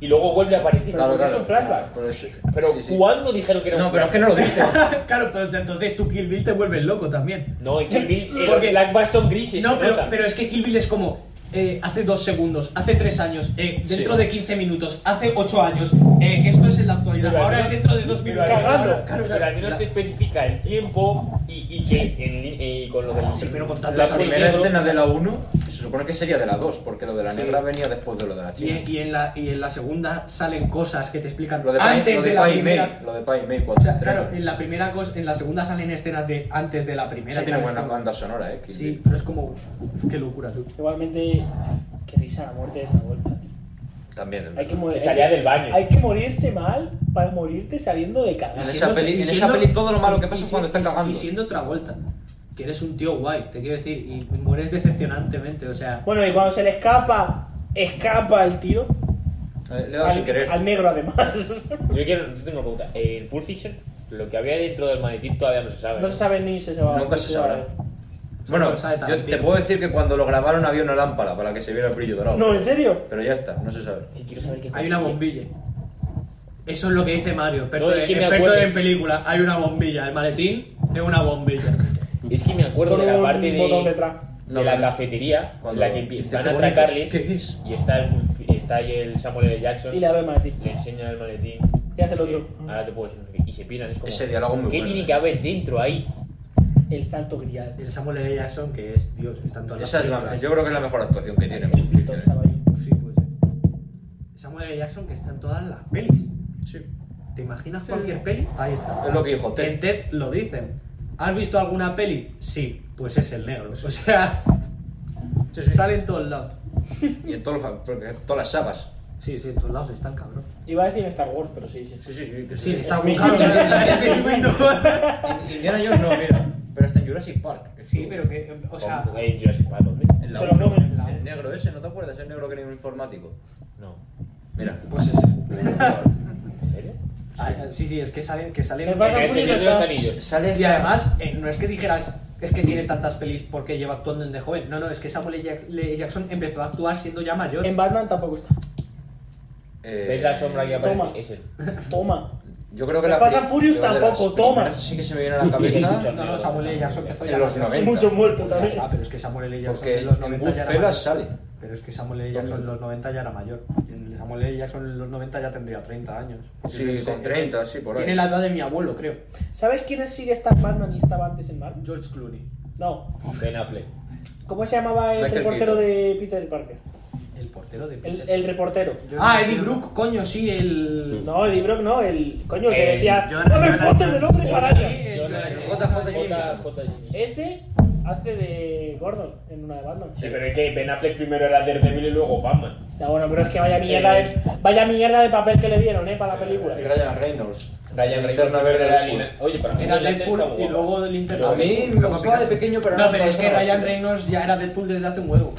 Speaker 6: y luego vuelve a aparecer.
Speaker 4: Claro,
Speaker 6: Porque
Speaker 4: claro.
Speaker 6: Es un flashback.
Speaker 4: Pero, es-
Speaker 6: Pero
Speaker 4: sí, sí.
Speaker 6: ¿cuándo dijeron que era
Speaker 4: No,
Speaker 6: un
Speaker 4: pero es que no lo dice.
Speaker 1: claro, pues entonces tu Kill Bill te vuelve loco también.
Speaker 6: No, en Kill Bill eh, los
Speaker 1: Porque-
Speaker 6: flashbacks son grises.
Speaker 1: No,
Speaker 6: se
Speaker 1: pero,
Speaker 6: notan.
Speaker 1: pero es que Kill Bill es como eh, hace dos segundos, hace tres años, eh, dentro de 15 minutos, hace ocho años, eh, esto es en la actualidad,
Speaker 6: Pero al
Speaker 1: ahora es
Speaker 6: menos-
Speaker 1: dentro de dos
Speaker 6: pero
Speaker 1: minutos.
Speaker 6: al menos-
Speaker 1: ahora- claro,
Speaker 6: Pero al menos
Speaker 1: la-
Speaker 6: te especifica el tiempo y, y que en li- eh, con lo del.
Speaker 1: Sí, pero con tantos
Speaker 4: La
Speaker 1: años.
Speaker 4: primera
Speaker 6: Negro.
Speaker 4: escena de la 1 se supone que sería de la 2, porque lo de la
Speaker 1: Sí.
Speaker 4: negra venía después de lo de la
Speaker 1: Y,
Speaker 4: chica.
Speaker 1: en- y en la, y en la segunda salen cosas que te explican
Speaker 4: Lo de Pai-
Speaker 1: antes
Speaker 4: lo
Speaker 1: de,
Speaker 4: de
Speaker 1: la
Speaker 4: Pai
Speaker 1: primera.
Speaker 4: Mei, Lo de Pai Mei,
Speaker 1: O
Speaker 4: cuando
Speaker 1: sea,
Speaker 4: se
Speaker 1: claro,
Speaker 4: entrena.
Speaker 1: en la primera cos- en la segunda salen escenas de antes de la primera.
Speaker 4: Sí, tiene
Speaker 1: tal, es
Speaker 4: buena
Speaker 1: como-
Speaker 4: banda sonora, eh. Kill
Speaker 1: Sí,
Speaker 4: Bill.
Speaker 1: pero es como, uf, qué locura, tú.
Speaker 5: Igualmente, qué risa la muerte de Travolta, tío.
Speaker 4: También. en
Speaker 5: Hay que
Speaker 4: verdad.
Speaker 5: morir.
Speaker 6: Que salía del baño.
Speaker 5: Hay que morirse mal para morirte saliendo de
Speaker 4: En
Speaker 5: casa.
Speaker 4: esa
Speaker 1: siendo-
Speaker 4: peli- en
Speaker 1: y
Speaker 4: esa
Speaker 1: siendo-
Speaker 4: peli todo lo malo
Speaker 1: y-
Speaker 4: que pasa
Speaker 1: y
Speaker 4: es
Speaker 1: si-
Speaker 4: cuando está
Speaker 1: y si-
Speaker 4: cagando.
Speaker 1: Y siendo otra vuelta, que eres un tío guay, te quiero decir, y mueres decepcionantemente, o sea.
Speaker 5: Bueno, y cuando se le escapa, escapa el tío.
Speaker 4: Eh, Le he dado sin
Speaker 5: Al,
Speaker 4: querer.
Speaker 5: al negro, además.
Speaker 6: Yo, quiero, yo tengo una pregunta. En Pulp Fiction, lo que había dentro del maletín todavía no se sabe.
Speaker 5: No se sabe ni si se va
Speaker 4: Nunca se sabrá.
Speaker 1: Solo
Speaker 4: Bueno,
Speaker 1: lo sabe
Speaker 4: yo te
Speaker 1: Tarantino.
Speaker 4: puedo decir que cuando lo grabaron había una lámpara para que se viera el brillo dorado.
Speaker 5: No, en serio.
Speaker 4: Pero ya está, no se sabe.
Speaker 6: Que quiero saber qué
Speaker 1: Hay una bombilla. Eso es lo que dice Mario, experto,
Speaker 6: No, es que
Speaker 1: en-
Speaker 6: me
Speaker 1: experto
Speaker 6: acuerdo.
Speaker 1: en película. Hay una bombilla. El maletín es una bombilla.
Speaker 6: Es que me acuerdo
Speaker 5: Con
Speaker 6: de la
Speaker 5: un
Speaker 6: parte de,
Speaker 5: botón detrás.
Speaker 6: de
Speaker 4: No,
Speaker 6: la
Speaker 4: pero es-
Speaker 6: cafetería,
Speaker 4: cuando-
Speaker 6: la
Speaker 4: dice,
Speaker 6: que empiezan
Speaker 4: "Qué
Speaker 6: a
Speaker 4: bonito,
Speaker 6: atracarles
Speaker 4: ¿qué es?".
Speaker 6: y está el, full- está ahí el Samuel L. Jackson.
Speaker 5: Y la ve el maletín.
Speaker 6: Le enseña el maletín.
Speaker 5: Y hace el otro.
Speaker 6: Eh, ahora te puedo decir, no sé qué. Y se piran. Es como,
Speaker 4: Ese diálogo es muy
Speaker 6: ¿Qué
Speaker 4: bueno,
Speaker 6: tiene
Speaker 4: eh.
Speaker 6: que haber dentro ahí?
Speaker 5: El santo grial.
Speaker 1: El Samuel L. Jackson, que es Dios, que está en todas las
Speaker 4: Esa es la,
Speaker 1: películas.
Speaker 4: yo creo que es la mejor actuación que tiene.
Speaker 5: El frito estaba ahí.
Speaker 1: Sí, pues. Samuel L. Jackson, que está en todas las pelis.
Speaker 4: Sí.
Speaker 1: ¿Te imaginas cualquier peli? Ahí está.
Speaker 4: Es lo que dijo
Speaker 1: En
Speaker 4: Ted.
Speaker 1: TED lo dicen. ¿Has visto alguna peli? Sí, pues es el negro. O sea,
Speaker 4: Sí, sí.
Speaker 1: sale en todos lados.
Speaker 4: Y en todos los- porque todas las sabas.
Speaker 1: Sí, sí, en todos lados están, cabrón.
Speaker 5: Iba a decir Star Wars, pero sí, sí.
Speaker 4: Sí, sí, sí. que
Speaker 1: Sí,
Speaker 4: sí.
Speaker 1: está
Speaker 5: Es
Speaker 1: muy
Speaker 5: mi-
Speaker 1: cabrón. es mi Windows.
Speaker 4: Indiana Jones no, mira. Pero hasta en Jurassic Park. que
Speaker 1: Sí,
Speaker 4: estuvo.
Speaker 1: pero que, o sea,
Speaker 6: Como en Jurassic Park, ¿dónde?
Speaker 4: En la
Speaker 5: se lo
Speaker 4: uno,
Speaker 5: comen.
Speaker 4: El negro ese, ¿no te acuerdas? El negro que era un informático.
Speaker 6: No.
Speaker 4: Mira.
Speaker 1: pues ese.
Speaker 6: ¿En serio?
Speaker 1: Ah, Sí, sí, es que salen, que salen.
Speaker 5: Me
Speaker 6: En
Speaker 5: pasa
Speaker 6: el
Speaker 5: Fast and
Speaker 6: Señor de
Speaker 5: Furious
Speaker 6: los
Speaker 5: está-
Speaker 6: Anillos.
Speaker 4: Sale
Speaker 1: Y además, eh, no es que dijeras, es que tiene tantas pelis porque lleva actuando desde joven. No, no, es que Samuel L. Jack- L. Jackson empezó a actuar siendo ya mayor.
Speaker 5: En Batman tampoco está.
Speaker 4: Eh,
Speaker 6: ¿Ves la sombra que aparece?
Speaker 5: Toma.
Speaker 6: Es él.
Speaker 5: Toma.
Speaker 4: Yo creo que
Speaker 5: En
Speaker 4: la.
Speaker 5: Fast and
Speaker 4: pri-
Speaker 5: Furious
Speaker 4: yo de las
Speaker 5: tampoco, toma.
Speaker 4: primeras Sí que se me viene a la
Speaker 1: no,
Speaker 4: cabeza.
Speaker 1: no, Samuel L. Jackson empezó
Speaker 4: En
Speaker 1: ya
Speaker 4: los
Speaker 1: mayor.
Speaker 4: 90.
Speaker 5: Mucho muerto
Speaker 1: Ya
Speaker 5: también.
Speaker 1: está, Ah, pero es que Samuel L. Jackson
Speaker 4: Porque
Speaker 1: en los
Speaker 4: en
Speaker 1: 90 ya era
Speaker 4: Goodfellas
Speaker 1: mayor.
Speaker 4: sale.
Speaker 1: Pero es que Samuel L. Jackson en los 90 ya era mayor. Y en Samuel L. Jackson en los 90 ya tendría 30 años.
Speaker 4: Sí,
Speaker 1: Sí,
Speaker 4: con 30, sí, por ahí.
Speaker 1: eh, Tiene la edad de mi abuelo, creo.
Speaker 5: ¿Sabes quién es- sigue estando en Batman y estaba antes en Batman?
Speaker 1: George Clooney.
Speaker 5: No.
Speaker 6: Ben Affleck.
Speaker 5: ¿Cómo se llamaba el
Speaker 4: Michael
Speaker 5: reportero
Speaker 4: Keaton.
Speaker 5: de Peter Parker?
Speaker 1: El portero de
Speaker 5: El,
Speaker 1: Peter.
Speaker 5: el reportero.
Speaker 1: Ah, Eddie Brooke, coño, sí, el...
Speaker 5: No, Eddie Brock no, el coño el que
Speaker 6: Eh,
Speaker 5: decía
Speaker 2: Jonathan-
Speaker 5: ¡Dame
Speaker 2: Jonathan-
Speaker 5: fotos del hombre
Speaker 1: Sí,
Speaker 5: araña!
Speaker 1: el-
Speaker 6: Jonathan-
Speaker 1: el-
Speaker 6: J. Jameson.
Speaker 5: Ese hace de Gordon en una de Batman.
Speaker 6: Sí, pero es que Ben Affleck primero era Daredevil y luego Batman.
Speaker 5: Ya, bueno, pero es que vaya mierda de, vaya mierda de papel que le dieron, ¿eh? Para la película.
Speaker 4: Y Ryan Reynolds.
Speaker 6: Ryan
Speaker 4: Linterna
Speaker 6: Reynolds
Speaker 4: verde
Speaker 6: era
Speaker 4: Deadpool.
Speaker 6: Lina- Oye, para mí
Speaker 1: Era
Speaker 6: Linterna
Speaker 1: Deadpool
Speaker 6: está
Speaker 1: y
Speaker 6: guapa.
Speaker 1: luego el Linterna.
Speaker 4: A mí me gustaba de pequeño, pero
Speaker 1: No, pero es que
Speaker 4: tanto
Speaker 1: Ryan
Speaker 4: así.
Speaker 1: Reynolds ya era Deadpool desde hace un huevo.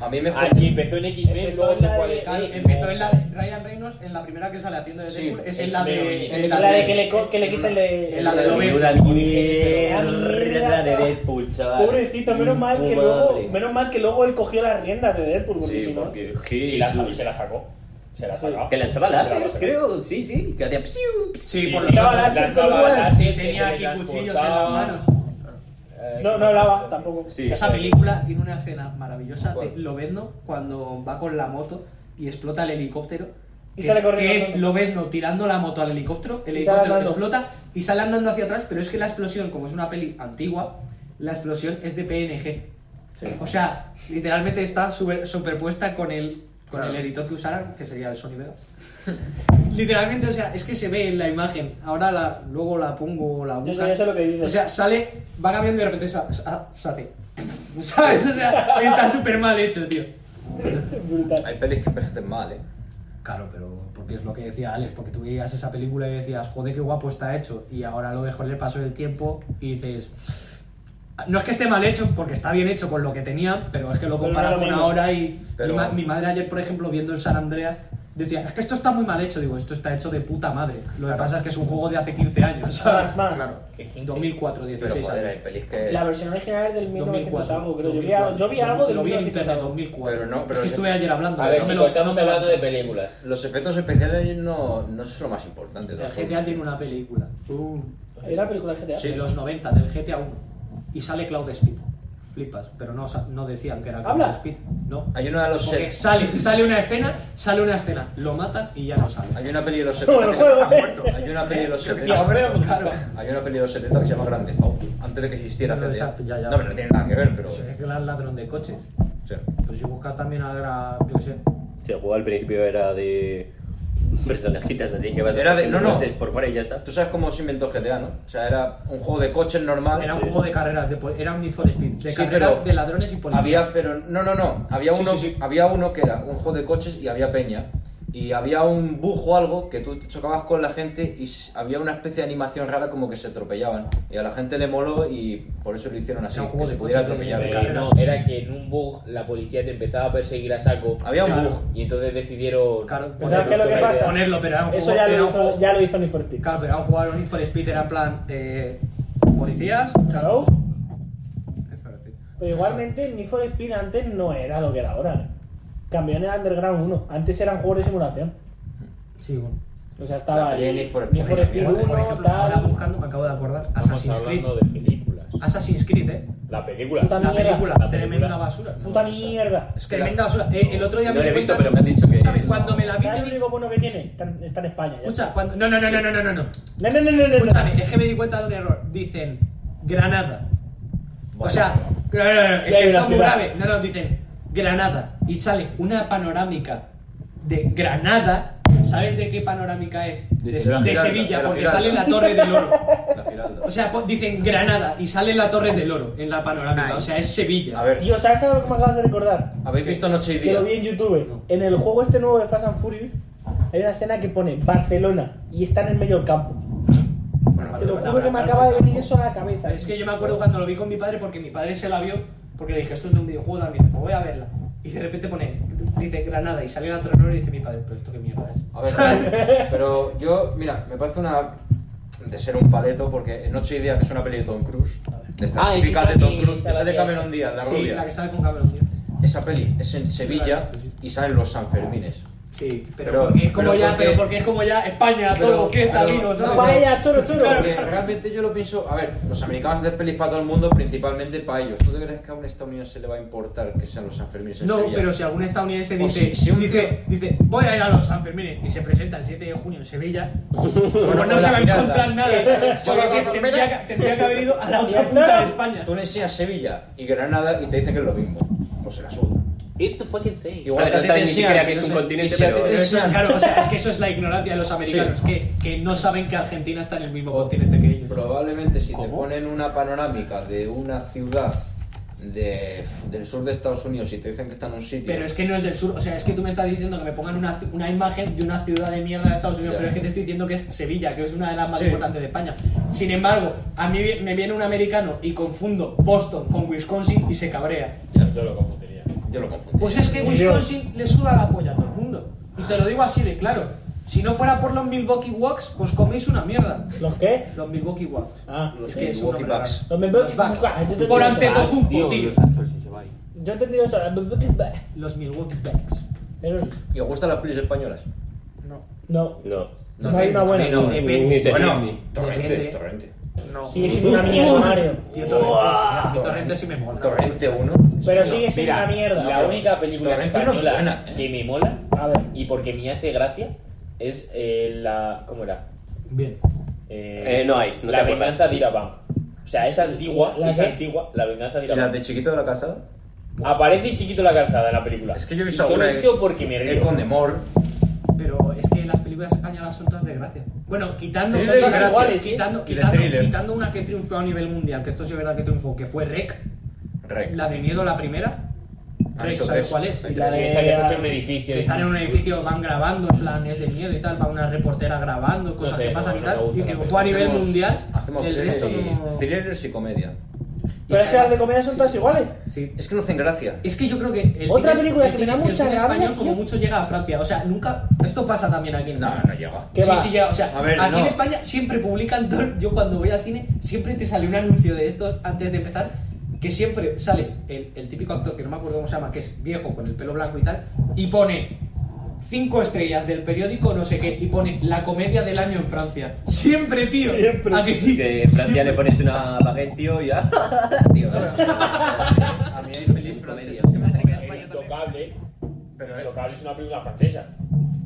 Speaker 4: A mí me
Speaker 6: Ah, sí, empezó en X-Men,
Speaker 5: Empezó
Speaker 6: luego
Speaker 5: en
Speaker 6: se
Speaker 5: la
Speaker 6: fue
Speaker 5: de-
Speaker 6: a-
Speaker 1: Claro,
Speaker 6: eh,
Speaker 1: empezó
Speaker 6: no.
Speaker 1: en la Ryan Reynolds en la primera que sale haciendo de
Speaker 4: Sí,
Speaker 1: Deadpool. es
Speaker 6: el
Speaker 1: en la
Speaker 6: Leonie.
Speaker 1: de.
Speaker 5: Es la de que le, co- que le quiten de...
Speaker 1: En la de lo veo.
Speaker 5: mierda de Deadpool, Pobrecito, menos mal, que luego, menos mal que luego él cogió las riendas de Deadpool, porque si
Speaker 3: Sí,
Speaker 5: no...
Speaker 3: porque
Speaker 6: Y, la, y
Speaker 3: Jesús.
Speaker 6: se la sacó. Se la
Speaker 5: Sí.
Speaker 6: sacó.
Speaker 3: Que lanzaba
Speaker 6: Se la
Speaker 3: láseres,
Speaker 6: sacó.
Speaker 3: creo. Sí, sí. Que hacía psiu, psiu.
Speaker 1: Sí, por
Speaker 6: Sí,
Speaker 1: los
Speaker 5: Lanzaba
Speaker 1: ojos.
Speaker 5: láser con
Speaker 6: lanzaba
Speaker 5: luz.
Speaker 6: láser, se
Speaker 1: Tenía aquí cuchillos en las
Speaker 6: teletransportaba.
Speaker 1: manos.
Speaker 6: Eh,
Speaker 5: No, no hablaba tampoco.
Speaker 3: Sí.
Speaker 1: Esa película tiene una escena maravillosa.
Speaker 4: ¿Cuál?
Speaker 1: te- lo vendo cuando va con la moto y explota el helicóptero.
Speaker 5: Y
Speaker 1: que
Speaker 5: sale
Speaker 1: es-
Speaker 5: corriendo
Speaker 1: que es,
Speaker 5: andando.
Speaker 1: lo ves no, tirando la moto al helicóptero, el
Speaker 5: Y sale
Speaker 1: helicóptero
Speaker 5: andando.
Speaker 1: explota y sale andando hacia atrás, pero es que la explosión, como es una peli antigua, la explosión es de PNG. O sea, literalmente está super- superpuesta con el con
Speaker 2: Claro.
Speaker 1: el editor que usaran, que sería el Sony Vegas. literalmente, o sea, es que se ve en la imagen. Ahora la, luego la pongo la
Speaker 5: Yo sé-
Speaker 1: buscas.
Speaker 5: yo sé lo que dices.
Speaker 1: O sea, sale, va cambiando y de repente se, ah, se hace. ¿Sabes? O sea, está súper mal hecho, tío.
Speaker 5: Brutal.
Speaker 4: Hay pelis que envejecen mal, ¿eh?
Speaker 1: Claro, pero porque es lo que decía Alex, porque tú veías esa película y decías, joder, qué guapo está hecho. Y ahora lo mejor le pasó el tiempo y dices, no es que esté mal hecho, porque está bien hecho con lo que tenía, pero es que lo
Speaker 5: Pero
Speaker 1: comparas
Speaker 5: no es lo
Speaker 1: con
Speaker 5: mismo.
Speaker 1: ahora y
Speaker 4: Pero-
Speaker 1: mi, ma- mi madre ayer, por ejemplo, viendo el San Andreas, decía, es que esto está muy mal hecho. Digo, esto está hecho de puta madre. Lo que pasa es que es un juego de hace 15 años, ¿sabes?
Speaker 5: Más, más.
Speaker 2: Claro.
Speaker 6: Que 15.
Speaker 1: 2004,
Speaker 4: Pero
Speaker 1: 16
Speaker 4: joder, hay
Speaker 1: años.
Speaker 4: pelis que.
Speaker 5: La versión original es del
Speaker 1: 2004.
Speaker 5: 1900 algo, creo. Yo vi,
Speaker 1: 2004.
Speaker 5: yo vi algo del
Speaker 1: Lo vi en
Speaker 5: 1900
Speaker 1: internet
Speaker 5: algo.
Speaker 1: 2004.
Speaker 4: Pero no, pero
Speaker 1: es que
Speaker 4: es-
Speaker 1: estuve ayer hablando.
Speaker 6: A ver,
Speaker 1: no me
Speaker 6: chicos,
Speaker 1: lo-
Speaker 6: estamos
Speaker 1: no me lo-
Speaker 6: hablando de películas.
Speaker 4: Los efectos especiales no, no son lo más importante. de
Speaker 1: El
Speaker 4: todas formas.
Speaker 1: GTA tiene una película.
Speaker 5: ¿Era película GTA?
Speaker 1: de los 90, del GTA 1. Y sale Cloud Speed. Flipas, pero no, sa- no decían que era Cloud
Speaker 5: ¿Habla?
Speaker 1: Speed. No.
Speaker 4: Hay una de los
Speaker 1: Porque
Speaker 4: sets.
Speaker 1: sale, sale una escena, sale una escena, lo matan y ya no sale.
Speaker 4: Hay una peli de los
Speaker 5: Como
Speaker 4: 70
Speaker 5: el
Speaker 4: que se-
Speaker 5: juego,
Speaker 2: está
Speaker 5: ¿eh?
Speaker 2: muerto.
Speaker 4: Hay una peli de los
Speaker 1: Creo que
Speaker 4: 70.
Speaker 1: sí, hombre, claro.
Speaker 4: Hay una peli de los 70 que se llama Grande Auto, antes de que existiera
Speaker 1: No,
Speaker 4: GTA.
Speaker 1: esa- ya, ya.
Speaker 4: No, pero no tiene nada que ver, pero.
Speaker 1: Pero si Pues es que era el ladrón de coches.
Speaker 4: sí.
Speaker 1: Pues si buscas también a, la- yo qué sé.
Speaker 3: Si el juego al principio era de personajitas así que vas
Speaker 4: Era de-
Speaker 3: haciendo
Speaker 4: no, no.
Speaker 3: coches por fuera y ya está.
Speaker 4: Tú sabes cómo se inventó GTA, ¿no? O sea, era un juego de coches normal.
Speaker 1: Era un
Speaker 4: Sí.
Speaker 1: juego de carreras, de, pol- era un Need for Speed. De
Speaker 4: Sí,
Speaker 1: carreras
Speaker 4: pero
Speaker 1: de ladrones y policías.
Speaker 4: Había, pero no, no, no. Había
Speaker 1: Sí,
Speaker 4: uno,
Speaker 1: sí, sí.
Speaker 4: había uno que era un juego de coches y había peña. Y había un bujo o algo que tú chocabas con la gente y s- había una especie de animación rara como que se atropellaban. Y a la gente le moló y por eso lo hicieron así,
Speaker 1: Era un
Speaker 4: que
Speaker 1: juego
Speaker 4: se
Speaker 1: de
Speaker 4: pudiera
Speaker 1: coches de-
Speaker 4: atropellar.
Speaker 1: de
Speaker 6: Eh,
Speaker 1: carreras.
Speaker 6: no, era que en un bug la policía te empezaba a perseguir a saco.
Speaker 4: Había un
Speaker 1: Claro.
Speaker 4: bug.
Speaker 6: Y entonces decidieron.
Speaker 1: Claro,
Speaker 6: poner
Speaker 1: ¿sabes
Speaker 6: los
Speaker 1: qué es lo que
Speaker 6: comerciales.
Speaker 1: pasa? Ponerlo, pero era un
Speaker 5: Eso
Speaker 1: juego-
Speaker 5: ya
Speaker 1: era
Speaker 5: lo,
Speaker 1: un
Speaker 5: hizo,
Speaker 1: juego-
Speaker 5: ya lo hizo Need for Speed.
Speaker 1: Claro, pero era un jugador Need for Speed, era en plan. eh, policías.
Speaker 5: Claro.
Speaker 2: Espérate.
Speaker 5: Pero igualmente Need for Speed antes no era lo que era ahora. Cambió en el Underground 1. Antes eran juegos de simulación.
Speaker 1: Sí, bueno.
Speaker 5: O sea,
Speaker 4: La
Speaker 5: estaba
Speaker 4: peli
Speaker 5: el
Speaker 4: Need for Speed también,
Speaker 1: Por
Speaker 5: 1,
Speaker 1: ejemplo, ahora
Speaker 5: tal.
Speaker 1: buscando, me acabo de acordar,
Speaker 6: Estamos
Speaker 1: Assassin's Creed.
Speaker 6: hablando de películas.
Speaker 1: Assassin's Creed, eh.
Speaker 6: La película.
Speaker 5: Puta
Speaker 1: La
Speaker 5: mierda.
Speaker 1: película,
Speaker 6: La película.
Speaker 1: tremenda basura.
Speaker 5: Puta mierda.
Speaker 4: Es que
Speaker 1: tremenda
Speaker 4: la-
Speaker 1: basura. Eh, el otro día
Speaker 3: No
Speaker 1: me
Speaker 3: la he
Speaker 1: di
Speaker 3: visto,
Speaker 1: cuenta-
Speaker 3: pero me han dicho que.
Speaker 1: Escúchame, cuando me la vi,
Speaker 5: ¿Sabes
Speaker 1: yo
Speaker 5: lo
Speaker 1: digo,
Speaker 5: único bueno que tiene? Está en, está en España. ya
Speaker 1: escucha,
Speaker 5: está.
Speaker 1: cuando, no, no, no, no, no, no, no, no.
Speaker 5: No, no, no, no, no.
Speaker 1: Escúchame, eh.
Speaker 5: no.
Speaker 1: es que me di cuenta de un error. Dicen Granada. O
Speaker 4: Bueno.
Speaker 1: sea, no, no, no, es
Speaker 5: Ya hay
Speaker 1: que
Speaker 5: una
Speaker 1: está muy
Speaker 5: ciudad.
Speaker 1: grave. No, no, dicen Granada y sale una panorámica de Granada. ¿Sabes de qué panorámica es?
Speaker 4: De
Speaker 1: De,
Speaker 4: Giralda.
Speaker 1: de Sevilla,
Speaker 4: Giralda,
Speaker 1: porque
Speaker 4: Giralda.
Speaker 1: sale la Torre del Oro.
Speaker 4: La Giralda.
Speaker 1: O sea, po- dicen Granada y sale la Torre del Oro en la panorámica.
Speaker 2: Nice.
Speaker 1: O sea, es Sevilla.
Speaker 4: a ver,
Speaker 5: Tío, ¿sabes algo que me acabas de recordar?
Speaker 4: ¿habéis visto Noche y
Speaker 5: Que
Speaker 4: Día?
Speaker 5: lo vi en YouTube. En el juego este nuevo de Fast and Furious hay una escena que pone Barcelona y está en el medio del campo.
Speaker 4: Bueno,
Speaker 5: Te lo
Speaker 1: Barcelona,
Speaker 5: juro que me acaba de venir eso a la cabeza.
Speaker 1: Es que yo me acuerdo cuando lo vi con mi padre porque mi padre se la vio porque le dije esto es de un videojuego tal", me dice pues voy a verla y de repente pone dice Granada y sale la torre del oro y dice mi padre pero esto qué mierda es
Speaker 4: A ver, pero yo, mira, me parece una. de ser un paleto, porque en Noche y Día, que es una peli de Tom Cruise, de esta
Speaker 6: Ah, esa
Speaker 4: típica de
Speaker 6: es
Speaker 4: Tom
Speaker 6: mi-
Speaker 4: Cruise,
Speaker 6: esta
Speaker 4: esa
Speaker 6: la
Speaker 4: de
Speaker 6: que-
Speaker 4: Cameron Díaz, la
Speaker 1: sí
Speaker 4: rubia.
Speaker 1: la que sale con Cameron Díaz
Speaker 4: Esa peli es en Sevilla
Speaker 1: la he visto, sí.
Speaker 4: y salen los Sanfermines.
Speaker 1: sí pero,
Speaker 4: Pero-
Speaker 1: porque es como
Speaker 4: pero
Speaker 1: ya
Speaker 4: porque-
Speaker 1: pero porque es como ya España
Speaker 4: Pero-
Speaker 1: todo fiesta
Speaker 4: pero-
Speaker 1: vino ¿sabes?
Speaker 5: No, vaya, toro, toro.
Speaker 4: Porque realmente yo lo pienso, a ver, los americanos hacen pelis para todo el mundo, principalmente para ellos. ¿Tú te crees que a un estadounidense le va a importar que sean los Sanfermines en
Speaker 1: No,
Speaker 4: Sevilla?
Speaker 1: pero si algún estadounidense
Speaker 4: O
Speaker 1: dice,
Speaker 4: si- si un
Speaker 1: dice, dice, voy a ir a los Sanfermines y se presenta el 7 de junio en Sevilla, pues
Speaker 4: con
Speaker 1: no se
Speaker 4: la
Speaker 1: va a
Speaker 4: mirada.
Speaker 1: encontrar nada.
Speaker 4: Yo
Speaker 1: Porque
Speaker 4: con la
Speaker 1: te- tendría, que- tendría que haber ido a la otra punta de España.
Speaker 4: Tú le enseñas Sevilla y Granada y te dicen que es lo mismo. Pues se la suda.
Speaker 6: It's the fucking same.
Speaker 4: Igual
Speaker 3: Joder,
Speaker 4: que a
Speaker 3: no
Speaker 4: ti
Speaker 3: saben
Speaker 4: te
Speaker 3: ni
Speaker 4: enseñan,
Speaker 3: siquiera que es
Speaker 4: no
Speaker 3: un
Speaker 4: sé,
Speaker 3: continente,
Speaker 4: y si a ti
Speaker 3: pero-
Speaker 4: te
Speaker 1: Pero eso,
Speaker 4: enseñan-
Speaker 1: claro, o sea, es que eso es la ignorancia de los americanos,
Speaker 4: Sí.
Speaker 1: que, que no saben que Argentina está en el mismo continente que ellos.
Speaker 4: Probablemente si te
Speaker 1: ¿Cómo?
Speaker 4: ponen una panorámica de una ciudad de, del sur de Estados Unidos y te dicen que está en un sitio.
Speaker 1: Pero es que no es del sur, o sea, es que tú me estás diciendo que me pongan una, ci- una imagen de una ciudad de mierda de Estados Unidos,
Speaker 4: Ya.
Speaker 1: pero es que te estoy diciendo que es Sevilla, que es una de las más
Speaker 4: Sí.
Speaker 1: importantes de España. Sin embargo, a mí vi- me viene un americano y confundo Boston con Wisconsin y se cabrea.
Speaker 6: Yo lo confundiría.
Speaker 4: Yo lo confundí.
Speaker 1: Pues es que
Speaker 5: Ni
Speaker 1: Wisconsin le suda la polla a todo el mundo. Y te lo digo así de claro. Si no fuera por los Milwaukee Bucks, pues coméis una mierda.
Speaker 5: ¿Los qué?
Speaker 1: Los Milwaukee Bucks.
Speaker 5: Ah,
Speaker 4: Los
Speaker 1: es que es un
Speaker 4: Milwaukee
Speaker 1: nombre
Speaker 4: Bucks.
Speaker 1: raro.
Speaker 5: Los Milwaukee
Speaker 1: Los Bucks.
Speaker 5: Bucks. Yo te
Speaker 1: Por
Speaker 5: digo,
Speaker 1: ante
Speaker 5: Bucks,
Speaker 1: Tocumpo, tío.
Speaker 5: yo he entendido eso.
Speaker 1: Los Milwaukee Bucks.
Speaker 5: Eso sí.
Speaker 4: ¿Y os gustan las pelis españolas?
Speaker 5: No,
Speaker 3: No.
Speaker 5: no, hay una buena.
Speaker 4: a mí no.
Speaker 1: Depende.
Speaker 3: Ni se-
Speaker 4: Bueno,
Speaker 3: ni-
Speaker 4: Torrente,
Speaker 1: Depende.
Speaker 4: Torrente.
Speaker 2: No.
Speaker 5: Sí, es una mierda, Mario.
Speaker 1: Tío, Torrente sí, a mí Torrente sí me mola.
Speaker 4: Torrente 1.
Speaker 5: Pero sigue siendo
Speaker 6: Mira,
Speaker 5: una mierda.
Speaker 6: La única película
Speaker 4: Torrentino es
Speaker 6: española
Speaker 4: buena, ¿eh?
Speaker 6: que me mola
Speaker 5: A ver.
Speaker 6: y porque me hace gracia es eh, la. ¿Cómo era?
Speaker 1: Bien.
Speaker 6: Eh,
Speaker 3: Eh, no hay, no
Speaker 6: la
Speaker 3: te acuerdas.
Speaker 6: venganza de Irabam. O sea, es antigua,
Speaker 5: ¿La
Speaker 6: es
Speaker 5: qué?
Speaker 6: antigua, la venganza de
Speaker 4: ¿Y la
Speaker 6: Irabam.
Speaker 4: de chiquito de la casa?
Speaker 6: Aparece chiquito la calzada en la película.
Speaker 4: Es que yo he
Speaker 6: Y
Speaker 4: visto
Speaker 6: Solo
Speaker 4: alguna.
Speaker 6: eso porque me
Speaker 4: El
Speaker 6: río.
Speaker 4: Condemor.
Speaker 1: Pero es que las películas españolas son todas de gracia. Bueno, quitando,
Speaker 6: Sí,
Speaker 1: son todas
Speaker 6: sí, iguales, sí.
Speaker 1: quitando,
Speaker 4: Y de
Speaker 1: quitando,
Speaker 4: thriller.
Speaker 1: quitando una que triunfó a nivel mundial, que esto sí es verdad que triunfó, que fue Rec,
Speaker 4: Rec.
Speaker 1: la de miedo la primera.
Speaker 4: Han
Speaker 1: Rec,
Speaker 4: hecho
Speaker 1: ¿sabes
Speaker 4: tres.
Speaker 1: cuál es?
Speaker 4: Hay
Speaker 1: Y la
Speaker 6: Sí,
Speaker 1: de-
Speaker 6: esa que estás en un edificio.
Speaker 1: que están en un edificio, van grabando, en plan es de miedo y tal, va una reportera grabando, cosas
Speaker 6: sé,
Speaker 1: que pasan
Speaker 6: no,
Speaker 1: y
Speaker 6: no
Speaker 1: tal,
Speaker 6: me gusta
Speaker 1: y
Speaker 6: la
Speaker 1: triunfó
Speaker 6: película.
Speaker 1: a nivel
Speaker 4: Hacemos-
Speaker 1: mundial.
Speaker 4: Hacemos
Speaker 1: el
Speaker 4: thrillers
Speaker 1: resto
Speaker 4: y-
Speaker 1: no-
Speaker 4: thrillers y comedia.
Speaker 5: Pero es que las de comedia son todas iguales.
Speaker 1: Sí.
Speaker 4: Es que no hacen gracia.
Speaker 1: Es que yo creo que el
Speaker 5: Otra
Speaker 1: cine-
Speaker 5: película
Speaker 1: el
Speaker 5: que me
Speaker 1: cine-
Speaker 5: da
Speaker 1: el
Speaker 5: mucha
Speaker 1: cine
Speaker 5: rabia,
Speaker 1: español como
Speaker 5: tío.
Speaker 1: mucho llega a Francia, o sea, nunca esto pasa también aquí en
Speaker 4: No,
Speaker 1: España.
Speaker 4: no llega.
Speaker 5: ¿Qué
Speaker 1: sí,
Speaker 5: va?
Speaker 1: sí, ya, o sea,
Speaker 4: A ver,
Speaker 1: aquí
Speaker 4: no.
Speaker 1: en España siempre publican, dos- yo cuando voy al cine, siempre te sale un anuncio de esto antes de empezar, que siempre sale el, el típico actor, que no me acuerdo cómo se llama, que es viejo, con el pelo blanco y tal, y pone cinco estrellas del periódico, no sé qué, y pone la comedia del año en Francia. Siempre, tío.
Speaker 5: Siempre.
Speaker 1: ¿A que sí?
Speaker 3: Que en Francia
Speaker 1: Siempre.
Speaker 3: le pones una baguette, tío, y ya. tío,
Speaker 2: A mí hay pelis francesas que me hacen gracia también.
Speaker 6: Intocable.
Speaker 4: Pero
Speaker 6: Intocable es una película francesa.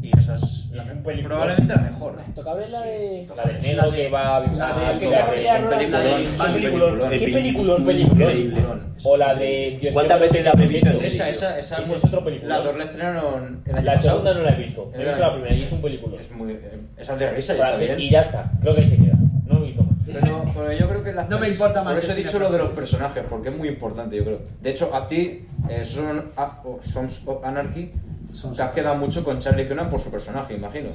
Speaker 4: Y esa es
Speaker 6: Es un película.
Speaker 4: probablemente la mejor.
Speaker 5: Tocable es la de.
Speaker 6: La del negro que va a
Speaker 1: la
Speaker 3: Ah,
Speaker 1: de-
Speaker 6: al
Speaker 1: que
Speaker 6: lugar
Speaker 1: la
Speaker 6: de-
Speaker 1: de-
Speaker 6: son películas.
Speaker 1: la de-
Speaker 6: Son
Speaker 1: la de-
Speaker 6: películas.
Speaker 4: peliculón.
Speaker 6: ¿Qué
Speaker 3: El
Speaker 6: peliculón,
Speaker 3: peliculón es
Speaker 6: peliculón?
Speaker 3: increíble.
Speaker 6: O la de... Dios
Speaker 3: ¿Cuántas
Speaker 6: mío,
Speaker 3: veces la habéis visto?
Speaker 4: Esa, esa, esa
Speaker 6: Ese
Speaker 4: muy-
Speaker 5: pues
Speaker 6: es otro película.
Speaker 4: La dos la estrenaron el año
Speaker 6: La
Speaker 4: pasado.
Speaker 6: segunda no la he visto. He
Speaker 4: El
Speaker 6: visto
Speaker 4: año-
Speaker 6: la primera y es un película.
Speaker 4: Es muy, eh, esa es de risa y está bien.
Speaker 6: Y ya está. Creo que ahí se queda. No he visto más.
Speaker 4: Pero, pero yo creo que las
Speaker 1: No me importa más
Speaker 4: Por eso
Speaker 1: el
Speaker 4: he dicho
Speaker 1: cine
Speaker 4: lo de los personajes, porque es muy importante, yo creo. De hecho, a ti, eh, son, a- o Sons of Anarchy,
Speaker 1: Sons
Speaker 4: te has quedado mucho con Charlie Cunan por su personaje, imagino.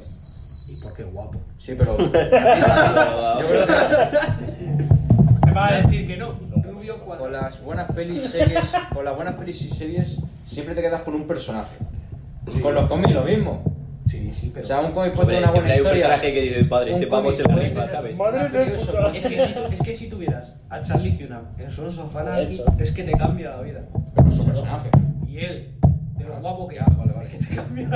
Speaker 1: Y por qué guapo.
Speaker 4: Sí, pero. yo creo que
Speaker 1: Me va a decir que no. Rubio cuadro.
Speaker 4: con las buenas pelis y series, con las buenas pelis y series, siempre te quedas con un personaje. Con los cómics lo mismo.
Speaker 1: Sí, sí, pero...
Speaker 4: O sea, un cómic puede
Speaker 3: Hombre,
Speaker 4: tener una buena
Speaker 3: siempre hay un
Speaker 4: historia.
Speaker 3: personaje que dice, padre, este
Speaker 4: Un
Speaker 3: pavo se
Speaker 4: cómic
Speaker 3: la
Speaker 4: puede
Speaker 3: rifa,
Speaker 4: tener
Speaker 3: ¿sabes?
Speaker 4: una
Speaker 5: Madre mía,
Speaker 4: curiosa-
Speaker 5: escucha la-
Speaker 1: Es que, si tú, es que si tuvieras a Charlie Hunnam en Sons of Anarchy,
Speaker 6: Eso.
Speaker 1: es que te cambia la vida.
Speaker 4: Pero su personaje.
Speaker 1: Y él, de lo guapo que hago, vale, vale, que te cambia.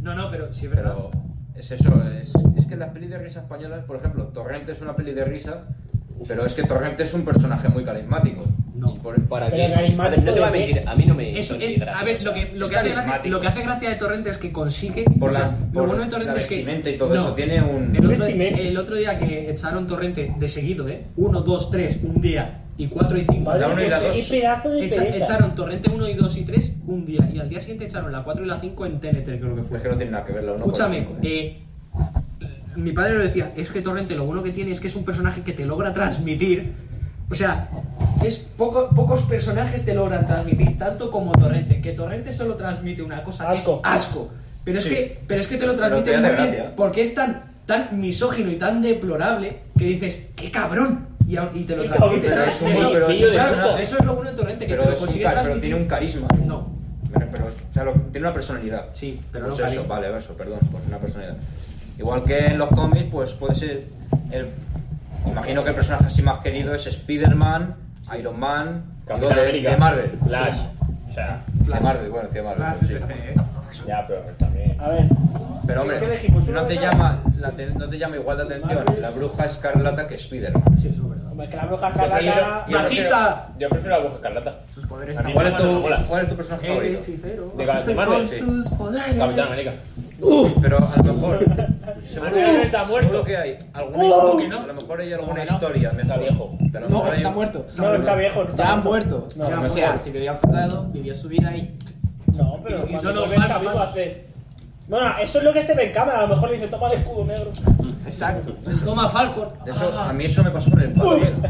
Speaker 1: No, no, pero sí es verdad.
Speaker 4: Pero es eso, es, es que las pelis de risa españolas, por ejemplo, Torrente es una peli de risa, pero es que Torrente es un personaje muy carismático.
Speaker 1: No.
Speaker 4: Y por-
Speaker 3: Para
Speaker 5: Pero
Speaker 3: que-
Speaker 5: carismático
Speaker 3: A ver, no te voy a
Speaker 5: de qué.
Speaker 3: mentir, a mí no me.
Speaker 1: Es,
Speaker 3: son
Speaker 1: es-
Speaker 3: ni
Speaker 1: a ver,
Speaker 3: gracias.
Speaker 1: lo que, lo,
Speaker 4: Es
Speaker 1: que hace gracia,
Speaker 4: carismático.
Speaker 1: lo que hace gracia de Torrente es que consigue.
Speaker 4: Por
Speaker 1: o
Speaker 4: la-
Speaker 1: sea,
Speaker 4: por
Speaker 1: lo bueno de Torrente
Speaker 4: la
Speaker 1: es que.
Speaker 4: vestimenta y todo eso, tiene un-
Speaker 1: El otro,
Speaker 5: Vestimenta.
Speaker 1: el otro día que echaron Torrente de seguido, ¿eh? Uno, dos, tres, un día y cuatro y cinco.
Speaker 5: Madre
Speaker 4: La
Speaker 1: así
Speaker 4: uno
Speaker 5: mía,
Speaker 4: y la
Speaker 5: qué
Speaker 4: dos.
Speaker 5: pedazo de
Speaker 1: Echa-
Speaker 5: pereza.
Speaker 1: echaron Torrente 1 y 2 y 3 un día y al día siguiente echaron la 4 y la 5 en TNT, creo que fue.
Speaker 4: pues es que no tiene nada que ver la uno con la
Speaker 1: Escúchame,
Speaker 4: otra.
Speaker 1: eh, mi padre lo decía, es que Torrente lo bueno que tiene es que es un personaje que te logra transmitir. O sea, es poco- pocos personajes te logran transmitir tanto como Torrente, que Torrente solo transmite una cosa, que
Speaker 5: Asco.
Speaker 1: es asco. Pero es,
Speaker 4: Sí.
Speaker 1: que, pero es que te lo
Speaker 4: Pero
Speaker 1: transmite
Speaker 4: te
Speaker 1: muy
Speaker 4: hace
Speaker 1: bien
Speaker 4: gracia.
Speaker 1: porque es tan, tan misógino y tan deplorable que dices, ¡qué cabrón! Y, a- y te lo
Speaker 5: ¡Qué
Speaker 1: transmite.
Speaker 5: cabrón!
Speaker 1: ¿sabes?
Speaker 4: Pero es un-
Speaker 1: Eso-
Speaker 4: pero es un
Speaker 1: claro,
Speaker 4: personaje.
Speaker 1: eso es lo bueno de Torrente, que
Speaker 4: Pero,
Speaker 1: te lo
Speaker 4: es un
Speaker 1: consigue
Speaker 4: ca- pero
Speaker 1: transmitir.
Speaker 4: tiene un carisma.
Speaker 1: No,
Speaker 4: Pero, pero, o sea, lo- tiene una personalidad.
Speaker 1: sí, pero
Speaker 4: Pero
Speaker 1: no
Speaker 4: eso,
Speaker 1: carisma.
Speaker 4: vale, eso, perdón, pues una personalidad. Igual que en los cómics, pues puede ser. El, imagino que el personaje así más querido es Spider-Man, Iron Man, digo,
Speaker 6: Capitán
Speaker 4: de,
Speaker 6: América.
Speaker 4: de Marvel.
Speaker 6: Flash. O sea,
Speaker 4: De Marvel, bueno, sí, de Marvel.
Speaker 2: Las
Speaker 4: Ah, sí.
Speaker 2: SC, ¿eh?
Speaker 6: ya, pero también...
Speaker 5: A ver.
Speaker 4: Pero hombre,
Speaker 5: ¿Qué elegimos? ¿Uno
Speaker 4: no te,
Speaker 5: de cada?
Speaker 4: llama la aten- no te llama igual la atención la bruja escarlata que Spiderman.
Speaker 1: Sí, eso es verdad.
Speaker 5: Hombre, que la bruja
Speaker 6: Yo prefiero-
Speaker 5: escarlata.
Speaker 6: yo
Speaker 1: ¡Machista!
Speaker 6: prefiero- Yo prefiero la bruja escarlata.
Speaker 1: Sus poderes
Speaker 6: A mí
Speaker 4: ¿Cuál
Speaker 6: no
Speaker 4: es
Speaker 6: me
Speaker 4: tu,
Speaker 6: mola.
Speaker 4: cuál es tu personaje
Speaker 1: El
Speaker 4: favorito?
Speaker 1: hechicero.
Speaker 6: De, de Marvel,
Speaker 4: Con
Speaker 6: sí.
Speaker 1: Sus poderes.
Speaker 6: Capitán América.
Speaker 4: Pero a lo mejor, seguro,
Speaker 6: Marvel está muerto.
Speaker 4: seguro que hay alguna
Speaker 1: Uh, que
Speaker 4: historia,
Speaker 1: no.
Speaker 4: a lo mejor hay alguna
Speaker 1: No, no.
Speaker 4: historia, mejor.
Speaker 6: Está viejo.
Speaker 4: Pero a lo
Speaker 7: No,
Speaker 4: mejor hay
Speaker 7: está
Speaker 4: un-
Speaker 7: muerto.
Speaker 5: No, está viejo. no está
Speaker 7: Ya ha
Speaker 5: viejo.
Speaker 7: muerto.
Speaker 5: No,
Speaker 7: o
Speaker 5: no,
Speaker 7: sea, si te habían contado, vivió su vida y.
Speaker 5: No, pero
Speaker 1: Y- y
Speaker 5: cuando
Speaker 1: no lo
Speaker 5: vuelve
Speaker 1: mata,
Speaker 5: está vivo
Speaker 1: mata.
Speaker 5: hace. Bueno, eso es lo que se ve en cámara. A lo mejor le dice, toma el escudo negro.
Speaker 7: Exacto.
Speaker 1: Toma Falcon.
Speaker 4: Eso,
Speaker 1: Ah.
Speaker 4: a mí eso me pasó con el padrino.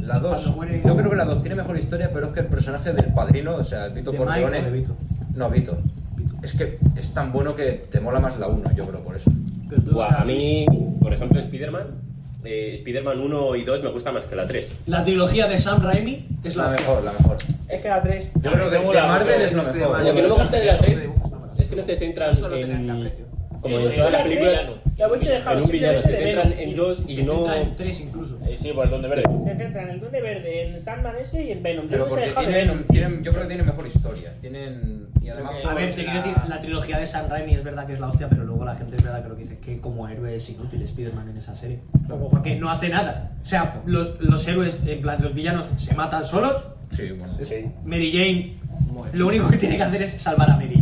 Speaker 4: La 2.
Speaker 1: Cuando muere-
Speaker 4: Yo creo que la 2 tiene mejor historia, pero es que el personaje del padrino, o sea, Vito
Speaker 1: ¿De
Speaker 4: Corleone.
Speaker 1: Mike o de Vito?
Speaker 4: No, Vito. Es que es tan bueno que te mola más la 1, yo creo, por eso.
Speaker 1: Pero tú, o
Speaker 3: Buah,
Speaker 1: sea,
Speaker 3: a mí, por ejemplo, Spider-Man. eh, Spider-Man 1 y 2 me gusta más que la 3.
Speaker 1: La trilogía de Sam Raimi es la,
Speaker 4: La mejor, la mejor.
Speaker 5: Es que la 3.
Speaker 4: Yo
Speaker 6: A mí
Speaker 4: creo
Speaker 6: me
Speaker 4: que
Speaker 6: mola
Speaker 4: de Marvel
Speaker 6: mucho
Speaker 4: es lo
Speaker 7: este
Speaker 4: mejor.
Speaker 7: Mario.
Speaker 3: Lo que no me gusta de la 3
Speaker 7: Yo
Speaker 3: es que no se centran
Speaker 7: Solo tener el
Speaker 3: en.
Speaker 7: aprecio.
Speaker 3: Como
Speaker 6: Yo
Speaker 3: en todas
Speaker 6: la
Speaker 3: las
Speaker 6: tres
Speaker 3: películas.
Speaker 5: la habéis dejado
Speaker 3: En un villano se
Speaker 5: simplemente de
Speaker 3: centran
Speaker 5: ver.
Speaker 3: en dos
Speaker 1: se
Speaker 3: y
Speaker 1: centra
Speaker 3: no.
Speaker 1: en tres incluso.
Speaker 6: Eh, sí, por el don de verde.
Speaker 5: Se centra en el Duende Verde, en Sandman ese y en Venom. Yo
Speaker 4: Pero
Speaker 5: no se
Speaker 4: porque
Speaker 5: deja de
Speaker 4: tienen,
Speaker 5: Venom.
Speaker 4: tienen- yo creo que tienen mejor historia. Tienen. Y además.
Speaker 1: A ver, te quiero decir, la trilogía de Sam Raimi es verdad que es la hostia, pero luego la gente es verdad que lo que dice que como héroe es inútil Spider-Man en esa serie. Porque no hace nada. O sea, lo- los héroes, en plan, los villanos se matan solos
Speaker 4: Sí, bueno.
Speaker 6: Sí.
Speaker 1: Mary Jane, lo único que tiene que hacer es salvar a Mary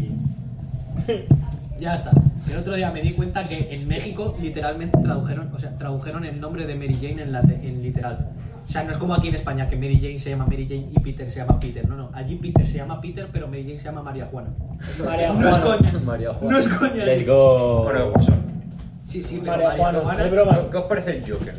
Speaker 1: Jane. ya está. El otro día me di cuenta que en México literalmente tradujeron, o sea, tradujeron el nombre de Mary Jane en, late- en literal. O sea, no es como aquí en España que Mary Jane se llama Mary Jane y Peter se llama Peter. No, no. Allí Peter se llama Peter, pero Mary Jane se llama María Juana.
Speaker 5: María
Speaker 1: No es
Speaker 5: Juana.
Speaker 1: coña.
Speaker 4: María Juana.
Speaker 1: No es coña.
Speaker 3: Let's go.
Speaker 4: Bueno, el Guasón.
Speaker 1: Sí, sí, pero
Speaker 5: María Juana, no hay bromas.
Speaker 4: ¿Qué os parece el Joker?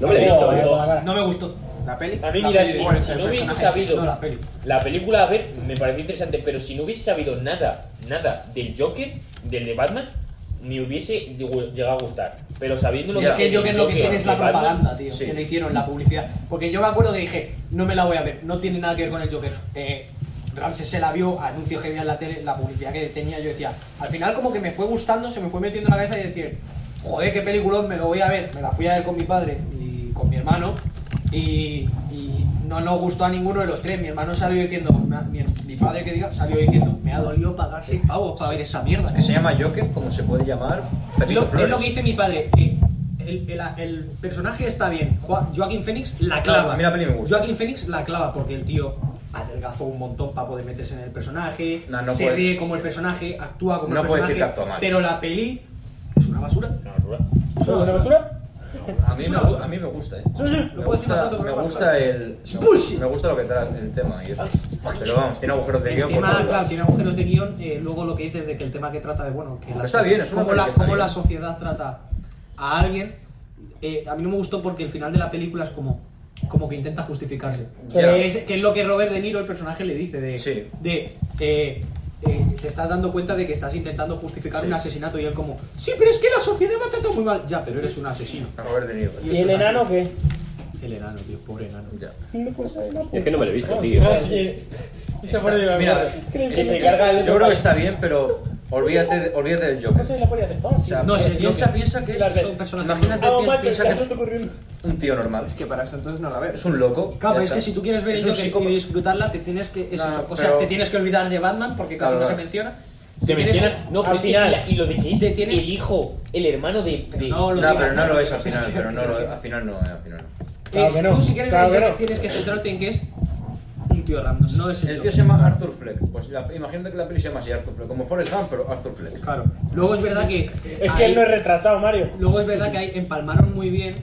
Speaker 3: No me lo he visto.
Speaker 5: María
Speaker 3: ¿no?
Speaker 5: Juana.
Speaker 1: No me gustó.
Speaker 2: ¿La peli?
Speaker 6: A mí,
Speaker 2: La
Speaker 6: mira,
Speaker 2: peli,
Speaker 6: si,
Speaker 2: bueno,
Speaker 6: si
Speaker 2: el
Speaker 6: no hubiese
Speaker 2: personaje,
Speaker 6: sabido.
Speaker 1: No, la peli.
Speaker 6: La película, a ver, me pareció interesante, pero si no hubiese sabido nada, nada del Joker, del de Batman, me hubiese llegado llegado a gustar. Pero sabiendo lo
Speaker 1: Es que yo que lo que
Speaker 6: Joker,
Speaker 1: tiene es la
Speaker 6: de Batman,
Speaker 1: propaganda, tío.
Speaker 4: sí.
Speaker 1: Que le hicieron la publicidad. Porque yo me acuerdo que dije, no me la voy a ver, no tiene nada que ver con el Joker. Eh, Ramses se la vio, anuncio que había en la tele, la publicidad que tenía, yo decía, al final como que me fue gustando, se me fue metiendo en la cabeza y decir, joder, qué peliculón, me lo voy a ver. Me la fui a ver con mi padre y con mi hermano y, y no nos gustó a ninguno de los tres. Mi hermano salió diciendo, "Me ha- mi, mi padre que diga, salió diciendo, me ha dolido pagar seis pavos para ver esta mierda.
Speaker 4: Que se llama Joker, como se puede llamar. Pepito
Speaker 1: Lo-
Speaker 4: Flores.
Speaker 1: es lo que dice mi padre. que el, el- el personaje está bien. Joa- Joaquin Phoenix la clava.
Speaker 4: a mí la peli me gusta.
Speaker 1: Joaquin Phoenix la clava porque el tío adelgazó un montón para poder meterse en el personaje.
Speaker 4: No, no
Speaker 1: se
Speaker 4: puede-
Speaker 1: ríe como el personaje, actúa como
Speaker 4: No
Speaker 1: el
Speaker 4: puede
Speaker 1: personaje.
Speaker 4: decir que actúa mal.
Speaker 1: Pero la peli es una basura.
Speaker 6: No, Rura.
Speaker 1: Es una
Speaker 5: ¿Solo una
Speaker 1: basura.
Speaker 5: basura?
Speaker 4: A mí,
Speaker 1: Es
Speaker 4: me,
Speaker 1: una
Speaker 4: gu-
Speaker 1: basura.
Speaker 4: a mí me gusta, eh.
Speaker 5: Sí, sí.
Speaker 1: Lo
Speaker 4: Me
Speaker 1: puedo decir
Speaker 4: gusta-
Speaker 1: bastante,
Speaker 4: me
Speaker 1: pero
Speaker 4: gusta el.
Speaker 1: Es bullshit.
Speaker 4: Me gusta lo que trae el tema y eso. Pero vamos, tiene agujeros de
Speaker 1: El
Speaker 4: guión por todos
Speaker 1: tema, claro,
Speaker 4: lados.
Speaker 1: tiene agujeros de guión. eh, luego lo que dices de que el tema que trata de, bueno, que la,
Speaker 4: Está bien, es una
Speaker 1: cómo, la,
Speaker 4: peli que está
Speaker 1: cómo
Speaker 4: bien.
Speaker 1: la sociedad trata a alguien. eh, a mí no me gustó porque el final de la película es como, como que intenta justificarse.
Speaker 4: Ya.
Speaker 1: Que, es, que es lo que Robert De Niro, el personaje, le dice de...
Speaker 4: Sí.
Speaker 1: de eh, eh, te estás dando cuenta de que estás intentando justificar
Speaker 4: Sí.
Speaker 1: un asesinato y él como, sí, pero es que la sociedad me ha tratado muy mal. Ya, pero eres un asesino.
Speaker 4: A Robert De Niro. pues.
Speaker 1: Y
Speaker 5: ¿Y
Speaker 1: eso
Speaker 5: el
Speaker 1: es así.
Speaker 5: enano qué?
Speaker 1: El enano, tío, pobre enano.
Speaker 4: Ya.
Speaker 5: No puede ser, no puede
Speaker 3: Es que no me lo he visto,
Speaker 5: ser.
Speaker 3: tío.
Speaker 5: Ah, sí. Esa parte de la
Speaker 4: Mira,
Speaker 5: mierda.
Speaker 4: es-
Speaker 5: Que se carga el
Speaker 4: yo
Speaker 5: otro
Speaker 4: creo que
Speaker 5: país.
Speaker 4: está bien, pero olvídate, de- olvídate del
Speaker 5: No
Speaker 4: Joker.
Speaker 5: sé, la podía hacer todo, tío.
Speaker 4: sea,
Speaker 1: No,
Speaker 5: Eh,
Speaker 1: si
Speaker 5: yo-
Speaker 1: piensa, piensa que
Speaker 5: Las
Speaker 1: esos
Speaker 5: de-
Speaker 1: son personajes...
Speaker 4: Imagínate,
Speaker 5: Ah, macho,
Speaker 4: piensa
Speaker 5: ya
Speaker 4: que
Speaker 5: no
Speaker 4: es
Speaker 5: está ocurriendo.
Speaker 4: un tío normal.
Speaker 2: Es que para eso entonces no la
Speaker 4: Es
Speaker 2: ves.
Speaker 4: un loco.
Speaker 1: Claro,
Speaker 4: ya
Speaker 1: pero es
Speaker 4: está.
Speaker 1: que si tú quieres ver
Speaker 4: Es
Speaker 1: el
Speaker 4: un
Speaker 1: Joker
Speaker 4: psicópata.
Speaker 1: y disfrutarla, te tienes que. es
Speaker 4: No,
Speaker 1: eso, o
Speaker 4: pero-
Speaker 1: sea, te tienes que olvidar de Batman porque casi
Speaker 4: Claro,
Speaker 1: no se
Speaker 4: claro.
Speaker 1: menciona.
Speaker 6: Se
Speaker 1: Tienes que-
Speaker 6: menciona. No, pero
Speaker 5: al
Speaker 6: es que
Speaker 5: final.
Speaker 6: mira, y lo de que es
Speaker 1: Te tienes-
Speaker 6: el hijo, el hermano de. de-
Speaker 1: No, lo
Speaker 4: No,
Speaker 1: digas,
Speaker 4: pero no
Speaker 1: no.
Speaker 4: lo es al final, pero no lo al final no, eh, al final no.
Speaker 5: Claro
Speaker 1: Es-
Speaker 5: que no,
Speaker 1: Tú, si quieres
Speaker 5: claro
Speaker 1: ver el
Speaker 5: que
Speaker 1: Joker,
Speaker 5: no.
Speaker 1: tienes que centrarte en que es un tío random, no es el,
Speaker 4: El tío
Speaker 1: Joker.
Speaker 4: se llama Arthur Fleck. Pues la- imagínate que la peli se llama así Arthur Fleck, como Forrest Gump, pero Arthur Fleck.
Speaker 1: Claro. Luego es verdad que.
Speaker 5: Es
Speaker 1: ahí-
Speaker 5: que él no es retrasado, Mario.
Speaker 1: Luego es verdad que ahí empalmaron muy bien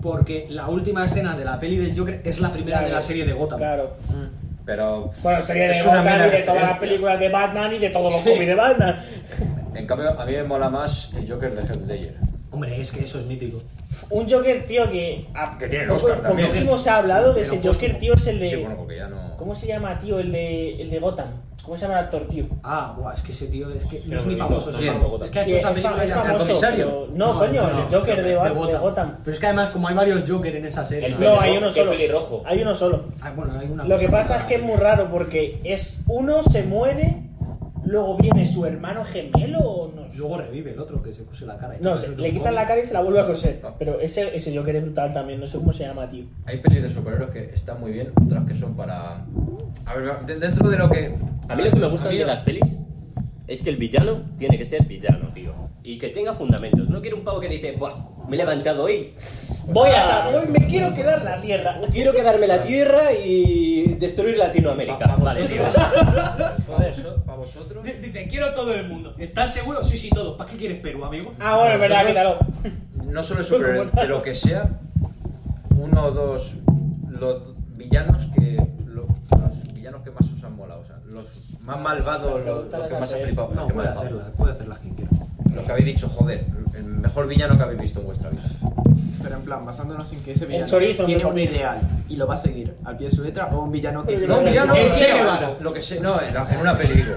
Speaker 1: porque la última escena de la peli del Joker es la primera
Speaker 5: Claro.
Speaker 1: de la serie de Gotham.
Speaker 5: Claro.
Speaker 4: Pero
Speaker 5: Bueno, sería de
Speaker 4: Es una
Speaker 5: Batman
Speaker 4: mera
Speaker 5: y de todas las
Speaker 4: referencia.
Speaker 5: películas de Batman y de todos los cómics de Batman.
Speaker 4: en cambio a mí me mola más el Joker de Heath Ledger.
Speaker 1: Hombre, es que eso es mítico.
Speaker 5: Un Joker, tío, que. a-
Speaker 4: Que tiene el
Speaker 5: poco-
Speaker 4: Oscar también.
Speaker 5: Poquísimo se ha hablado
Speaker 4: Pero
Speaker 5: de ese
Speaker 4: pues-
Speaker 5: Joker, tío, es el de.
Speaker 4: Sí, bueno, pues. porque ya no.
Speaker 5: ¿Cómo se llama, tío, el de, el de Gotham? ¿Cómo se llama el actor, tío?
Speaker 1: Ah, buah, es que ese tío es que no
Speaker 6: Pero
Speaker 1: es ni
Speaker 6: bonito,
Speaker 1: famoso.
Speaker 6: no
Speaker 1: ese
Speaker 4: es
Speaker 1: pavo.
Speaker 6: Gotham.
Speaker 1: Es que ha
Speaker 5: Sí,
Speaker 1: hecho
Speaker 5: es
Speaker 1: esa
Speaker 5: fa-
Speaker 1: película
Speaker 5: es
Speaker 1: y ya está.
Speaker 5: famoso,
Speaker 4: comisario?
Speaker 5: pero- No, coño, el Joker de, Bat- de Gotham.
Speaker 1: Pero es que además, como hay varios Joker en esa serie.
Speaker 6: El
Speaker 5: No, hay
Speaker 6: pelirrojo,
Speaker 5: uno
Speaker 6: el
Speaker 5: solo.
Speaker 6: pelirrojo.
Speaker 5: Hay uno solo.
Speaker 1: Ah, bueno, hay una
Speaker 5: Lo que
Speaker 1: cosa
Speaker 5: pasa es que es muy raro porque es uno se muere, luego viene su hermano gemelo o no. sé.
Speaker 1: Luego revive el otro que se puso la cara. y
Speaker 5: No
Speaker 1: todo
Speaker 5: sé,
Speaker 1: eso es
Speaker 5: le
Speaker 1: un
Speaker 5: quitan
Speaker 1: cómic.
Speaker 5: la cara y se la vuelve a coser.
Speaker 4: No.
Speaker 5: Pero ese, ese Joker es brutal también, no sé cómo se llama, tío.
Speaker 4: Hay pelis de superhéroes que están muy bien, otras que son para. A ver, de- dentro de lo que.
Speaker 3: A mí lo que me gusta
Speaker 4: a mí
Speaker 3: de
Speaker 4: lo-
Speaker 3: las pelis es que el villano tiene que ser villano, tío. Y que tenga fundamentos. No quiero un pavo que dice, Buah, me he levantado hoy.
Speaker 5: Voy a
Speaker 4: Ah.
Speaker 5: sa- hoy me quiero quedar la tierra.
Speaker 3: Quiero quedarme la tierra y destruir Latinoamérica. vale, tío.
Speaker 4: Para vos- para vosotros.
Speaker 1: D- Dice, quiero todo el mundo. ¿Estás seguro? Sí, sí, todo. ¿Para qué quieres Perú, amigo?
Speaker 5: Ah, bueno, es verdad, quítalo.
Speaker 4: Nosotros- No solo superhéroes, de lo que sea, uno o dos los villanos que. lo- los villanos que más os han molado, o sea, los más malvados, los, los que más han flipado. los
Speaker 1: No,
Speaker 4: que más
Speaker 1: puede
Speaker 4: han dejado.
Speaker 1: hacerlas, puede hacerlas quien quiera.
Speaker 4: Los que habéis dicho, joder, el mejor villano que habéis visto en vuestra vida.
Speaker 2: Pero en plan, basándonos en que ese
Speaker 5: El
Speaker 2: villano
Speaker 5: chorizo,
Speaker 2: tiene
Speaker 5: me
Speaker 2: un
Speaker 5: parece.
Speaker 2: ideal y lo va a seguir al pie de su letra o un villano que...
Speaker 5: Pero
Speaker 2: se-
Speaker 5: no,
Speaker 4: No, un villano.
Speaker 1: El
Speaker 4: lo que
Speaker 1: Che
Speaker 4: sea,
Speaker 1: Guevara.
Speaker 4: Lo que sea, no, en, la- en una peli digo.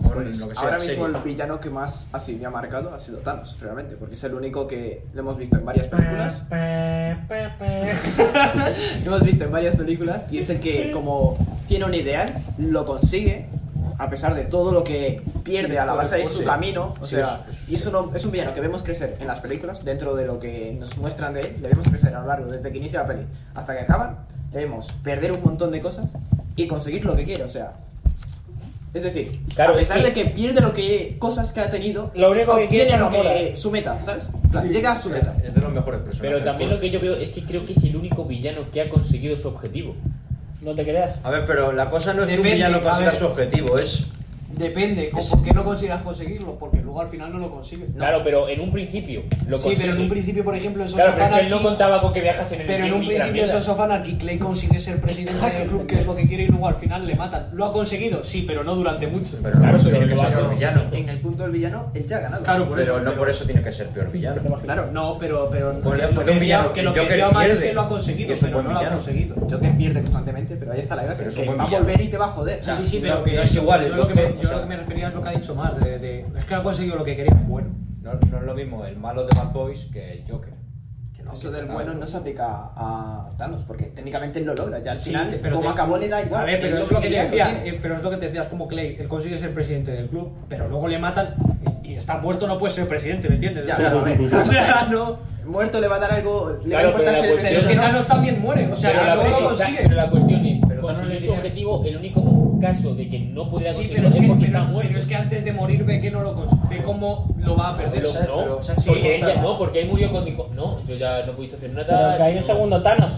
Speaker 4: Bueno,
Speaker 2: Pues,
Speaker 4: lo que sea,
Speaker 2: ahora mismo
Speaker 4: serie.
Speaker 2: el villano que más así me ha marcado ha sido Thanos, realmente, porque es el único que lo hemos visto en varias películas. lo hemos visto en varias películas y es el que como tiene un ideal, lo consigue a pesar de todo lo que pierde a la base de su camino. O
Speaker 4: Sí,
Speaker 2: sea,
Speaker 4: es- es-
Speaker 2: y es un, hom- es un villano que vemos crecer en las películas, dentro de lo que nos muestran de él, le vemos crecer a lo largo, desde que inicia la peli hasta que acaban, le vemos perder un montón de cosas y conseguir lo que quiere, o sea... Es decir,
Speaker 5: Claro,
Speaker 2: a
Speaker 5: es
Speaker 2: pesar
Speaker 5: que-
Speaker 2: de que pierde lo que cosas que ha tenido,
Speaker 5: Lo único que quiere
Speaker 2: obtiene
Speaker 5: es
Speaker 2: lo
Speaker 5: una
Speaker 2: que-
Speaker 5: mola.
Speaker 2: su meta, ¿sabes? En plan,
Speaker 1: Sí.
Speaker 2: Llega a su meta.
Speaker 4: Es de los mejores personajes.
Speaker 6: Pero también lo que yo veo es que creo que es el único villano que ha conseguido su objetivo.
Speaker 5: no te creas.
Speaker 4: A ver, pero la cosa no es que un
Speaker 1: Depende,
Speaker 4: villano
Speaker 1: a
Speaker 4: consiga
Speaker 1: ver.
Speaker 4: su objetivo, es.
Speaker 1: Depende, ¿con-
Speaker 4: Es-
Speaker 1: ¿por qué no consideras conseguirlo? Porque luego al final no lo consigues.
Speaker 6: Claro, pero en un principio lo
Speaker 1: sí, pero en
Speaker 6: consigue.
Speaker 1: un principio, por ejemplo, en Sons
Speaker 6: Claro,
Speaker 1: of
Speaker 6: pero es que él
Speaker 1: Anarchy-
Speaker 6: no contaba con que viajas en el
Speaker 1: Pero en un principio en Sons of Anarchy, Clay consigue ser presidente del club, que es lo que quiere, y luego al final le matan. ¿Lo ha conseguido? Sí, pero no durante mucho.
Speaker 4: Pero
Speaker 6: Claro,
Speaker 4: no
Speaker 6: pero
Speaker 4: tiene
Speaker 6: lo
Speaker 4: que ser
Speaker 6: hago.
Speaker 4: peor villano.
Speaker 2: En el punto del villano, él ya ha ganado.
Speaker 1: Claro, por
Speaker 4: Pero
Speaker 1: eso.
Speaker 4: no por eso tiene que ser peor villano.
Speaker 1: Claro, no, pero. pero
Speaker 4: Ponle-
Speaker 1: que-
Speaker 4: ponle
Speaker 1: lo que
Speaker 4: un villano
Speaker 1: decía- que lo
Speaker 4: que
Speaker 1: que
Speaker 4: Joker
Speaker 1: decía Omar es
Speaker 4: pierde,
Speaker 1: que lo ha
Speaker 4: que
Speaker 1: conseguido,
Speaker 4: es un
Speaker 1: pero
Speaker 4: buen
Speaker 1: no lo ha
Speaker 4: villano.
Speaker 1: conseguido.
Speaker 2: Joker pierde constantemente, pero ahí está la gracia.
Speaker 4: Pero es
Speaker 2: que
Speaker 4: un buen
Speaker 2: va a
Speaker 4: villano.
Speaker 2: volver y te va a joder.
Speaker 4: sea,
Speaker 1: sí, sí,
Speaker 4: no-
Speaker 1: pero que
Speaker 4: no es igual,
Speaker 1: Yo,
Speaker 4: el
Speaker 1: lo que, me,
Speaker 4: doctor,
Speaker 1: yo
Speaker 4: o sea-
Speaker 1: lo que me refería es lo que ha dicho Mar, de, de- es que ha conseguido lo que quería. Bueno,
Speaker 4: No, no es lo mismo el malo de Bad Boys que el Joker. Que no,
Speaker 2: Eso
Speaker 4: que-
Speaker 2: del
Speaker 4: ah,
Speaker 2: bueno no se aplica a Thanos, porque técnicamente él lo logra. Ya al
Speaker 1: Sí,
Speaker 2: final,
Speaker 1: te- pero
Speaker 2: como
Speaker 1: te-
Speaker 2: acabó, le da igual.
Speaker 1: a ver, pero
Speaker 2: Él
Speaker 1: es lo que te
Speaker 2: quería,
Speaker 1: decía,
Speaker 2: tiene.
Speaker 1: eh, pero es lo que te decías como Clay, él consigue ser presidente del club, pero luego le matan y, y está muerto, no puede ser presidente, ¿me entiendes?
Speaker 2: Ya,
Speaker 1: o sea,
Speaker 2: pero a ver.
Speaker 1: o sea, no.
Speaker 2: eh, Muerto le va a dar algo. Le
Speaker 6: Claro,
Speaker 2: va a importar
Speaker 6: pero la
Speaker 2: si le
Speaker 1: Pero pues es
Speaker 2: merece
Speaker 1: que
Speaker 2: o no.
Speaker 1: Thanos también muere, o sea,
Speaker 6: pero,
Speaker 1: que
Speaker 6: la
Speaker 1: luego lo
Speaker 6: cuestión-
Speaker 1: consigue.
Speaker 6: pero la cuestión es,
Speaker 4: Pero
Speaker 6: conseguir
Speaker 4: no
Speaker 6: su
Speaker 4: le-
Speaker 6: objetivo, el único caso de que no pudiera
Speaker 1: Sí, pero
Speaker 6: conseguirlo
Speaker 1: es,
Speaker 6: es
Speaker 1: que,
Speaker 6: porque
Speaker 1: pero-
Speaker 6: está muerto.
Speaker 1: pero es que antes de morir ve que no lo consigue, ve cómo lo va a perder.
Speaker 4: Pero,
Speaker 1: o sea,
Speaker 4: ¿sabes?
Speaker 6: no,
Speaker 4: pero, ¿sabes?
Speaker 6: porque
Speaker 4: Sí,
Speaker 6: él ya
Speaker 4: Thanos.
Speaker 6: no, porque él murió con dijo, no, yo ya no pude hacer nada.
Speaker 5: Pero que hay un
Speaker 6: no".
Speaker 5: segundo Thanos.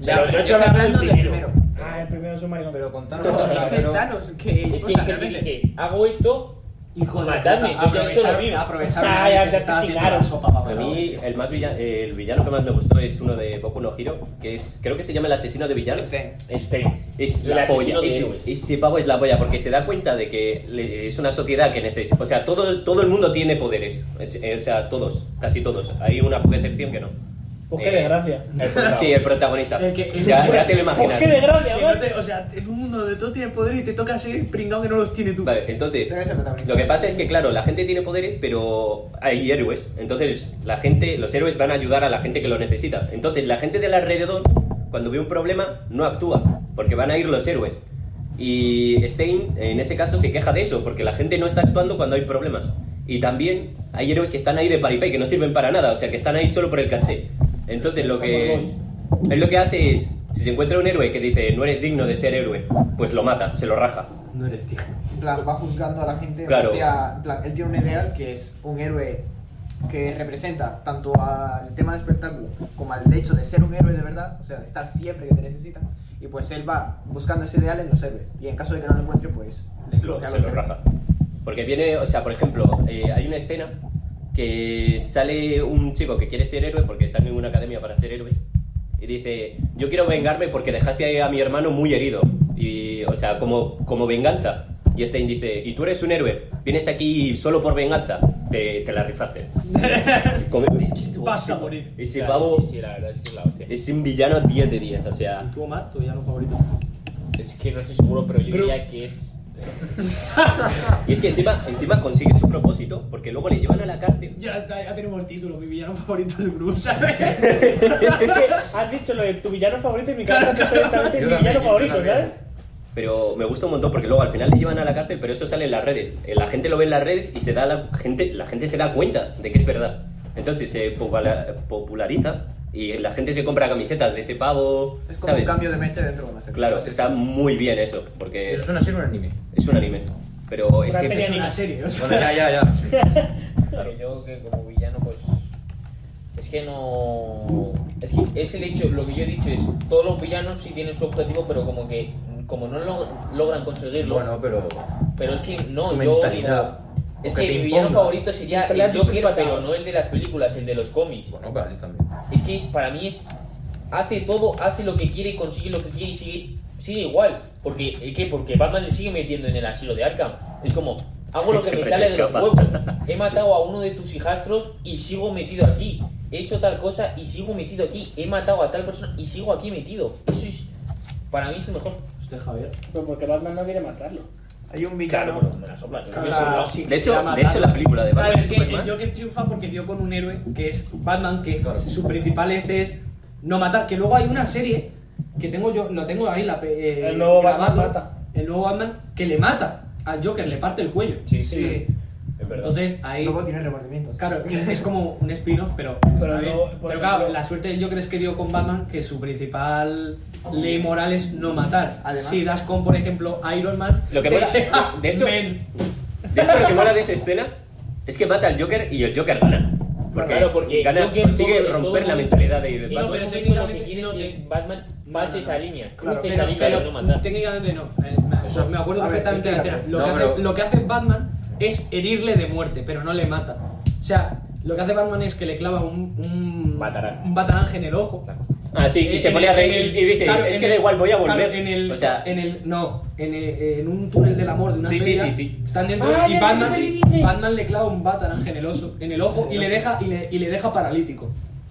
Speaker 6: Ya,
Speaker 2: Yo
Speaker 6: pero
Speaker 2: estoy
Speaker 6: yo estoy
Speaker 2: hablando del primero.
Speaker 5: Ah, el primero es un maricón.
Speaker 4: Pero con Thanos.
Speaker 2: Pero
Speaker 4: o sea,
Speaker 2: Es el
Speaker 4: pero-
Speaker 2: Thanos que.
Speaker 6: Es que es el que
Speaker 2: realmente-
Speaker 6: dije, hago esto,
Speaker 1: Hijo de
Speaker 6: matadme,
Speaker 1: puta,
Speaker 6: yo ya he hecho lo
Speaker 1: aprovecharon-
Speaker 6: mío.
Speaker 1: aprovecharon
Speaker 5: Ah,
Speaker 1: ahí
Speaker 5: ya
Speaker 1: que
Speaker 5: te
Speaker 1: se estaba haciendo
Speaker 5: asesinaron.
Speaker 1: la sopa para
Speaker 3: A
Speaker 1: acabar.
Speaker 3: mí eh, el, más villa- el villano que más me gustó es uno de Boku no Hero, que es creo que se llama el asesino de villanos.
Speaker 2: Este.
Speaker 6: Este,
Speaker 3: Es
Speaker 6: El
Speaker 3: la
Speaker 6: asesino
Speaker 3: polla.
Speaker 6: de
Speaker 3: Ese,
Speaker 6: héroes.
Speaker 3: ese pavo es la polla porque se da cuenta de que le- es una sociedad que necesita. O sea, todo, todo el mundo tiene poderes. Es- eh, o sea, todos, casi todos. Hay una poca excepción que no.
Speaker 5: Pues qué
Speaker 3: Eh,
Speaker 5: desgracia.
Speaker 3: Sí, el protagonista.
Speaker 1: El que-
Speaker 3: ya, ya te lo
Speaker 5: Pues
Speaker 3: imaginas.
Speaker 5: qué desgracia,
Speaker 1: Que no
Speaker 5: güey.
Speaker 1: te- o sea, en un mundo de todo tiene poder y te toca ser pringado que no los tiene tú.
Speaker 3: Vale, entonces,
Speaker 2: Pero es el protagonista.
Speaker 3: lo que pasa es que, claro, la gente tiene poderes, pero hay héroes. Entonces, la gente, los héroes van a ayudar a la gente que lo necesita. Entonces, la gente del alrededor, cuando ve un problema, no actúa, porque van a ir los héroes. Y Stein, en ese caso, se queja de eso, porque la gente no está actuando cuando hay problemas. Y también hay héroes que están ahí de paripé, que no sirven para nada, o sea, que están ahí solo por el caché. Entonces, lo que... Él lo que hace es, si se encuentra un héroe que dice, no eres digno de ser héroe, pues lo mata, se lo raja.
Speaker 1: No eres tío.
Speaker 2: En plan, va juzgando a la gente. en
Speaker 3: Claro.
Speaker 2: base a- en plan, él tiene un ideal que es un héroe que representa tanto al tema de espectáculo como al hecho de ser un héroe de verdad, o sea, de estar siempre que te necesitan. Y pues él va buscando ese ideal en los héroes. Y en caso de que no lo encuentre, pues.
Speaker 3: se lo, se lo raja. Porque viene, o sea, por ejemplo, eh, hay una escena que sale un chico que quiere ser héroe porque está en una academia para ser héroes y dice, yo quiero vengarme porque dejaste a mi hermano muy herido. Y, o sea, como, como venganza. Y este Stein dice, y tú eres un héroe, vienes aquí solo por venganza, te, te la rifaste. Como- es que este-
Speaker 1: Vas a morir.
Speaker 3: Ese
Speaker 6: Claro,
Speaker 3: pavo
Speaker 6: Sí, sí, la verdad es que es la hostia.
Speaker 3: es un villano 10 de 10, o sea...
Speaker 1: ¿Tú, Omar, tu villano favorito?
Speaker 6: Es que no estoy seguro, pero yo
Speaker 5: Gru-
Speaker 6: diría que es.
Speaker 3: Y es que encima, encima consigue su propósito porque luego le llevan a la cárcel
Speaker 1: Ya, ya tenemos título, mi villano favorito del grupo, ¿sabes?
Speaker 5: Es que has dicho lo de tu villano favorito y mi cabeza que es directamente
Speaker 4: Yo
Speaker 5: mi
Speaker 4: también,
Speaker 5: villano
Speaker 4: yo
Speaker 5: favorito,
Speaker 4: también.
Speaker 5: ¿sabes?
Speaker 3: Pero me gusta un montón porque luego al final le llevan a la cárcel, pero eso sale en las redes. Eh, La gente lo ve en las redes y se da la gente, la gente se da cuenta de que es verdad. Entonces se popula- populariza y la gente se compra camisetas de ese pavo.
Speaker 2: Es como
Speaker 3: ¿sabes?
Speaker 2: un cambio de mente dentro de una serie.
Speaker 3: Claro,
Speaker 2: Sí, sí.
Speaker 3: está muy bien eso, porque
Speaker 4: Eso es una serie o un anime.
Speaker 3: es un anime. Pero es
Speaker 5: Una
Speaker 3: que
Speaker 5: serie
Speaker 1: Es una serie, o
Speaker 4: Bueno,
Speaker 1: sea.
Speaker 4: ya, ya, ya.
Speaker 6: Pero yo que como villano, pues. Es que no. Es que es el hecho, lo que yo he dicho es: todos los villanos sí tienen su objetivo, pero como que. Como no lo- logran conseguirlo.
Speaker 4: Bueno, pero.
Speaker 6: pero es que no,
Speaker 4: su
Speaker 6: yo.
Speaker 4: mentalidad.
Speaker 6: digo, es
Speaker 4: O que
Speaker 6: que,
Speaker 4: te
Speaker 6: mi villano
Speaker 4: imponga.
Speaker 6: favorito sería
Speaker 5: Te le
Speaker 6: el
Speaker 5: haces tus
Speaker 6: Joker, pero
Speaker 5: patadas.
Speaker 6: no el de las películas, el de los cómics.
Speaker 4: Bueno, vale, también.
Speaker 6: Es que es- para mí es. Hace todo, hace lo que quiere, consigue lo que quiere y sigue, sigue igual. Porque, ¿eh, ¿qué? Porque Batman le sigue metiendo en el asilo de Arkham. Es como, hago lo que me
Speaker 3: Siempre se
Speaker 6: sale de los
Speaker 3: escapa.
Speaker 6: huevos. He matado a uno de tus hijastros y sigo metido aquí. He hecho tal cosa y sigo metido aquí. He matado a tal persona y sigo aquí metido. Eso es. Para mí es lo mejor.
Speaker 1: Usted, Javier.
Speaker 5: Pero Pues porque Batman no quiere matarlo.
Speaker 2: Hay un
Speaker 6: Claro,
Speaker 2: villano.
Speaker 6: bueno, me la sopla. yo
Speaker 1: Claro,
Speaker 6: me sopla.
Speaker 1: sí, se
Speaker 3: De hecho,
Speaker 1: llama
Speaker 3: de hecho la
Speaker 1: Batman.
Speaker 3: película de
Speaker 1: Claro,
Speaker 3: Batman.
Speaker 1: es que
Speaker 3: Superman-
Speaker 1: el Joker triunfa porque dio con un héroe que es Batman, que su principal este es no matar. Que luego hay una serie que tengo yo, lo tengo ahí la pe- eh,
Speaker 5: El nuevo Batman
Speaker 1: grabado,
Speaker 5: mata.
Speaker 1: El nuevo Batman que le mata al Joker, le parte el cuello. Eh,
Speaker 6: Sí, sí. Es verdad.
Speaker 1: Entonces ahí.
Speaker 2: Luego tiene remordimientos.
Speaker 1: Claro, es como un spin-off, pero, está
Speaker 5: Pero
Speaker 1: bien.
Speaker 5: no, por
Speaker 1: pero
Speaker 5: ejemplo-
Speaker 1: claro, la suerte del Joker es que dio con Batman que su principal ley moral es no matar.
Speaker 2: Además-
Speaker 1: si das con, por ejemplo, Iron Man,
Speaker 3: Lo que
Speaker 1: te
Speaker 3: mola-
Speaker 1: deja
Speaker 3: de hecho-
Speaker 1: men.
Speaker 3: De hecho, lo que mola de esa escena es que mata al Joker y el Joker gana. Porque,
Speaker 6: claro, porque
Speaker 3: gana-
Speaker 6: Joker
Speaker 3: consigue
Speaker 6: todo- todo
Speaker 3: romper la
Speaker 6: momento-
Speaker 3: mentalidad de
Speaker 6: Y
Speaker 3: Batman.
Speaker 6: no, pero
Speaker 2: técnicamente
Speaker 6: técnicamente que
Speaker 2: no
Speaker 6: quieres que
Speaker 2: te-
Speaker 6: Batman pase
Speaker 2: no, no.
Speaker 6: esa línea,
Speaker 1: Claro,
Speaker 6: cruce
Speaker 1: pero-
Speaker 6: esa línea para
Speaker 1: pero
Speaker 6: no matar.
Speaker 1: Técnicamente no. Eh, me-
Speaker 4: Eso-
Speaker 1: me acuerdo
Speaker 7: A ver,
Speaker 1: perfectamente de la
Speaker 7: explícate.
Speaker 1: escena. Lo,
Speaker 4: No,
Speaker 1: que hace,
Speaker 4: pero-
Speaker 1: lo que hace Batman es herirle de muerte, pero no le mata. O sea, lo que hace Batman es que le clava un, un
Speaker 3: Batarán.
Speaker 1: un batarang en el ojo.
Speaker 3: Ah, sí, y
Speaker 1: Eh,
Speaker 3: se
Speaker 1: en
Speaker 3: pone
Speaker 1: el-
Speaker 3: a reír
Speaker 1: en
Speaker 3: y
Speaker 1: el-
Speaker 3: dice,
Speaker 1: claro,
Speaker 3: es
Speaker 1: en
Speaker 3: que
Speaker 1: el-
Speaker 3: da igual, voy a
Speaker 1: claro,
Speaker 3: volver.
Speaker 1: en el,
Speaker 3: o sea,
Speaker 1: en el, no, en, el- en un túnel del amor de una
Speaker 3: Sí, sí,
Speaker 1: feria,
Speaker 3: sí, sí.
Speaker 1: están dentro
Speaker 5: Ah,
Speaker 1: y
Speaker 5: ya sé
Speaker 1: Batman,
Speaker 5: lo que le dices.
Speaker 1: Batman le clava un batarang en el oso, en el ojo y le deja y le, y le deja paralítico.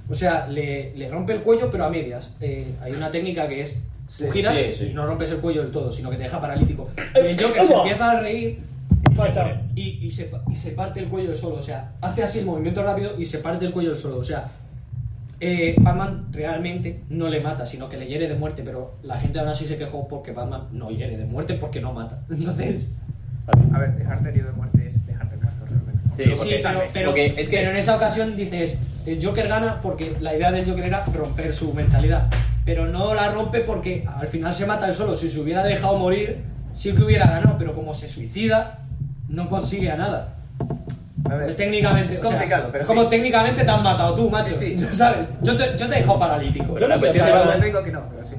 Speaker 1: O sea, le, le rompe el cuello pero a medias. Eh, hay una técnica que es tú giras
Speaker 4: sí, sí.
Speaker 1: y no rompes el cuello del todo, sino que te deja paralítico. Y el Joker se
Speaker 5: ¡Uah!
Speaker 1: empieza a reír
Speaker 5: Pasa.
Speaker 1: y, y se, y se parte el cuello solo. O sea, hace así el movimiento rápido y se parte el cuello solo. O sea, eh, Batman realmente no le mata, sino que le hiere de muerte. Pero la gente aún así se quejó porque Batman no hiere de muerte porque no mata. Entonces,
Speaker 7: A ver, dejarte herido de muerte es dejarte muerto realmente.
Speaker 3: Sí,
Speaker 1: sí,
Speaker 3: porque-
Speaker 1: pero, pero-
Speaker 3: porque es que-
Speaker 1: pero en esa ocasión dices, el Joker gana porque la idea del Joker era romper su mentalidad. Pero no la rompe porque al final se mata él solo. Si se hubiera dejado morir, sí que hubiera ganado. Pero como se suicida, no consigue a nada.
Speaker 7: A ver,
Speaker 1: Pues técnicamente,
Speaker 7: es
Speaker 1: o sea,
Speaker 7: complicado, pero
Speaker 1: como
Speaker 7: sí.
Speaker 1: técnicamente te han matado tú, macho.
Speaker 7: Sí, sí.
Speaker 1: ¿Sabes? Yo te, yo te he dejado paralítico.
Speaker 3: Pero la
Speaker 5: sé,
Speaker 3: cuestión de
Speaker 5: o sea,
Speaker 7: No
Speaker 3: Batman,
Speaker 7: digo que no, pero sí.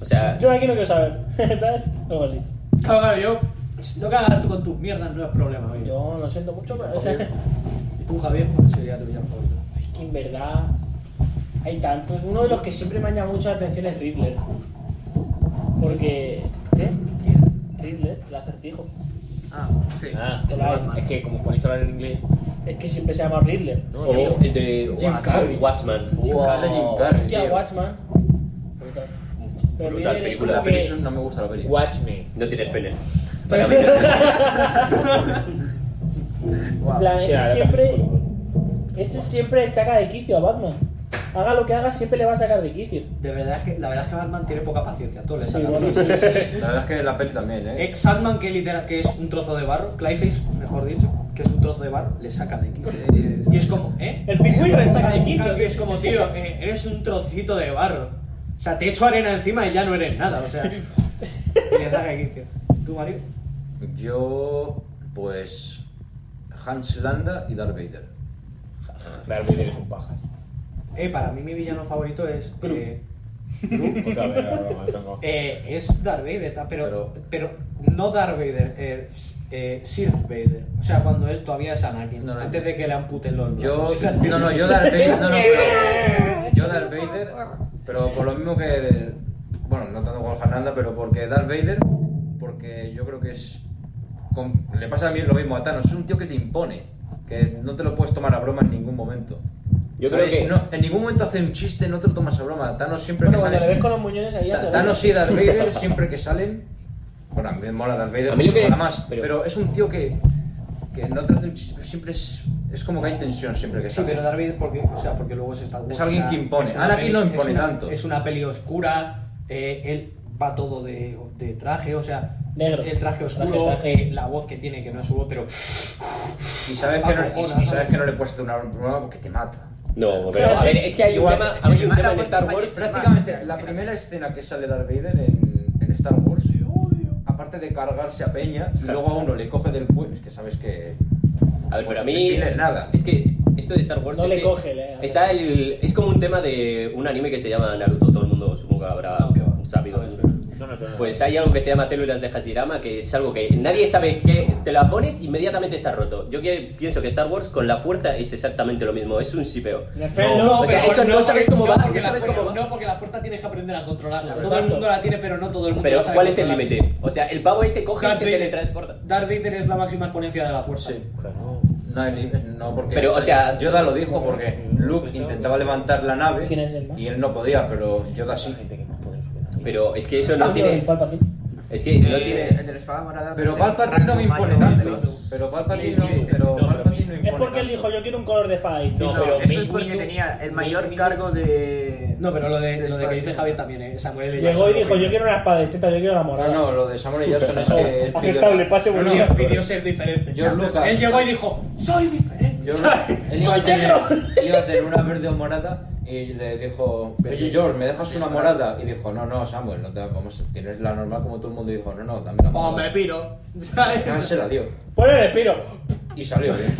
Speaker 3: o sea,
Speaker 5: Yo aquí no quiero saber, ¿sabes? Algo así.
Speaker 1: Claro, claro, yo. Lo que hagas tú con tus mierdas no es problema mío.
Speaker 5: Yo lo siento mucho, pero o sea,
Speaker 1: Y tú, Javier, Pues ¿cuál sería tu villano favorito?
Speaker 5: es que en verdad hay tantos. Uno de los que siempre me ha llamado mucho la atención es Riddler. Porque. ¿Qué? ¿Quién? Riddler, el acertijo.
Speaker 7: Ah, sí.
Speaker 6: Ah,
Speaker 5: Hola.
Speaker 6: es que como ponéis hablar en inglés.
Speaker 5: Es que siempre se llama Riddler.
Speaker 3: o el de
Speaker 5: Jim
Speaker 3: Wa-
Speaker 5: Carrey.
Speaker 3: Watchman.
Speaker 4: Jim Carrey, Jim Carrey,
Speaker 5: Hostia,
Speaker 4: tío.
Speaker 5: Watchman. Brutal. Pero
Speaker 3: Brutal
Speaker 5: Riddler es
Speaker 3: película,
Speaker 5: como
Speaker 4: La peli
Speaker 5: que-
Speaker 4: no me gusta la peli.
Speaker 6: Watchmen.
Speaker 3: No tienes pene.
Speaker 5: En plan,
Speaker 6: Sí,
Speaker 5: ese
Speaker 6: la verdad
Speaker 5: siempre.
Speaker 6: que es
Speaker 5: Ese siempre saca de quicio a Batman. Haga lo que haga, siempre le va a sacar de quicio.
Speaker 1: De verdad es que, la verdad es que Batman tiene poca paciencia. Todo le
Speaker 5: Sí,
Speaker 1: saca.
Speaker 5: bueno, sí.
Speaker 4: La verdad es que la peli también, ¿eh?
Speaker 1: Ex Sandman, que, literal, que es un trozo de barro, Clayface, mejor dicho, que es un trozo de barro, le saca de quicio. Y es como, ¿eh?
Speaker 5: El pingüino le saca de quicio.
Speaker 1: Y es como, tío, eh, eres un trocito de barro. O sea, te echo arena encima y ya no eres nada. O sea, y le saca de quicio. ¿Tú, Mario?
Speaker 4: Yo, pues. Hans Landa y Darth Vader.
Speaker 6: Darth Vader es un paja.
Speaker 1: Eh, para mí mi villano favorito es. eh,
Speaker 6: Otra vez, ahora lo mantengo.
Speaker 1: eh, es Darth Vader, ta- pero, pero,
Speaker 4: Pero-
Speaker 1: no Darth Vader, eh, s- eh, Sith Vader. O sea, cuando él todavía es Anakin,
Speaker 4: No, no.
Speaker 1: antes de que le amputen los
Speaker 4: Yo.
Speaker 1: brazos.
Speaker 4: No, no, yo Darth Vader. No, no, pero. Yo Darth Vader. Pero por lo mismo que. Bueno, no tanto con Fernanda, pero porque Darth Vader. Porque yo creo que es. con- le pasa a mí lo mismo a Thanos. Es un tío que te impone. Que no te lo puedes tomar a broma en ningún momento.
Speaker 3: Yo
Speaker 4: ¿Sabes?
Speaker 3: creo que-
Speaker 4: No, en ningún momento hace un chiste, no te lo tomas a broma. Thanos siempre
Speaker 5: Bueno,
Speaker 4: que
Speaker 5: cuando
Speaker 4: sale.
Speaker 5: le ves con los muñones ahí
Speaker 4: Ta-
Speaker 5: hace
Speaker 4: Thanos y Darth Vader siempre que salen. Bueno, a mí me mola Darth Vader,
Speaker 3: A mí lo
Speaker 4: me
Speaker 3: que-
Speaker 4: mola más.
Speaker 3: pero-
Speaker 4: Pero... es un tío que. que no te hace un chiste, siempre es. es como que hay tensión siempre que
Speaker 1: Sí,
Speaker 4: sale.
Speaker 1: pero Darth Vader porque, o sea, porque luego se está...
Speaker 4: Es alguien que impone. Anakin no impone
Speaker 1: es una,
Speaker 4: tanto.
Speaker 1: Es una peli oscura, eh, él va todo de, de traje, o sea...
Speaker 5: Negro.
Speaker 1: El traje oscuro,
Speaker 5: Traje, traje.
Speaker 1: eh, la voz que tiene, que no es su voz, pero...
Speaker 4: Y sabes, que no, y-
Speaker 1: Acojona,
Speaker 4: y sabes que no le puedes hacer una broma porque te mata.
Speaker 3: No, pero a
Speaker 5: sí.
Speaker 3: ver, es que hay un
Speaker 4: Igual,
Speaker 3: tema, hay un
Speaker 7: mata
Speaker 3: tema en
Speaker 7: por
Speaker 3: Star
Speaker 7: fallos.
Speaker 3: Wars.
Speaker 4: Prácticamente la primera escena que sale Darth Vader en, en Star Wars, aparte de cargarse a Peña, y luego a uno le coge del cuello, es que sabes que.
Speaker 3: A ver, pero a
Speaker 4: Pues,
Speaker 3: mí.
Speaker 4: decirle nada.
Speaker 3: Es que esto de Star Wars.
Speaker 5: No
Speaker 3: es
Speaker 5: le
Speaker 3: que
Speaker 5: coge, le-
Speaker 3: Está el, es como un tema de un anime que se llama Naruto. Todo el mundo supongo que habrá
Speaker 1: No, que Ah, va.
Speaker 3: sabido.
Speaker 1: No me suena.
Speaker 6: No, no, no, no.
Speaker 3: Pues hay algo que se llama células de Hashirama, que es algo que nadie sabe que te la pones inmediatamente está roto. Yo que pienso que Star Wars con la fuerza es exactamente lo mismo, es un sipeo.
Speaker 5: Nefer,
Speaker 3: No,
Speaker 5: no,
Speaker 4: pues
Speaker 3: o sea,
Speaker 1: pero
Speaker 3: eso no
Speaker 1: porque-
Speaker 3: sabes cómo va,
Speaker 1: porque
Speaker 3: no
Speaker 1: la
Speaker 3: sabes
Speaker 1: fuerza-
Speaker 3: cómo va.
Speaker 1: no, porque la fuerza tienes que aprender a controlarla. Todo el
Speaker 5: Exacto.
Speaker 1: mundo la tiene, pero no todo el mundo
Speaker 3: Pero
Speaker 1: la sabe
Speaker 3: ¿cuál es el
Speaker 1: controlar.
Speaker 3: límite? O sea, el pavo ese coge y
Speaker 1: Darth
Speaker 3: se
Speaker 1: Vader-
Speaker 3: teletransporta.
Speaker 1: Darth Vader es la máxima exponencia de la fuerza.
Speaker 4: No, el- no, porque.
Speaker 3: Pero, o sea,
Speaker 4: Yoda lo dijo porque Luke intentaba levantar la nave
Speaker 5: ¿Quién es el más?
Speaker 4: y él no podía, pero Yoda sí.
Speaker 6: gente que más poder
Speaker 3: Pero es que eso
Speaker 5: no,
Speaker 3: no
Speaker 5: el
Speaker 3: tiene...
Speaker 5: Palpatine.
Speaker 3: Es que no
Speaker 6: Eh,
Speaker 3: tiene...
Speaker 7: El de la espada morada. no
Speaker 4: Pero
Speaker 7: sé,
Speaker 4: Palpatine no
Speaker 7: rango
Speaker 4: me impone
Speaker 7: mayor,
Speaker 4: tanto.
Speaker 7: pero-
Speaker 4: Pero Palpatine
Speaker 6: Sí, sí.
Speaker 4: no, pero
Speaker 6: No, pero
Speaker 4: Palpatine no
Speaker 5: Es
Speaker 4: impone
Speaker 5: porque él
Speaker 4: tanto.
Speaker 5: dijo, yo quiero un color de espada distinto.
Speaker 7: No,
Speaker 6: No, pero
Speaker 7: eso
Speaker 6: Mace
Speaker 7: es porque
Speaker 6: Windu-
Speaker 7: tenía el
Speaker 6: Mace
Speaker 7: mayor
Speaker 6: Windu-
Speaker 7: cargo de.
Speaker 1: No, pero lo de,
Speaker 7: de
Speaker 1: lo de que dice
Speaker 7: espacio.
Speaker 1: Javi también, ¿eh? Samuel L.
Speaker 5: Llegó
Speaker 1: Jackson.
Speaker 5: y dijo, yo quiero una espada distinta, yo quiero la morada.
Speaker 4: No, no, lo de este, Samuel L. Jackson es que. él pidió-
Speaker 5: Aceptable, pase
Speaker 4: No,
Speaker 5: buen
Speaker 4: no,
Speaker 1: Pidió,
Speaker 4: pero-
Speaker 1: pidió ser diferente.
Speaker 4: Yo, Lucas.
Speaker 1: Él llegó y dijo, soy diferente.
Speaker 4: Yo,
Speaker 1: ¿sabes?
Speaker 4: él iba
Speaker 1: soy
Speaker 4: a tener,
Speaker 1: negro.
Speaker 4: iba a tener una verde o morada y le dijo, oye George, ¿me dejas una morada? Y dijo, no, no, Samuel, no te la- vamos, tienes la normal como todo el mundo. Y dijo, no, no, dame la
Speaker 1: Pues
Speaker 4: morada.
Speaker 1: me piro.
Speaker 4: Y
Speaker 1: ¿sabes?
Speaker 4: se la dio.
Speaker 5: Pon el espiro.
Speaker 4: Y salió bien.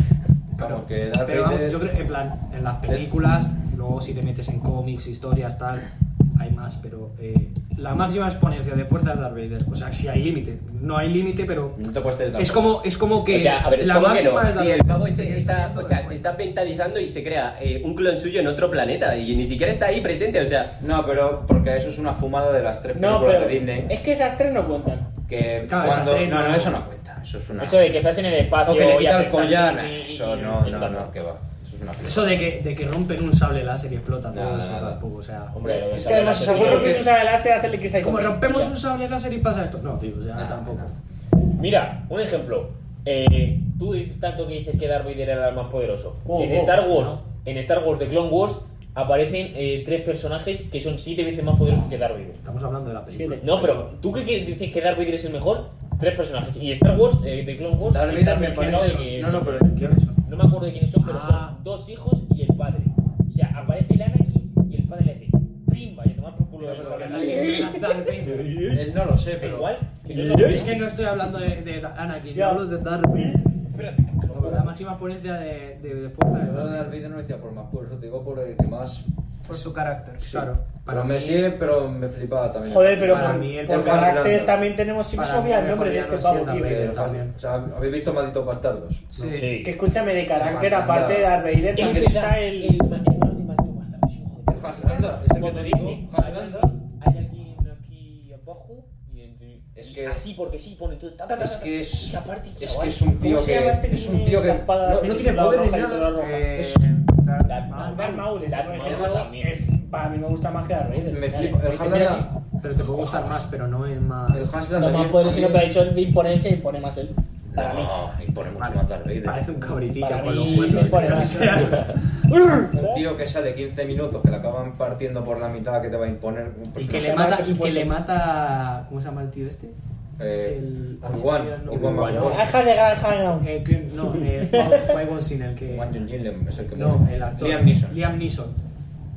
Speaker 1: Claro.
Speaker 4: Porque Darth
Speaker 1: Pero vamos,
Speaker 4: Vader-
Speaker 1: yo creo, en plan, en las películas, luego si te metes en cómics, historias, tal, hay más, pero eh, la máxima exponencia de fuerza es Darth Vader. O sea, si hay límite. No hay límite, pero
Speaker 4: No te puedes teletransportar.
Speaker 1: es como, es como que
Speaker 3: O sea, a ver,
Speaker 1: la
Speaker 3: ¿cómo que
Speaker 1: máxima
Speaker 3: no?
Speaker 1: es Darth
Speaker 3: Si el
Speaker 1: Vader.
Speaker 3: pavo ese está, o sea, se está mentalizando y se crea eh, un clon suyo en otro planeta y ni siquiera está ahí presente, o sea,
Speaker 4: No, pero porque eso es una fumada de las tres
Speaker 5: No,
Speaker 4: películas
Speaker 5: pero
Speaker 4: de Disney.
Speaker 5: es que esas tres no cuentan.
Speaker 4: Que
Speaker 1: Claro, esas
Speaker 4: cuando...
Speaker 1: tres
Speaker 4: No,
Speaker 1: no.
Speaker 4: no, eso no cuenta. Eso es una...
Speaker 5: Eso de que estás en el espacio
Speaker 4: O que le
Speaker 5: y
Speaker 4: quita el
Speaker 5: haces
Speaker 4: collar.
Speaker 5: así, y-
Speaker 4: Eso
Speaker 5: y-
Speaker 4: no,
Speaker 5: eso
Speaker 4: no,
Speaker 5: tampoco.
Speaker 4: no, que va. Eso es una película.
Speaker 1: Eso de que, de que rompen un sable láser y explota todo
Speaker 4: Nada,
Speaker 1: eso
Speaker 4: nada.
Speaker 1: tampoco, o sea...
Speaker 5: Hombre, lo de
Speaker 4: Es que
Speaker 5: saber
Speaker 4: además
Speaker 5: hacer-
Speaker 4: seguro
Speaker 5: seguro que
Speaker 4: que-
Speaker 5: se usa el hace hacerle que se
Speaker 1: Como rompemos un sable láser y pasa esto. No, tío, o sea, tampoco.
Speaker 6: Mira, un ejemplo. Eh, tú dices- tanto que dices que Darth Vader era el más poderoso.
Speaker 5: Oh,
Speaker 6: en
Speaker 5: oh,
Speaker 6: Star
Speaker 5: sí,
Speaker 6: Wars,
Speaker 5: ¿no?
Speaker 6: en Star Wars de Clone Wars aparecen eh, tres personajes que son siete veces más poderosos que Darth Vader.
Speaker 1: Estamos hablando de la película.
Speaker 5: Siete.
Speaker 6: No, pero tú qué quieres dices que Darth Vader es el mejor, tres personajes. Y Star Wars eh, de Clone Wars
Speaker 4: Darth
Speaker 6: está
Speaker 4: Vader me
Speaker 6: mencionado
Speaker 4: parece...
Speaker 6: de que-
Speaker 4: No, no, pero... ¿Quiénes son?
Speaker 6: no me acuerdo de quiénes son, pero
Speaker 1: Ah.
Speaker 6: son dos hijos y el padre. O sea, aparece el Anakin y el padre le hace pimba y a tomar por culo de los
Speaker 4: Él no lo sé, pero...
Speaker 6: Igual. que yo no-
Speaker 1: Es que no estoy hablando de, de Anakin, yo
Speaker 5: Ya.
Speaker 1: hablo de Darth Vader.
Speaker 6: Espérate, que te lo
Speaker 1: La máxima exponencia de, de, de fuerza es
Speaker 4: Yo
Speaker 1: Darth
Speaker 4: de Darth
Speaker 1: Vader.
Speaker 4: Vader no decía por más, por eso te digo por el que más...
Speaker 7: Por su carácter.
Speaker 1: Claro.
Speaker 4: Pero me sigue, pero me flipaba también.
Speaker 5: Joder, pero
Speaker 1: Para
Speaker 5: por,
Speaker 1: mí el
Speaker 5: por
Speaker 1: mejor
Speaker 5: carácter
Speaker 4: villano.
Speaker 5: también tenemos... Si me
Speaker 1: Para
Speaker 5: sabía
Speaker 1: mí
Speaker 5: el
Speaker 1: el
Speaker 5: nombre de
Speaker 1: mejor
Speaker 5: este
Speaker 1: villano
Speaker 5: pavo,
Speaker 1: sí es
Speaker 5: tío.
Speaker 1: Darth Vader.
Speaker 4: Eh,
Speaker 1: también.
Speaker 4: O sea, ¿habéis visto Malditos Bastardos?
Speaker 7: Sí.
Speaker 5: Que escúchame, de carácter,
Speaker 4: Más
Speaker 5: aparte de Darth Vader,
Speaker 6: Es
Speaker 5: también está
Speaker 6: verdad,
Speaker 5: el...
Speaker 6: el ma- el malo de Mateo Bastardo, sí, hijo de puta.
Speaker 4: Haslanda, ese que
Speaker 6: Cuando
Speaker 4: te
Speaker 6: dice,
Speaker 4: digo, Haslanda.
Speaker 6: Hay alguien aquí abajo y eh, entre-
Speaker 4: Es
Speaker 6: y
Speaker 4: que-
Speaker 6: así porque sí, pone todo. ta, ta, ta,
Speaker 4: Es
Speaker 6: ta,
Speaker 4: que
Speaker 6: y
Speaker 4: es,
Speaker 6: se aparte y se
Speaker 4: es
Speaker 6: va.
Speaker 4: que es un tío
Speaker 5: ¿Cómo se llama
Speaker 4: que
Speaker 5: este que
Speaker 4: es un
Speaker 5: tiene
Speaker 4: tío que
Speaker 5: la espada
Speaker 4: no,
Speaker 5: así
Speaker 4: no
Speaker 5: de
Speaker 4: tiene
Speaker 5: color
Speaker 4: poder ni
Speaker 5: roja y color
Speaker 4: nada.
Speaker 5: roja?
Speaker 7: Eh,
Speaker 4: Es-
Speaker 7: Darth
Speaker 6: Darth
Speaker 7: Maul.
Speaker 5: Darth Maul, ese,
Speaker 6: Darth
Speaker 5: por
Speaker 6: Maul
Speaker 5: ejemplo,
Speaker 6: también.
Speaker 5: es, para mí me gusta más que Darth Vader.
Speaker 4: me
Speaker 5: Vale,
Speaker 4: flipa.
Speaker 5: ahí
Speaker 4: El
Speaker 5: te miras
Speaker 4: Haslanda,
Speaker 1: Pero te puede gustar más, pero no es más.
Speaker 4: el
Speaker 5: y-
Speaker 4: Haslanda
Speaker 5: Lo más
Speaker 4: también-
Speaker 5: poderoso que
Speaker 4: también-
Speaker 5: me ha dicho es de imponencia y pone más él. Para mí.
Speaker 4: No, impone mucho
Speaker 1: Vale.
Speaker 4: más Darth Vader.
Speaker 1: Parece un cabritilla
Speaker 5: Para
Speaker 1: con
Speaker 5: mí,
Speaker 1: los
Speaker 5: sí, para
Speaker 1: cuernos.
Speaker 5: mí.
Speaker 1: O sea,
Speaker 4: Un tío que sale 15 minutos, que le acaban partiendo por la mitad, que te va a imponer un
Speaker 1: y
Speaker 4: personaje.
Speaker 1: que le mata, y que le mata. ¿Cómo se llama el tío este?
Speaker 4: Eh,
Speaker 1: el-
Speaker 4: Obi-Wan,
Speaker 1: el- Ah,
Speaker 4: Obi-Wan
Speaker 1: Obi-Wan,
Speaker 4: McGregor.
Speaker 1: ¿no?
Speaker 5: Deja de ganar
Speaker 1: Eh, que- no, eh, Qui-Gon Jinn, el que.
Speaker 4: Obi-Wan Jung-Jin es el que
Speaker 1: No,
Speaker 4: muere.
Speaker 1: el actor.
Speaker 4: Liam Neeson.
Speaker 1: Liam Neeson.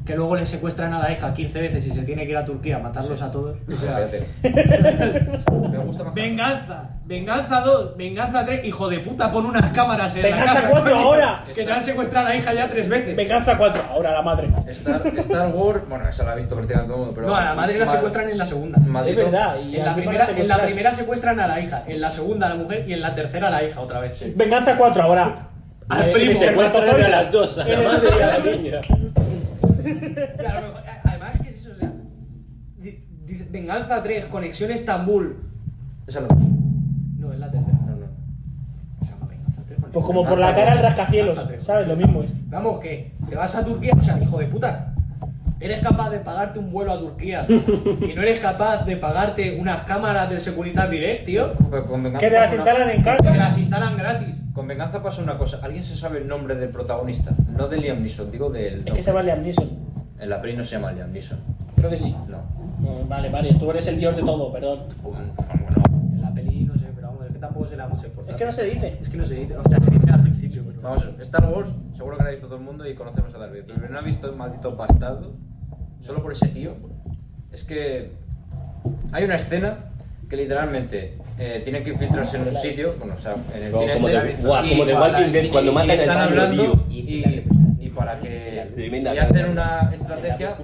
Speaker 1: Que luego le secuestran a la hija 15 veces y se tiene que ir a Turquía a matarlos
Speaker 4: Sí.
Speaker 1: a todos. O sea,
Speaker 4: Fíjate. Me gusta más.
Speaker 1: Venganza, venganza 2, venganza 3, hijo de puta, pon unas cámaras en
Speaker 5: Venganza
Speaker 1: la casa.
Speaker 5: cuatro,
Speaker 1: coño,
Speaker 5: ahora.
Speaker 1: Que te han secuestrado a la hija ya tres veces.
Speaker 5: Venganza 4, ahora la madre.
Speaker 4: Star, Star Wars, bueno, eso lo ha visto prácticamente todo el mundo, pero...
Speaker 1: no, a la madre la
Speaker 4: Mal-
Speaker 1: secuestran en la segunda.
Speaker 5: Es
Speaker 4: Maldito-
Speaker 5: verdad. y
Speaker 1: En la,
Speaker 5: aquí
Speaker 1: primera,
Speaker 5: para
Speaker 1: en la
Speaker 5: secuestrar-
Speaker 1: primera secuestran a la hija, en la segunda a la mujer y en la tercera a la hija otra vez.
Speaker 5: Venganza 4, ahora.
Speaker 1: Al
Speaker 5: Eh,
Speaker 1: primo.
Speaker 5: el secuestro
Speaker 1: Secuestran
Speaker 5: de
Speaker 1: a
Speaker 5: las dos. a la madre y a la niña.
Speaker 1: Y a lo mejor- a- además, ¿qué es eso? O sea, di- dice, venganza 3, conexión Estambul.
Speaker 4: Esa no.
Speaker 1: No, es la tercera.
Speaker 4: No, no.
Speaker 1: Se llama venganza 3. conexión
Speaker 5: Pues como por la cara al rascacielos, ¿sabes? Lo mismo es.
Speaker 1: Vamos, que te vas a Turquía, o sea, hijo de puta. Eres capaz de pagarte un vuelo a Turquía y no eres capaz de pagarte unas cámaras del Securitas Direct, tío.
Speaker 4: Pero Pues Con venganza
Speaker 5: ¿Qué te las
Speaker 4: pasa una-
Speaker 5: instalan en
Speaker 1: Que
Speaker 5: casa?
Speaker 1: las instalan gratis.
Speaker 4: Con venganza pasa una cosa. ¿Alguien se sabe el nombre del protagonista? No de Liam Neeson, digo del...
Speaker 5: Es que se llama Liam Neeson.
Speaker 4: En la peli no se llama Liam Neeson.
Speaker 5: Creo que sí.
Speaker 4: No.
Speaker 5: No, Vale, vale, tú eres el dios de todo, perdón.
Speaker 1: En la peli no sé, pero vamos, es que tampoco se le da mucha
Speaker 5: Es
Speaker 1: importancia.
Speaker 5: que no se dice.
Speaker 1: Es que no se dice, o sea, se dice al principio, pero...
Speaker 4: Vamos, Star Wars seguro que la ha visto todo el mundo y conocemos a Darth Vader. Pero no ha visto el maldito bastardo. Solo por ese tío. Es que hay una escena que literalmente eh, tienen que infiltrarse en un sitio. Bueno, o sea, en el
Speaker 3: Como-
Speaker 4: cine
Speaker 3: como
Speaker 4: este
Speaker 3: de-
Speaker 4: he visto.
Speaker 3: guau, como
Speaker 4: Y-
Speaker 3: de
Speaker 4: y-
Speaker 3: Walking Dead,
Speaker 4: y-
Speaker 3: cuando
Speaker 4: y
Speaker 3: matan al
Speaker 4: están
Speaker 3: chino,
Speaker 4: hablando
Speaker 3: tío.
Speaker 4: y, y para que
Speaker 3: Tremenda
Speaker 4: y
Speaker 3: mierda.
Speaker 4: hacen una estrategia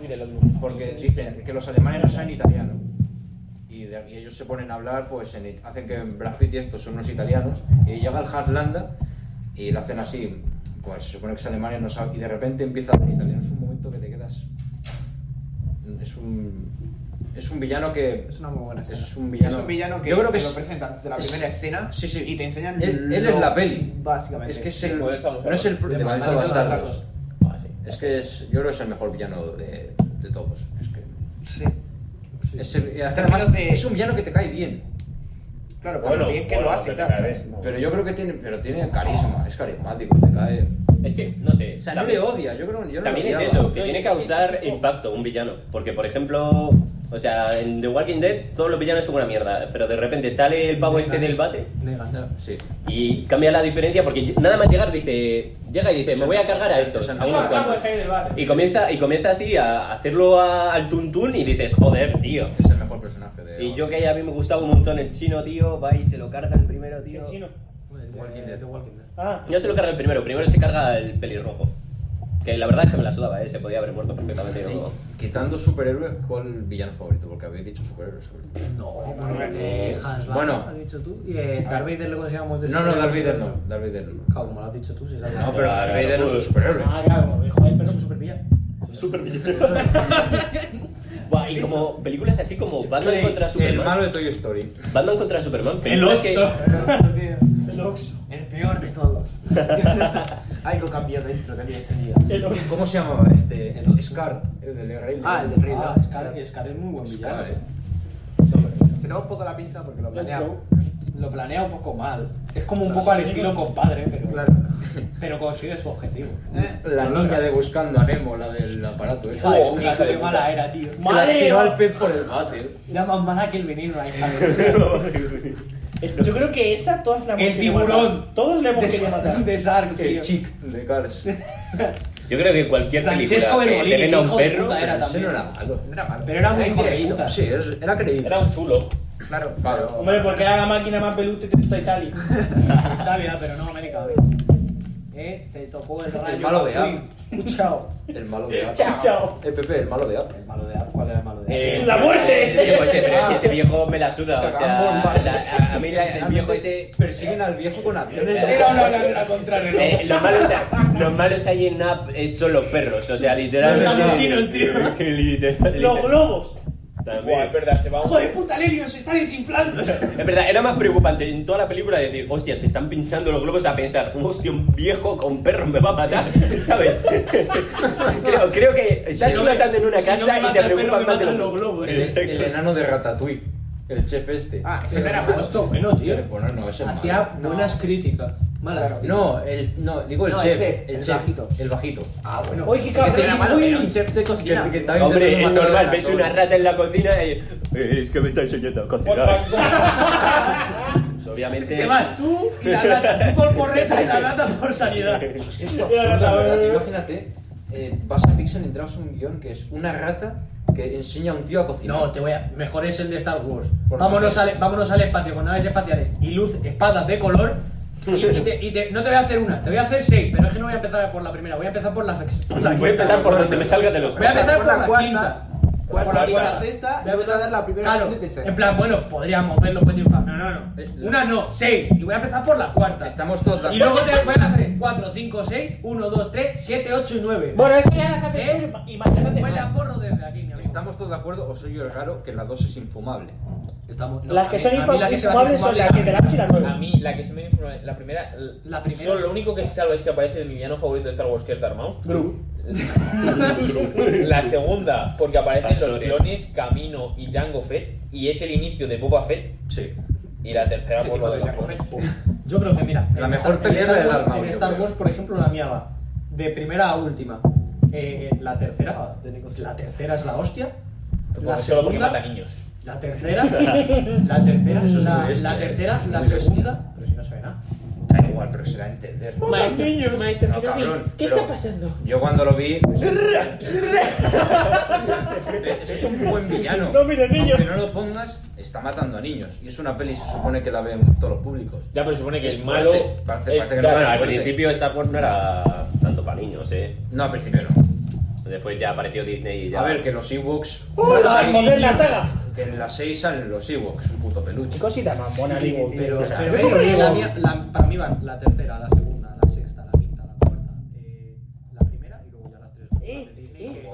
Speaker 4: porque dicen que los alemanes no saben italiano y, de- y ellos se ponen a hablar, pues en it- hacen que Brad Pitt y estos son unos italianos, y llega el Hans Landa y lo hacen así, pues se supone que es Alemania, no sabe, y de repente empieza a hablar italiano, es un momento que te quedas... Es un, es un villano que...
Speaker 7: Es una muy buena escena.
Speaker 4: Es un villano-
Speaker 7: Es un villano que,
Speaker 4: Yo creo que
Speaker 7: te lo
Speaker 4: es-
Speaker 7: presentan desde la
Speaker 4: es-
Speaker 7: primera escena
Speaker 4: sí, sí.
Speaker 7: y te enseñan.
Speaker 4: Él, él
Speaker 7: lo-
Speaker 4: es la peli.
Speaker 7: Básicamente.
Speaker 4: Es que es el...
Speaker 6: Sí, pues,
Speaker 4: No es el...
Speaker 1: de
Speaker 4: De Malditos
Speaker 1: Malditos
Speaker 4: Bastardos.
Speaker 7: Bastardos.
Speaker 6: Ah, sí.
Speaker 4: Es que es, yo creo que es el mejor villano de, de todos. Es que...
Speaker 7: Sí.
Speaker 4: Es, el- y
Speaker 7: términos
Speaker 4: además,
Speaker 7: de-
Speaker 4: es un villano que te cae bien.
Speaker 7: Claro, por lo bien que lo hace y tal, ¿sabes?
Speaker 4: Pero yo creo que tiene, pero tiene carisma, es carismático, te cae.
Speaker 3: es que no sé,
Speaker 4: O sea,
Speaker 3: también-
Speaker 4: no le odia, yo creo yo no
Speaker 3: También
Speaker 4: le
Speaker 3: es
Speaker 4: odiaba.
Speaker 3: eso, que
Speaker 6: No,
Speaker 3: tiene que
Speaker 6: yo sí.
Speaker 3: causar impacto un villano. Porque, por ejemplo, o sea, en The Walking Dead todos los villanos son una mierda, pero de repente sale el pavo este del bate
Speaker 1: Negan.
Speaker 4: Sí.
Speaker 3: y cambia la diferencia porque nada más llegar dice, llega y dice, me voy a cargar a estos, a unos cuantos. Y comienza, y comienza así a hacerlo a- al tuntún y dices, joder, tío.
Speaker 4: Es el mejor personaje de.
Speaker 3: Y yo que a mí me gustaba un montón el chino, tío, va y se lo cargan primero, tío.
Speaker 5: El chino.
Speaker 1: Bueno,
Speaker 4: Walking Dead.
Speaker 1: The Walking Dead.
Speaker 5: Ah,
Speaker 3: Yo se lo cargo el primero, primero se carga el pelirrojo. Que la verdad es que me la sudaba, ¿eh? se podía haber muerto perfectamente. yo no-
Speaker 4: Quitando superhéroes, ¿cuál villano favorito? Porque habéis dicho superhéroes. sobre todo.
Speaker 1: No, bueno, eh, Hans Landa,
Speaker 4: Bueno.
Speaker 1: has dicho tú. Y eh, Darth Vader lo consideramos de
Speaker 4: No, no, Darth
Speaker 1: superhéroe.
Speaker 4: Vader no. Darth Vader no.
Speaker 1: Claro, como lo has dicho tú, si sabes.
Speaker 4: No, pero Darth Vader no es un superhéroe.
Speaker 5: Ah, claro, como dijo él,
Speaker 1: Pero
Speaker 5: pero
Speaker 1: es un supervillano.
Speaker 3: Super Buah, y como películas así como Batman contra
Speaker 4: El malo
Speaker 3: Superman.
Speaker 4: de Toy Story.
Speaker 3: Batman contra Superman. películas que-
Speaker 5: el Oxxo.
Speaker 7: El peor de todos. Algo cambió dentro de mí ese día.
Speaker 5: El Oxxo.
Speaker 4: ¿Cómo se llamaba este? El Scar. El del Rey León.
Speaker 7: Ah, el del Rey
Speaker 1: Ah, Scar, Scar es muy buen villano.
Speaker 4: Scar, eh.
Speaker 2: Se le va un poco la pinza porque lo
Speaker 5: Let's
Speaker 2: planea.
Speaker 5: go.
Speaker 1: Lo planea un poco mal. Es como un poco al estilo compadre, pero,
Speaker 7: Claro.
Speaker 1: pero consigue su objetivo.
Speaker 2: Eh,
Speaker 4: La niña de buscando a Nemo, la del aparato. ese.
Speaker 1: Hija de
Speaker 4: Oh,
Speaker 1: puta,
Speaker 4: hija de
Speaker 1: qué
Speaker 4: puta.
Speaker 1: mala era, tío.
Speaker 4: La
Speaker 5: Madre
Speaker 4: tiró
Speaker 5: va-
Speaker 4: al pez por el váter.
Speaker 1: Era más mala que el veneno, la hija de puta.
Speaker 5: Es- Yo creo que esa todas la hemos
Speaker 1: El
Speaker 5: querido
Speaker 1: tiburón.
Speaker 5: matar. Todos la hemos
Speaker 1: De,
Speaker 5: querido matar.
Speaker 1: Sar- de Sark,
Speaker 4: El
Speaker 1: tío.
Speaker 4: chic de Cars.
Speaker 3: Yo creo que cualquier
Speaker 1: Francesco
Speaker 3: película que
Speaker 1: Bergolini,
Speaker 3: te den a
Speaker 1: hijo
Speaker 3: un
Speaker 1: de
Speaker 3: perro.
Speaker 1: puta, era
Speaker 4: Ese
Speaker 1: también.
Speaker 4: no era malo.
Speaker 2: No era malo.
Speaker 1: Pero era muy hijo de
Speaker 4: creíble.
Speaker 1: puta.
Speaker 4: Sí, es- era creíble.
Speaker 6: Era un chulo.
Speaker 2: Claro,
Speaker 4: Claro.
Speaker 2: pero-
Speaker 5: Hombre, porque era la máquina más peluda que está Italia.
Speaker 1: Italia, pero no América. a ver. Eh, te tocó el rayo.
Speaker 4: malo de
Speaker 1: McQueen. Chao.
Speaker 4: El malo de App.
Speaker 5: Chao, chao.
Speaker 4: El Pepe, el malo de App.
Speaker 1: El malo de App, ¿cuál era el malo de App?
Speaker 3: Eh,
Speaker 5: ¡La muerte!
Speaker 3: eh, pues, eh, pero es que ese viejo me la suda. O sea, la- a- a mí la- el viejo ese.
Speaker 4: Persiguen al viejo con aviones.
Speaker 1: Era una carrera contra el reloj.
Speaker 3: Eh, los, malos, los malos ahí en App eh, son los perros, o sea, literalmente.
Speaker 1: Los campesinos, tío.
Speaker 3: Que literal-
Speaker 5: Los globos.
Speaker 3: También.
Speaker 6: Buah, es verdad, se va un.
Speaker 1: ¡Hijo de puta, Lelio, se está desinflando!
Speaker 3: Es verdad, era más preocupante en toda la película decir, hostia, se están pinchando los globos a pensar, hostia, un viejo con perro me va a matar, ¿sabes? creo, creo que estás
Speaker 1: Si no me-
Speaker 3: flotando en una
Speaker 1: si no
Speaker 3: casa
Speaker 1: me mata
Speaker 3: y te
Speaker 1: el perro,
Speaker 3: preocupan
Speaker 1: me
Speaker 3: más de
Speaker 1: matan los globos.
Speaker 4: El,
Speaker 3: Exacto.
Speaker 4: el enano de Ratatouille. El chef este.
Speaker 7: Ah, ese
Speaker 1: Ese
Speaker 7: era
Speaker 1: era
Speaker 7: malo.
Speaker 1: justo bueno, tío.
Speaker 4: Bueno, no, ese es
Speaker 1: Hacía
Speaker 4: malo.
Speaker 1: buenas críticas. Malas
Speaker 7: Claro.
Speaker 1: críticas.
Speaker 4: No, el, no, digo el
Speaker 7: No, el
Speaker 4: chef.
Speaker 7: chef, el bajito.
Speaker 4: El bajito.
Speaker 1: Ah, bueno.
Speaker 5: Oye, qué
Speaker 7: Ese
Speaker 5: cabrón.
Speaker 7: era malo, era un chef de
Speaker 4: Que-
Speaker 7: cocina.
Speaker 4: que estaba
Speaker 3: Hombre, es
Speaker 4: intentando matar
Speaker 3: normal,
Speaker 4: a
Speaker 3: ves
Speaker 4: todos.
Speaker 3: una rata en la cocina y... "Eh, Es que me está enseñando a cocinar. Pues, obviamente...
Speaker 1: Te vas tú y la rata, tú por porreta y la rata por sanidad.
Speaker 4: Es que esto es absurdo, la verdad. Imagínate, eh, vas a Pixel y entrabas un guión que es una rata que enseña a un tío a cocinar.
Speaker 1: No, te voy a. Mejor es el de Star Wars.
Speaker 4: Por
Speaker 1: Vámonos
Speaker 4: favor.
Speaker 1: al, vámonos al espacio con naves espaciales y luz, espadas de color. Y, y te- y te- no te voy a hacer una, te voy a hacer seis, pero es que no voy a empezar por la primera, voy a empezar por la sexta. Voy
Speaker 3: Voy a empezar por donde me salga de los
Speaker 1: a empezar por la
Speaker 7: cuarta,
Speaker 1: quinta.
Speaker 7: por
Speaker 1: Por
Speaker 7: la
Speaker 1: la
Speaker 7: quinta,
Speaker 1: cuarta.
Speaker 7: sexta,
Speaker 1: Voy a
Speaker 7: y voy a dar la primera,
Speaker 1: Claro,
Speaker 7: siguiente y tercera.
Speaker 1: en plan, bueno, podríamos verlo, puede triunfar. No, no, no.
Speaker 4: Eh,
Speaker 1: Una no, seis. Y voy a empezar por la cuarta.
Speaker 4: Estamos todos de
Speaker 1: Y luego te voy a hacer 4, 5, 6, 1, 2, 3, 7, 8 y 9.
Speaker 5: Bueno, esa ya la haces
Speaker 1: ¿Eh?
Speaker 5: tú y más que haces
Speaker 1: Huele a
Speaker 5: mal.
Speaker 1: porro desde aquí, mi amigo.
Speaker 4: Estamos todos de acuerdo, o soy yo el raro, que la 2 es infumable.
Speaker 1: Estamos- no,
Speaker 5: Las
Speaker 1: a
Speaker 5: que
Speaker 1: mí-
Speaker 5: son
Speaker 1: a mí la que se va a
Speaker 5: infumables son
Speaker 1: fumar
Speaker 5: las
Speaker 1: es
Speaker 5: 7, la 8 y la
Speaker 6: A
Speaker 5: 9.
Speaker 6: mí, la que se me informó, la primera.
Speaker 1: La primera.
Speaker 6: Solo lo único que se salva es que aparece el villano favorito de Star Wars, que es Darth Maul.
Speaker 5: Gru.
Speaker 6: La segunda, porque aparecen los
Speaker 3: Actores.
Speaker 6: clones Camino y Django Fett, y es el inicio de Boba Fett.
Speaker 4: Sí.
Speaker 6: Y la tercera, por lo de la
Speaker 7: Jacob.
Speaker 1: Yo creo que, mira,
Speaker 4: La
Speaker 1: en
Speaker 4: mejor
Speaker 1: Star-
Speaker 4: pelea
Speaker 1: en Star
Speaker 4: es la del
Speaker 1: Wars,
Speaker 4: arma,
Speaker 1: en
Speaker 4: yo
Speaker 1: Star
Speaker 4: creo.
Speaker 1: Wars, por ejemplo, la mía va de primera a última. Eh, la tercera, la tercera es la hostia. La
Speaker 6: Solo porque
Speaker 1: segunda,
Speaker 6: mata niños.
Speaker 1: la tercera, la tercera,
Speaker 4: Eso es
Speaker 1: la,
Speaker 4: muy bestia,
Speaker 1: la tercera,
Speaker 4: es
Speaker 1: la
Speaker 4: muy bestia.
Speaker 1: segunda, pero si no se ve nada.
Speaker 4: Da igual, pero se da a entender.
Speaker 5: Maestro, maestro,
Speaker 4: No,
Speaker 5: que no vi.
Speaker 4: cabrón,
Speaker 5: ¿Qué
Speaker 4: pero-
Speaker 5: está pasando?
Speaker 4: Yo cuando lo vi. pues, eh, Eso es un buen villano.
Speaker 5: No, mira, niño.
Speaker 4: Aunque no lo pongas, está matando a niños. Y es una peli, se supone que la ven todos los públicos.
Speaker 6: Ya, pero se supone que
Speaker 4: Es
Speaker 6: el malo.
Speaker 4: fuerte, parece-
Speaker 6: es
Speaker 4: parece que no
Speaker 6: Darth
Speaker 3: Bueno, al
Speaker 6: Maul.
Speaker 3: principio Star Wars no era tanto para niños, ¿eh?
Speaker 4: No, al principio no.
Speaker 3: Después ya apareció Disney y ya...
Speaker 4: A ver, que los Ewoks.
Speaker 5: Para mover la saga.
Speaker 4: Que en las 6 salen los Ewoks, un puto peluche.
Speaker 5: Qué cosita más mona, digo.
Speaker 1: Pero,
Speaker 5: o sea,
Speaker 1: pero
Speaker 5: yo
Speaker 1: eso,
Speaker 5: compraría
Speaker 1: la
Speaker 5: un-
Speaker 1: mía- la- para mí van la tercera, la segunda, la sexta, la quinta, la cuarta, eh, la primera y luego ya las tres.
Speaker 5: Eh, eh.
Speaker 1: Que-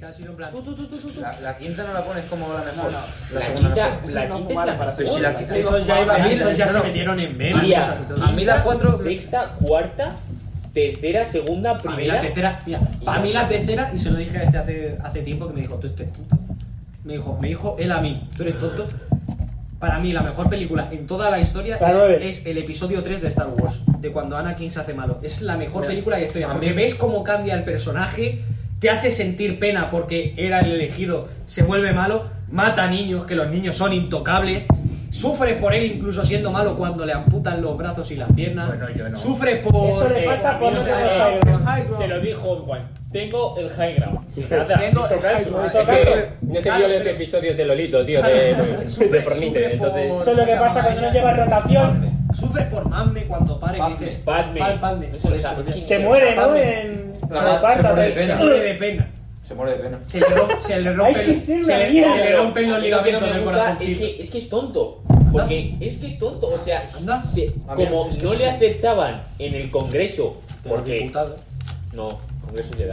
Speaker 1: Que ha sido en plan.
Speaker 5: Tú, tú, tú, tú, tú, tú.
Speaker 4: La, la quinta no la pones como la mejor.
Speaker 7: No, no.
Speaker 4: La
Speaker 6: La
Speaker 4: segunda
Speaker 6: quinta,
Speaker 4: mejor.
Speaker 6: la
Speaker 7: No
Speaker 6: quinta es
Speaker 7: fumara
Speaker 6: la
Speaker 7: para
Speaker 4: Pero
Speaker 7: hacer-
Speaker 4: si la quinta.
Speaker 1: Esos ya, iba-
Speaker 4: A mí-
Speaker 1: esos ya
Speaker 4: no,
Speaker 1: se
Speaker 4: no.
Speaker 1: metieron en memes.
Speaker 6: María,
Speaker 4: A mí la 4.
Speaker 6: sexta, cuarta, tercera, segunda,
Speaker 1: Para mí la
Speaker 6: primera.
Speaker 1: tercera, mira, para mí la tercera, y se lo dije a este hace, hace tiempo que me dijo, tú eres tonto. Me dijo, me dijo él a mí, tú eres tonto. Para mí la mejor película en toda la historia
Speaker 5: La
Speaker 1: es,
Speaker 5: nueve.
Speaker 1: es el episodio 3 de Star Wars, de cuando Anakin se hace malo. Es la mejor
Speaker 4: Mira,
Speaker 1: película de la historia,
Speaker 4: a
Speaker 1: porque
Speaker 4: mí-
Speaker 1: ves cómo cambia el personaje, te hace sentir pena porque era el elegido, se vuelve malo, mata niños, que los niños son intocables. Sufre por él incluso siendo malo cuando le amputan los brazos y las piernas.
Speaker 4: Bueno, yo no.
Speaker 1: Sufre por...
Speaker 5: Eso le pasa
Speaker 6: Eh,
Speaker 5: cuando
Speaker 6: no
Speaker 5: se
Speaker 6: sé,
Speaker 5: pasa
Speaker 1: eh, high ground.
Speaker 5: Se lo dijo Obi-Wan.
Speaker 6: Tengo el high ground. Nada,
Speaker 7: Tengo
Speaker 6: hizo
Speaker 7: el
Speaker 6: caso,
Speaker 7: high ground.
Speaker 6: hizo
Speaker 3: Es que
Speaker 6: caso.
Speaker 3: Eh, no se
Speaker 1: Claro,
Speaker 3: vio los
Speaker 1: pero-
Speaker 3: episodios de Lolito, tío, de, de,
Speaker 1: Sufre-
Speaker 3: Fornite,
Speaker 1: sufre por-
Speaker 3: entonces...
Speaker 5: Eso es lo
Speaker 1: ¿cómo
Speaker 5: que
Speaker 1: se
Speaker 5: pasa
Speaker 1: llama
Speaker 5: cuando no
Speaker 1: ella?
Speaker 5: llevas rotación.
Speaker 1: Sufre por Mamme cuando pare que
Speaker 4: Padme.
Speaker 1: dices.
Speaker 6: Padme.
Speaker 1: Pal, Padme.
Speaker 6: Eso
Speaker 1: Por
Speaker 6: está.
Speaker 1: eso,
Speaker 6: Sí.
Speaker 5: Se muere, ¿no? En
Speaker 4: La-
Speaker 5: en Parta,
Speaker 4: se muere de
Speaker 1: se
Speaker 4: pena.
Speaker 5: ¿no?
Speaker 1: muere de pena.
Speaker 4: Se muere de pena.
Speaker 1: Se le, rom- se le rompen,
Speaker 5: que ser
Speaker 1: se
Speaker 5: una
Speaker 1: le-
Speaker 5: mierda.
Speaker 1: se le rompen
Speaker 6: A
Speaker 1: los
Speaker 6: mí lo que no
Speaker 1: ligamentos
Speaker 6: me
Speaker 1: del
Speaker 6: gusta
Speaker 1: corazón.
Speaker 6: Es que, es que es tonto. Porque es que es tonto. O sea,
Speaker 1: Anda.
Speaker 6: se-
Speaker 4: A ver,
Speaker 6: como
Speaker 4: es-
Speaker 6: no le aceptaban en el Congreso. Porque.
Speaker 1: diputado.
Speaker 6: No, Congreso Jedi.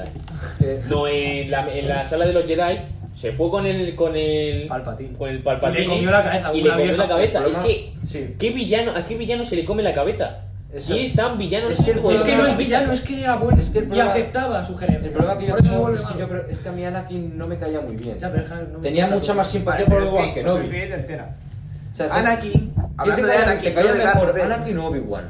Speaker 4: Eh,
Speaker 6: No, en la, en la sala de los Jedi se fue con el. Con el
Speaker 1: Palpatine.
Speaker 6: Con el Palpatine.
Speaker 1: Y le comió la cabeza,
Speaker 6: Y le
Speaker 1: una
Speaker 6: comió
Speaker 1: vieja.
Speaker 6: la cabeza.
Speaker 4: El
Speaker 6: Es que.
Speaker 4: problema- sí.
Speaker 6: ¿qué villano, ¿A qué villano se le come la cabeza?
Speaker 4: Eso.
Speaker 6: ¿Quién es tan villano?
Speaker 4: Es que el
Speaker 6: tipo?
Speaker 1: Es que no
Speaker 4: problema-
Speaker 1: es villano, es que era bueno.
Speaker 4: Es que el
Speaker 1: y
Speaker 4: problema-
Speaker 1: aceptaba su gerencia.
Speaker 4: El problema que yo
Speaker 1: Por eso se
Speaker 4: tengo
Speaker 1: vuelve
Speaker 4: es que,
Speaker 1: malo.
Speaker 4: yo creo- es que a mí Anakin no me caía muy bien.
Speaker 1: Ya, pero es que no me
Speaker 4: Tenía
Speaker 1: gusta
Speaker 4: mucha
Speaker 1: tu-
Speaker 4: más
Speaker 7: Vale,
Speaker 4: simpatía
Speaker 7: pero
Speaker 4: por
Speaker 7: es
Speaker 4: Obi-Wan
Speaker 7: que
Speaker 4: que
Speaker 7: no os
Speaker 4: Novi.
Speaker 7: olvidéis del tema.
Speaker 4: O sea,
Speaker 7: Anakin, hablando de Anakin,
Speaker 4: te caía
Speaker 7: yo de Darth
Speaker 4: mejor
Speaker 7: Vader.
Speaker 4: Anakin o Obi-Wan.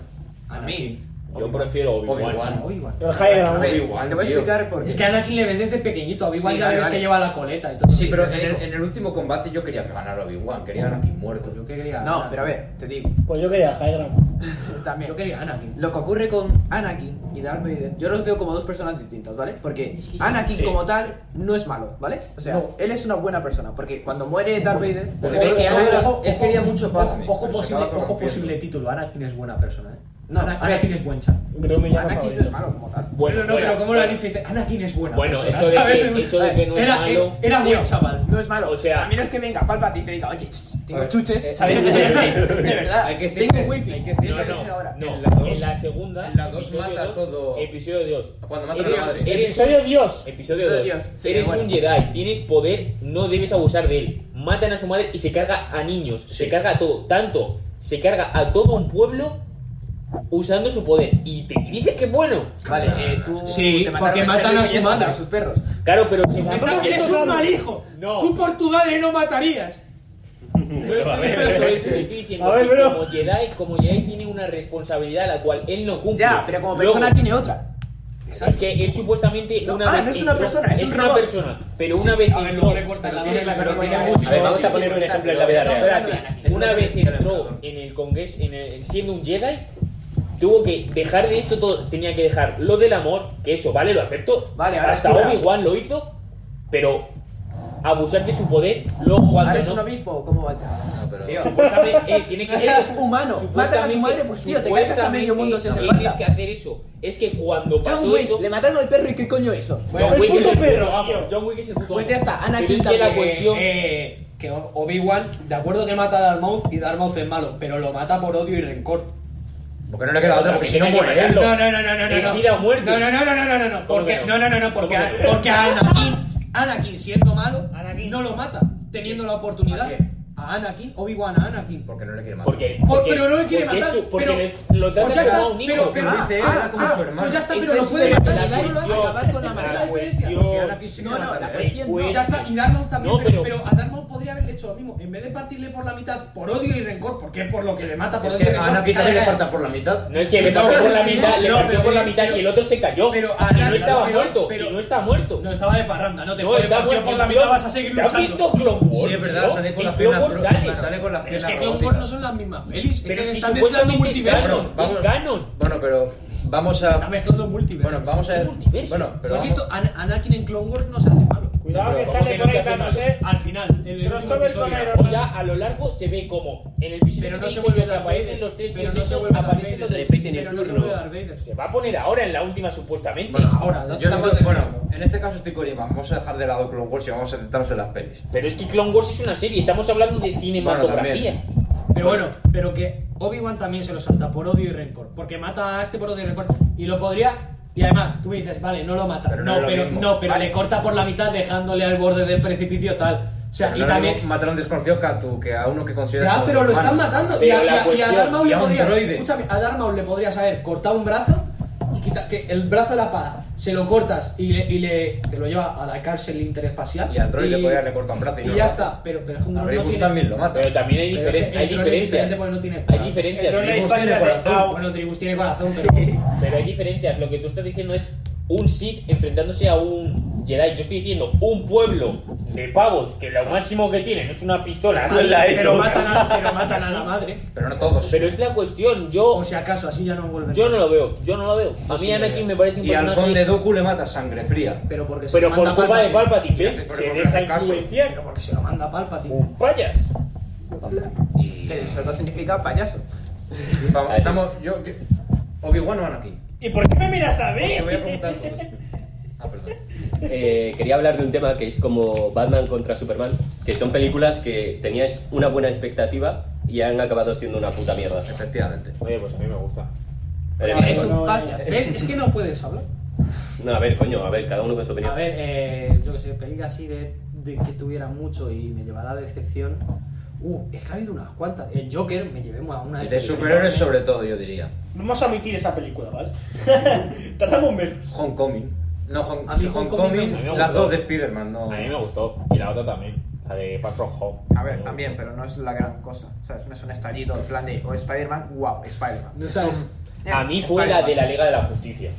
Speaker 1: A
Speaker 7: mí.
Speaker 6: Yo prefiero Obi-Wan.
Speaker 4: Obi-Wan.
Speaker 1: Obi Wan.
Speaker 5: El High
Speaker 7: A
Speaker 5: Ground.
Speaker 7: ver,
Speaker 4: Obi-Wan,
Speaker 7: te voy a
Speaker 4: tío.
Speaker 7: explicar por qué.
Speaker 1: Es que a Anakin le ves desde pequeñito. A Obi Wan
Speaker 7: Sí,
Speaker 1: ya
Speaker 7: vale,
Speaker 1: ves
Speaker 7: vale.
Speaker 1: que lleva la coleta y todo.
Speaker 4: Sí, pero
Speaker 7: te
Speaker 4: en el,
Speaker 7: digo.
Speaker 4: en el último combate yo quería que ganara Obi-Wan, quería a Anakin muerto.
Speaker 1: pues Yo quería.
Speaker 7: No,
Speaker 1: Anakin.
Speaker 7: pero a ver, te digo.
Speaker 5: Pues yo quería el High Ground.
Speaker 7: También.
Speaker 1: Yo quería Anakin.
Speaker 7: Lo que ocurre con Anakin y Darth Vader, yo los veo como dos personas distintas, ¿vale? Porque Anakin
Speaker 6: sí.
Speaker 7: como tal no es malo, ¿vale? O sea,
Speaker 5: No.
Speaker 7: él es una buena persona, porque cuando muere Darth Vader, se
Speaker 4: Ojo,
Speaker 7: ve que
Speaker 4: ojo,
Speaker 7: Anakin...
Speaker 4: ojo, él quería mucho Padme,
Speaker 1: Ojo, ojo
Speaker 4: pero se
Speaker 1: posible,
Speaker 4: acaba
Speaker 1: ojo
Speaker 4: corrompiendo.
Speaker 1: posible título. Anakin es buena persona, ¿eh?
Speaker 7: No,
Speaker 1: Ana-
Speaker 7: a ver.
Speaker 1: Anakin es buen chaval.
Speaker 5: Creo mi llama
Speaker 7: Anakin no es
Speaker 5: favorito.
Speaker 7: malo como tal.
Speaker 6: Bueno,
Speaker 1: no, no, pero
Speaker 6: bueno,
Speaker 1: como lo ha dicho, dice, Anakin es buena
Speaker 6: Bueno,
Speaker 1: persona,
Speaker 6: eso de
Speaker 1: ¿sabes?
Speaker 6: que- eso de que no es
Speaker 1: era,
Speaker 6: malo,
Speaker 1: Era
Speaker 6: tío.
Speaker 1: buen chaval.
Speaker 7: No es malo.
Speaker 6: O sea-
Speaker 7: a menos que venga Palpatine y te diga, oye, ch, ch, tengo
Speaker 4: Oye, eh,
Speaker 7: chuches, ¿sabes?
Speaker 4: eh,
Speaker 7: de verdad,
Speaker 4: hay que decir
Speaker 7: tengo
Speaker 4: que-
Speaker 7: wifi,
Speaker 4: hay que
Speaker 7: es
Speaker 4: decir
Speaker 7: lo que
Speaker 6: no,
Speaker 7: sé ahora.
Speaker 6: no,
Speaker 4: En la dos-
Speaker 6: en la segunda.
Speaker 4: en la dos
Speaker 6: episodio
Speaker 4: mata
Speaker 6: dos,
Speaker 4: todo-
Speaker 6: Episodio 2.
Speaker 4: Cuando mata a la madre.
Speaker 5: Episodio Dios.
Speaker 6: Episodio
Speaker 7: Episodio
Speaker 6: 2.
Speaker 7: Dios, sí,
Speaker 6: Eres
Speaker 7: bueno.
Speaker 6: un Jedi, tienes poder, no debes abusar de él. Matan a su madre y se carga a niños, se carga a todo, tanto, se carga a todo un pueblo usando su poder. Y te y dices que es bueno.
Speaker 7: Vale, eh, tú
Speaker 1: Sí,
Speaker 7: te mataron
Speaker 1: porque
Speaker 7: al
Speaker 1: matan
Speaker 7: cerdo
Speaker 1: a
Speaker 7: y
Speaker 1: su
Speaker 7: ellos
Speaker 1: madre.
Speaker 7: mataron a sus perros.
Speaker 6: Claro, pero se
Speaker 1: Está,
Speaker 5: que
Speaker 1: eres
Speaker 5: no,
Speaker 1: un
Speaker 5: no.
Speaker 1: mal hijo.
Speaker 6: No.
Speaker 1: Tú por tu madre no matarías.
Speaker 6: Por eso te estoy diciendo
Speaker 5: A ver,
Speaker 6: que
Speaker 5: bro.
Speaker 6: como Jedi, como Jedi tiene una responsabilidad la cual él no cumple.
Speaker 7: Ya, pero como
Speaker 6: Luego,
Speaker 7: persona tiene otra.
Speaker 6: Es que él supuestamente
Speaker 7: No,
Speaker 6: una
Speaker 7: ah,
Speaker 6: vez
Speaker 7: no es una
Speaker 6: entró-
Speaker 7: persona, es un
Speaker 6: una
Speaker 7: robot.
Speaker 6: persona, pero una vez
Speaker 1: A ver,
Speaker 6: entró-
Speaker 1: luego le cortan la
Speaker 7: Sí,
Speaker 1: mano y la
Speaker 7: pero
Speaker 1: cara tiene
Speaker 7: tiene
Speaker 1: mucho.
Speaker 7: mucho-
Speaker 6: A ver, vamos a
Speaker 7: Sí,
Speaker 6: poner
Speaker 7: sí,
Speaker 6: un
Speaker 7: sí,
Speaker 6: ejemplo en
Speaker 7: sí,
Speaker 6: la vida
Speaker 7: sí, sí,
Speaker 6: real.
Speaker 7: sí, sí, sí, sí.
Speaker 6: Una vez entró en el Congreso, en el- siendo un Jedi, tuvo que dejar de esto todo. Tenía que dejar lo del amor, que eso, vale, lo acepto.
Speaker 7: Vale, ahora
Speaker 6: Hasta
Speaker 7: es cura.
Speaker 6: Obi-Wan lo hizo, pero abusar de su poder, luego cuando
Speaker 7: Ahora es
Speaker 6: no-
Speaker 7: un obispo, ¿cómo va?
Speaker 4: No, pero-
Speaker 7: Tío.
Speaker 6: Supuestamente, eh, tiene que
Speaker 7: Eres humano. Matan a
Speaker 6: Supuestamente-
Speaker 7: tu madre, pues tío, te cargas a medio mundo si hace
Speaker 6: supuestamente
Speaker 7: falta.
Speaker 6: Tienes que hacer eso. Es que cuando
Speaker 7: John
Speaker 6: pasó
Speaker 7: Wick,
Speaker 6: eso.
Speaker 7: le mataron al perro y qué coño hizo.
Speaker 6: John
Speaker 5: El
Speaker 6: Wick es
Speaker 5: puto
Speaker 6: el
Speaker 5: perro,
Speaker 6: puto amo,
Speaker 5: tío.
Speaker 6: John Wick es el puto
Speaker 7: Pues
Speaker 6: amo.
Speaker 7: ya está,
Speaker 6: Pero
Speaker 7: Anakin
Speaker 6: es que la
Speaker 7: también.
Speaker 6: cuestión.
Speaker 1: Eh, que Obi-Wan, de acuerdo que mata a Darth Maul y Darth Maul es malo, pero lo mata por odio y rencor.
Speaker 4: Porque no le queda otra, porque si no
Speaker 6: Tiene que
Speaker 4: muere él.
Speaker 6: matarlo.
Speaker 1: No, no, no, no, no, no.
Speaker 6: Es
Speaker 1: no.
Speaker 6: vida o muerte.
Speaker 1: No, no, no, no, no, no, no.
Speaker 6: ¿Cómo
Speaker 1: Porque, no,
Speaker 6: que no?
Speaker 1: no, no, no, porque,
Speaker 6: ¿Cómo que no?
Speaker 1: porque a Anakin, Anakin siendo malo,
Speaker 5: Anakin.
Speaker 1: no lo mata, teniendo la
Speaker 4: ¿A
Speaker 1: oportunidad.
Speaker 4: quién?
Speaker 1: A Anakin, Obi-Wan, a Anakin.
Speaker 4: Porque no le quiere matar.
Speaker 6: Porque,
Speaker 1: Por-
Speaker 6: porque-
Speaker 1: pero no le quiere
Speaker 6: porque
Speaker 1: matar.
Speaker 6: es su- porque
Speaker 1: pero,
Speaker 6: le- lo trata
Speaker 1: pues ya
Speaker 6: como
Speaker 1: está,
Speaker 6: a un hijo.
Speaker 1: pero,
Speaker 4: Pero
Speaker 1: ah,
Speaker 4: dice él,
Speaker 1: ah,
Speaker 4: era como
Speaker 1: ah,
Speaker 4: su hermano.
Speaker 1: Pues ya está, pero
Speaker 7: Este
Speaker 1: lo
Speaker 7: es
Speaker 1: puede
Speaker 7: el-
Speaker 1: matar.
Speaker 7: la
Speaker 1: y darle
Speaker 7: cuestión-
Speaker 1: a acabar con la maldad,
Speaker 7: la
Speaker 1: es la diferencia.
Speaker 6: cuestión-
Speaker 4: Porque Anakin sí que
Speaker 7: No, no,
Speaker 4: mata.
Speaker 7: la
Speaker 4: ¿eh?
Speaker 7: cuestión no.
Speaker 6: Pues-
Speaker 1: Ya está, y Darth Maul también,
Speaker 6: No,
Speaker 1: pero,
Speaker 6: pero-
Speaker 1: pero a Darth Maul podría haberle hecho lo mismo. En vez de partirle por la mitad por odio y rencor, porque por lo que le mata por
Speaker 4: Es
Speaker 1: odio y
Speaker 4: que a
Speaker 1: rencor.
Speaker 4: Anakin también le
Speaker 1: calla,
Speaker 4: faltan por la mitad.
Speaker 6: No es que le
Speaker 1: No,
Speaker 6: partió por la
Speaker 1: sí,
Speaker 6: mitad, le
Speaker 1: no,
Speaker 6: partió
Speaker 1: pero
Speaker 6: por la
Speaker 1: sí,
Speaker 6: mitad
Speaker 1: pero-
Speaker 6: y el otro se cayó.
Speaker 1: pero
Speaker 6: y no
Speaker 1: Anakin-
Speaker 6: estaba
Speaker 1: pero-
Speaker 6: muerto,
Speaker 1: pero-
Speaker 6: y no está muerto.
Speaker 1: No estaba de parranda, no te
Speaker 6: No,
Speaker 1: jode,
Speaker 6: está
Speaker 1: partió
Speaker 6: muerto.
Speaker 1: por la
Speaker 6: En
Speaker 1: mitad
Speaker 6: Clone-
Speaker 1: vas a seguir
Speaker 6: ¿Te has visto
Speaker 1: luchando.
Speaker 6: Clone Wars?
Speaker 4: Sí, es verdad,
Speaker 6: tío?
Speaker 4: sale con
Speaker 6: En
Speaker 4: las
Speaker 6: Clone
Speaker 4: piernas bro-
Speaker 6: Wars sale.
Speaker 4: sale con las
Speaker 1: Pero es
Speaker 4: piernas
Speaker 1: que Clone Wars
Speaker 4: robóticas.
Speaker 1: no son las mismas pelis,
Speaker 6: Pero
Speaker 1: es que
Speaker 6: si
Speaker 1: están mezclando
Speaker 6: supuestamente es
Speaker 1: multiversos.
Speaker 6: canon. Es canon.
Speaker 4: Bueno, pero vamos
Speaker 1: Está
Speaker 4: a.
Speaker 1: mezclando multiversos.
Speaker 4: Bueno, vamos a.
Speaker 6: Es multiverso.
Speaker 4: Bueno,
Speaker 1: ¿Tú
Speaker 4: pero.
Speaker 1: has
Speaker 4: Vamos...
Speaker 1: visto? An- Anakin en Clone Wars no se hace malo.
Speaker 5: Cuidado
Speaker 6: Pero
Speaker 5: que
Speaker 6: ¿cómo que
Speaker 5: sale
Speaker 6: no se hace
Speaker 5: conectándose.
Speaker 6: malo?
Speaker 1: Al final, en el
Speaker 5: Pero
Speaker 1: último
Speaker 5: solo es
Speaker 1: episodio.
Speaker 5: con Iron
Speaker 6: O ya a lo largo se ve como en el episodio
Speaker 1: Pero no se
Speaker 6: 28
Speaker 1: vuelve
Speaker 6: que
Speaker 1: Darth
Speaker 6: aparecen
Speaker 1: Vader.
Speaker 6: los tres
Speaker 1: Pero no se
Speaker 6: dioses,
Speaker 1: vuelve Darth
Speaker 6: aparecen los de
Speaker 1: Vader.
Speaker 6: repente en el
Speaker 1: Pero no se vuelve Darth
Speaker 6: turno.
Speaker 1: Vader.
Speaker 6: Se va a poner ahora en la última supuestamente.
Speaker 4: Bueno,
Speaker 1: Ahora, no
Speaker 4: Yo
Speaker 1: estamos
Speaker 4: estoy- bueno,
Speaker 1: defendiendo.
Speaker 4: en este caso estoy con Iván. Vamos a dejar de lado Clone Wars y vamos a centrarnos en las pelis.
Speaker 6: Pero es que Clone Wars es una serie, estamos hablando de cinematografía.
Speaker 4: Bueno,
Speaker 1: Pero bueno, pero que Obi-Wan también se lo salta por odio y rencor. Porque mata a este por odio y rencor. Y lo podría. Y además, tú me dices, vale, no lo mata.
Speaker 4: Pero no
Speaker 1: no,
Speaker 4: es lo
Speaker 1: pero,
Speaker 4: mismo.
Speaker 1: no, pero
Speaker 4: Vale.
Speaker 1: le corta por la mitad dejándole al borde del precipicio tal. O sea,
Speaker 4: Pero
Speaker 1: y
Speaker 4: no
Speaker 1: también.
Speaker 4: le matar a un desconocido que a, tu, que a uno que considera.
Speaker 1: Ya, pero lo están matando. Y a,
Speaker 6: Pero la
Speaker 1: y a- y a
Speaker 6: cuestión-
Speaker 1: Darth Maul
Speaker 4: y
Speaker 1: le
Speaker 4: a un
Speaker 1: podrías.
Speaker 4: droide.
Speaker 1: Escúchame, a Darth Maul le podrías haber cortado un brazo y quita, que el brazo de la espada se lo cortas y le, y le- te lo lleva a la cárcel interespacial.
Speaker 4: Y al droide le podría haberle
Speaker 1: cortado
Speaker 4: cortado un brazo y
Speaker 1: Y,
Speaker 4: no lo
Speaker 1: ya
Speaker 4: mata.
Speaker 1: está, pero, pero es un
Speaker 4: A
Speaker 1: droide. no
Speaker 4: Gus
Speaker 1: tiene-
Speaker 4: también lo mata.
Speaker 6: Pero también hay,
Speaker 1: Pero
Speaker 6: diferen-
Speaker 1: es que el
Speaker 6: hay
Speaker 1: drone es
Speaker 6: diferencias.
Speaker 1: diferente porque no tiene-
Speaker 6: hay
Speaker 5: El
Speaker 6: diferencias.
Speaker 5: drone
Speaker 4: Gus
Speaker 5: es parte
Speaker 4: tiene corazón.
Speaker 5: afectado.
Speaker 1: Bueno, Tribus tiene corazón, pero.
Speaker 6: Pero hay diferencias. Lo que tú estás diciendo es un Sith enfrentándose a un Jedi. Yo estoy diciendo un pueblo de pavos que lo máximo que tienen es una pistola. hazla eso.
Speaker 1: Pero matan a, pero matan a la madre.
Speaker 4: Pero no todos.
Speaker 6: Pero es la cuestión. Yo,
Speaker 1: O si acaso, así ya no vuelven.
Speaker 6: yo no lo veo. Yo no lo veo. A mí
Speaker 1: sí,
Speaker 6: Anakin
Speaker 1: eh.
Speaker 6: me parece un
Speaker 4: y al conde
Speaker 6: personaje.
Speaker 4: Dooku le mata sangre fría.
Speaker 1: Pero porque se
Speaker 6: Pero
Speaker 1: lo
Speaker 6: por
Speaker 1: manda
Speaker 6: culpa de
Speaker 1: Palpatine.
Speaker 6: Palpatine,
Speaker 4: Y hace-
Speaker 6: ¿ves?
Speaker 4: pero
Speaker 6: Se
Speaker 4: por
Speaker 6: deja
Speaker 4: hacer caso.
Speaker 1: Pero
Speaker 6: influenciar.
Speaker 1: porque se lo manda Palpatine.
Speaker 6: Vayas.
Speaker 7: Que eso no significa payaso.
Speaker 4: Vamos, Estamos, yo, yo- Obi-Wan o Anakin.
Speaker 5: ¿Y por qué me miras a mí?
Speaker 4: Te voy a preguntar todos. Ah, perdón.
Speaker 3: Eh, quería hablar de un tema que es como Batman contra Superman, que son películas que tenías una buena expectativa y han acabado siendo una puta mierda.
Speaker 4: Efectivamente.
Speaker 8: Oye, pues a mí me gusta.
Speaker 3: Pero,
Speaker 5: Ahora,
Speaker 3: eh,
Speaker 5: eso-
Speaker 3: no,
Speaker 1: ¿Ves? Es que no puedes hablar.
Speaker 3: a ver, coño, a ver, cada uno con su opinión.
Speaker 1: A ver, eh, yo que sé, peli así de, de que tuviera mucho y me llevará a decepción. Uh, es que ha habido unas cuantas. El Joker me llevé a una
Speaker 4: De
Speaker 1: decepción.
Speaker 4: superhéroes sobre todo, yo diría.
Speaker 5: Vamos a omitir esa película, ¿vale? Tardamos menos.
Speaker 4: Homecoming. No, Home-
Speaker 1: A mí
Speaker 4: sí,
Speaker 1: Homecoming
Speaker 4: Homecoming,
Speaker 1: me
Speaker 8: gustó.
Speaker 4: las dos de Spider-Man, no.
Speaker 8: A mí me gustó. Y la otra también. La de Far From Home.
Speaker 2: A ver, están bien, pero no es la gran cosa. ¿Sabes? No es un estallito en plan de o Spider-Man, wow, Spider-Man.
Speaker 1: No sabes.
Speaker 8: A mí fue la de la Liga de la Justicia.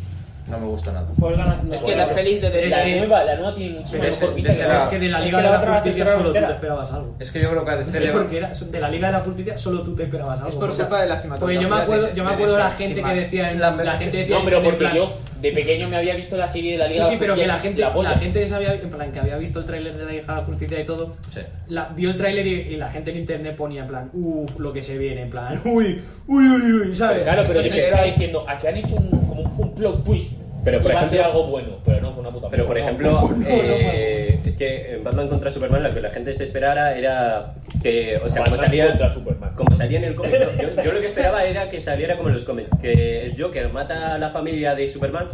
Speaker 4: No me gusta nada.
Speaker 5: Pues van haciendo
Speaker 7: Es que
Speaker 5: buenas
Speaker 7: las pelis de
Speaker 6: La
Speaker 7: DC.
Speaker 6: nueva, la nueva tiene mucho
Speaker 4: Pero es
Speaker 6: mejor
Speaker 4: que-
Speaker 6: pinta que
Speaker 4: desde
Speaker 1: Pero
Speaker 6: la
Speaker 1: es que de la
Speaker 5: Es
Speaker 1: Liga de
Speaker 5: que la
Speaker 1: la
Speaker 5: otra la
Speaker 1: Justicia
Speaker 5: tercera
Speaker 1: solo tú te
Speaker 5: entera.
Speaker 1: esperabas algo.
Speaker 4: Es que yo creo que a DC
Speaker 1: Es
Speaker 4: le
Speaker 1: porque era, de la Liga de la Justicia solo tú te esperabas algo.
Speaker 7: Es por
Speaker 1: O sea,
Speaker 7: culpa de la cinematografía
Speaker 1: Porque yo me acuerdo, yo me
Speaker 4: de
Speaker 1: acuerdo de la
Speaker 4: esa,
Speaker 1: gente
Speaker 4: sin
Speaker 1: que
Speaker 4: más.
Speaker 1: decía. en-
Speaker 4: La-
Speaker 1: La gente decía.
Speaker 8: No,
Speaker 1: en
Speaker 8: pero porque
Speaker 1: plan-
Speaker 8: yo de pequeño me había visto la serie de la
Speaker 1: Sí,
Speaker 8: Liga de la
Speaker 1: sí, pero que la
Speaker 8: Justicia,
Speaker 1: gente, la,
Speaker 8: polla.
Speaker 1: gente que sabía, en plan, que había visto el tráiler de la hija de la justicia y todo,
Speaker 4: Sí.
Speaker 1: la- vio el tráiler y, y la gente en internet ponía en plan, uff, lo que se viene, en plan, uy, uy, uy, uy, ¿sabes?
Speaker 8: Claro, pero
Speaker 6: Esto
Speaker 8: yo
Speaker 6: sí
Speaker 8: estaba
Speaker 6: que-
Speaker 8: diciendo, a que han hecho un, como un- un plot twist.
Speaker 3: Pero, por
Speaker 8: y va a
Speaker 3: ejemplo-
Speaker 8: ser algo bueno, pero no fue una puta
Speaker 3: Pero por
Speaker 8: mierda.
Speaker 3: ejemplo, eh, es que en Batman contra Superman lo que la gente se esperara era que, o sea, como
Speaker 8: Batman
Speaker 3: salía,
Speaker 8: contra Superman.
Speaker 3: como salía en el cómic, ¿no? yo, yo lo que esperaba era que saliera como en los cómics, que el Joker mata a la familia de Superman,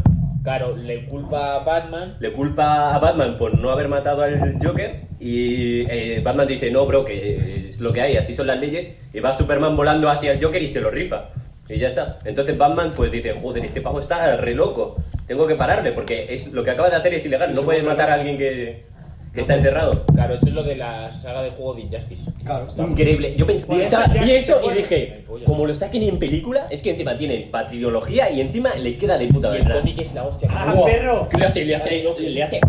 Speaker 8: Claro, le culpa a Batman.
Speaker 3: le culpa a Batman por no haber matado al Joker y eh, Batman dice, no, bro, que es lo que hay, así son las leyes, y va Superman volando hacia el Joker y se lo rifa. Y ya está. Entonces Batman pues dice, joder, este pavo está re loco. Tengo que pararle porque es, lo que acaba de hacer es ilegal. no puede matar a alguien que, que está enterrado.
Speaker 8: Claro, eso es lo de la saga de juego de Injustice.
Speaker 1: Claro.
Speaker 3: Increíble. Yo pensé,
Speaker 5: Por eso
Speaker 3: estaba-
Speaker 5: ya
Speaker 3: vi
Speaker 5: se
Speaker 3: eso y
Speaker 5: pone-
Speaker 8: Ay,
Speaker 3: dije,
Speaker 8: polla.
Speaker 3: como lo saquen en película, es que encima tienen patriología y encima le queda de puta
Speaker 8: Y el
Speaker 3: verdad.
Speaker 8: cómic es la hostia.
Speaker 5: Ah,
Speaker 3: Buah,
Speaker 5: perro.
Speaker 3: Le hace, le hace,
Speaker 8: Al Joker.
Speaker 3: le hace,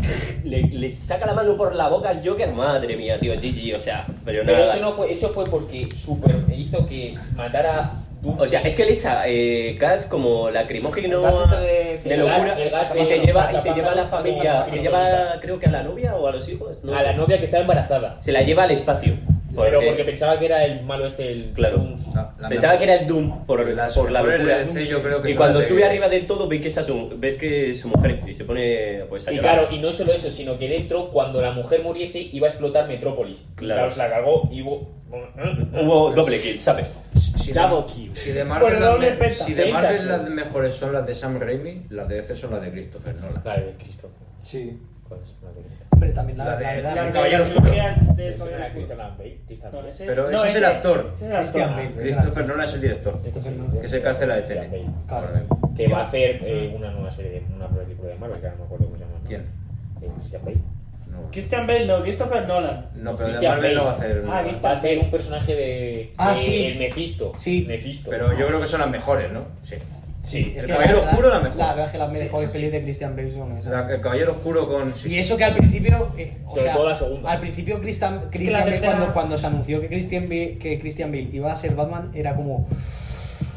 Speaker 3: le, le saca la mano por la boca al Joker. Madre mía, tío, GG, o sea, pero
Speaker 6: Pero
Speaker 3: nada.
Speaker 6: eso no fue, eso fue porque super hizo que matara Doom.
Speaker 3: O sea, es que le echa eh, gas como lacrimógeno
Speaker 6: El gas este de-
Speaker 3: de
Speaker 6: el
Speaker 3: locura
Speaker 6: gas- el gas
Speaker 3: y se
Speaker 6: tapando,
Speaker 3: lleva, y se
Speaker 6: tapando,
Speaker 3: lleva a la
Speaker 6: tapando,
Speaker 3: familia,
Speaker 6: tapando,
Speaker 3: se lleva
Speaker 6: tapando.
Speaker 3: creo que a la novia o a los hijos, no
Speaker 8: a
Speaker 3: sé.
Speaker 8: la novia que está embarazada.
Speaker 3: se la lleva al espacio.
Speaker 8: Pero porque pensaba que era el malo este, el
Speaker 3: Claro. Ah.
Speaker 8: Doom.
Speaker 4: La
Speaker 3: Pensaba
Speaker 4: mejor-
Speaker 3: que era el Doom por,
Speaker 4: Las
Speaker 3: por la
Speaker 4: mejores
Speaker 3: locura.
Speaker 4: de DC yo creo que
Speaker 3: y
Speaker 4: son
Speaker 3: cuando
Speaker 4: las de-
Speaker 3: sube arriba del todo ve que es a su, ves que es su mujer y se pone pues a
Speaker 8: Y
Speaker 3: llorar.
Speaker 8: claro, y no solo eso, sino que dentro, cuando la mujer muriese, iba a explotar Metrópolis.
Speaker 3: Claro.
Speaker 8: se la cargó y hubo.
Speaker 3: Hubo doble kill, ¿sabes?
Speaker 4: Si de-
Speaker 8: Double kill.
Speaker 4: Si de
Speaker 5: Por
Speaker 4: Marvel, las,
Speaker 5: doble
Speaker 4: me-
Speaker 5: peta.
Speaker 4: si de
Speaker 8: Peta,
Speaker 4: Marvel
Speaker 8: tío.
Speaker 4: las mejores son las de Sam Raimi, las de DC son las de Christopher Nolan.
Speaker 8: La de Cristo.
Speaker 1: Sí.
Speaker 8: ¿Cuál es? La de-
Speaker 1: Hombre, también la,
Speaker 4: La de-
Speaker 1: la verdad.
Speaker 4: la de
Speaker 1: es que-
Speaker 4: Caballero
Speaker 5: Sí,
Speaker 4: Oscuro.
Speaker 5: sí, sí, sí,
Speaker 8: Esa no
Speaker 5: sí,
Speaker 8: era
Speaker 5: sí.
Speaker 8: Christian Bale, Christian
Speaker 5: No,
Speaker 8: Bale.
Speaker 5: ese-
Speaker 4: Pero
Speaker 5: no,
Speaker 4: ese es el actor.
Speaker 5: ese es el actor.
Speaker 1: Christian Bale.
Speaker 4: Christopher Nolan es el director.
Speaker 8: Este
Speaker 1: Christopher Nolan.
Speaker 4: Que se cancela de Tenet.
Speaker 1: Claro.
Speaker 4: Vale.
Speaker 8: Que va a hacer eh, una nueva serie, de- una película de Marvel, que ahora no me acuerdo cómo se llama. ¿no?
Speaker 4: ¿Quién?
Speaker 8: Eh, Christian Bale.
Speaker 4: No,
Speaker 5: Christian Bale, no, Christopher Nolan.
Speaker 4: no pero de
Speaker 8: Christian
Speaker 4: Marvel no va a
Speaker 8: Bale.
Speaker 4: hacer.
Speaker 5: Ah, Christian
Speaker 8: Va a hacer un personaje de.
Speaker 1: Ah,
Speaker 8: de-
Speaker 1: sí.
Speaker 8: El Mephisto.
Speaker 1: Sí.
Speaker 8: Mephisto.
Speaker 4: Pero yo creo que son las mejores, ¿no?
Speaker 8: Sí. Sí.
Speaker 4: El
Speaker 1: que
Speaker 4: Caballero
Speaker 1: verdad-
Speaker 4: Oscuro la mejor.
Speaker 1: La verdad es que las
Speaker 4: Sí,
Speaker 1: mejores
Speaker 4: sí, sí.
Speaker 1: pelis de Christian Bale son esas.
Speaker 4: La- el Caballero Oscuro con. sí,
Speaker 1: Y
Speaker 4: sí.
Speaker 1: eso que al principio. eh, o
Speaker 8: Sobre
Speaker 1: sea,
Speaker 8: todo la segunda.
Speaker 1: Al principio, Christian,
Speaker 5: que la
Speaker 1: Christian Bale,
Speaker 5: tercera-
Speaker 1: cuando, cuando se anunció que Christian, Bale, que Christian Bale iba a ser Batman, era como.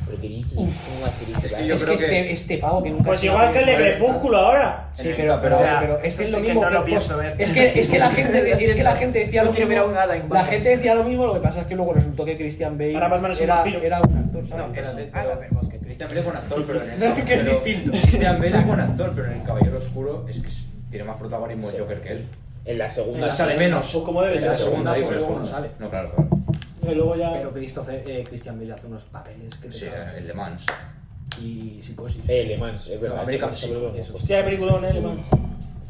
Speaker 6: Pero que dices, ¿cómo va a ser
Speaker 4: Es
Speaker 6: eso?
Speaker 4: que yo
Speaker 1: es que,
Speaker 4: creo que-
Speaker 1: Este, este pavo que nunca.
Speaker 5: Pues
Speaker 1: se va a
Speaker 5: igual que el de
Speaker 4: Bale.
Speaker 5: Crepúsculo ahora.
Speaker 1: Sí,
Speaker 4: En
Speaker 1: pero,
Speaker 4: el-
Speaker 1: pero,
Speaker 4: pero-
Speaker 1: pero es que es
Speaker 7: eso
Speaker 1: lo
Speaker 7: sí que
Speaker 1: mismo
Speaker 7: no lo
Speaker 1: que-
Speaker 7: pienso ver.
Speaker 1: Es que, es que la gente de- es que la gente decía
Speaker 7: No
Speaker 1: lo
Speaker 7: quiero ver
Speaker 1: mismo.
Speaker 7: a un Adam en
Speaker 1: la
Speaker 7: Batman.
Speaker 1: gente decía lo mismo, lo que pasa es que luego resultó que Christian Bale
Speaker 5: Ahora Batman es un
Speaker 1: era,
Speaker 5: vampiro.
Speaker 1: era un actor, ¿sabes?
Speaker 7: No,
Speaker 4: Espérate,
Speaker 7: eso,
Speaker 4: pero-
Speaker 7: ah, la tenemos que-
Speaker 4: Christian Bale es buen actor, pero en el.
Speaker 1: No, que es
Speaker 4: pero-
Speaker 1: distinto.
Speaker 4: Christian Bale es buen actor, pero en el Caballero Oscuro es que tiene más protagonismo
Speaker 8: Sí.
Speaker 4: Joker que él.
Speaker 8: En la segunda.
Speaker 4: No Ah, sale menos.
Speaker 5: Pues como debe
Speaker 4: En
Speaker 5: ser.
Speaker 4: la
Speaker 1: Segunda,
Speaker 4: segunda, digo, en la
Speaker 1: segunda
Speaker 4: segunda.
Speaker 1: sale.
Speaker 4: No, claro, claro.
Speaker 5: Y luego ya.
Speaker 1: Pero Christopher, eh, Christian Bale hace unos papeles que te
Speaker 4: Sí, eh,
Speaker 1: cagas.
Speaker 4: el de Mans.
Speaker 1: y psicosis.
Speaker 8: Eh, Le Mans, es verdad.
Speaker 4: No, American
Speaker 8: sí,
Speaker 4: sí,
Speaker 8: perdón.
Speaker 1: eso.
Speaker 5: Hostia, qué película de Alemán.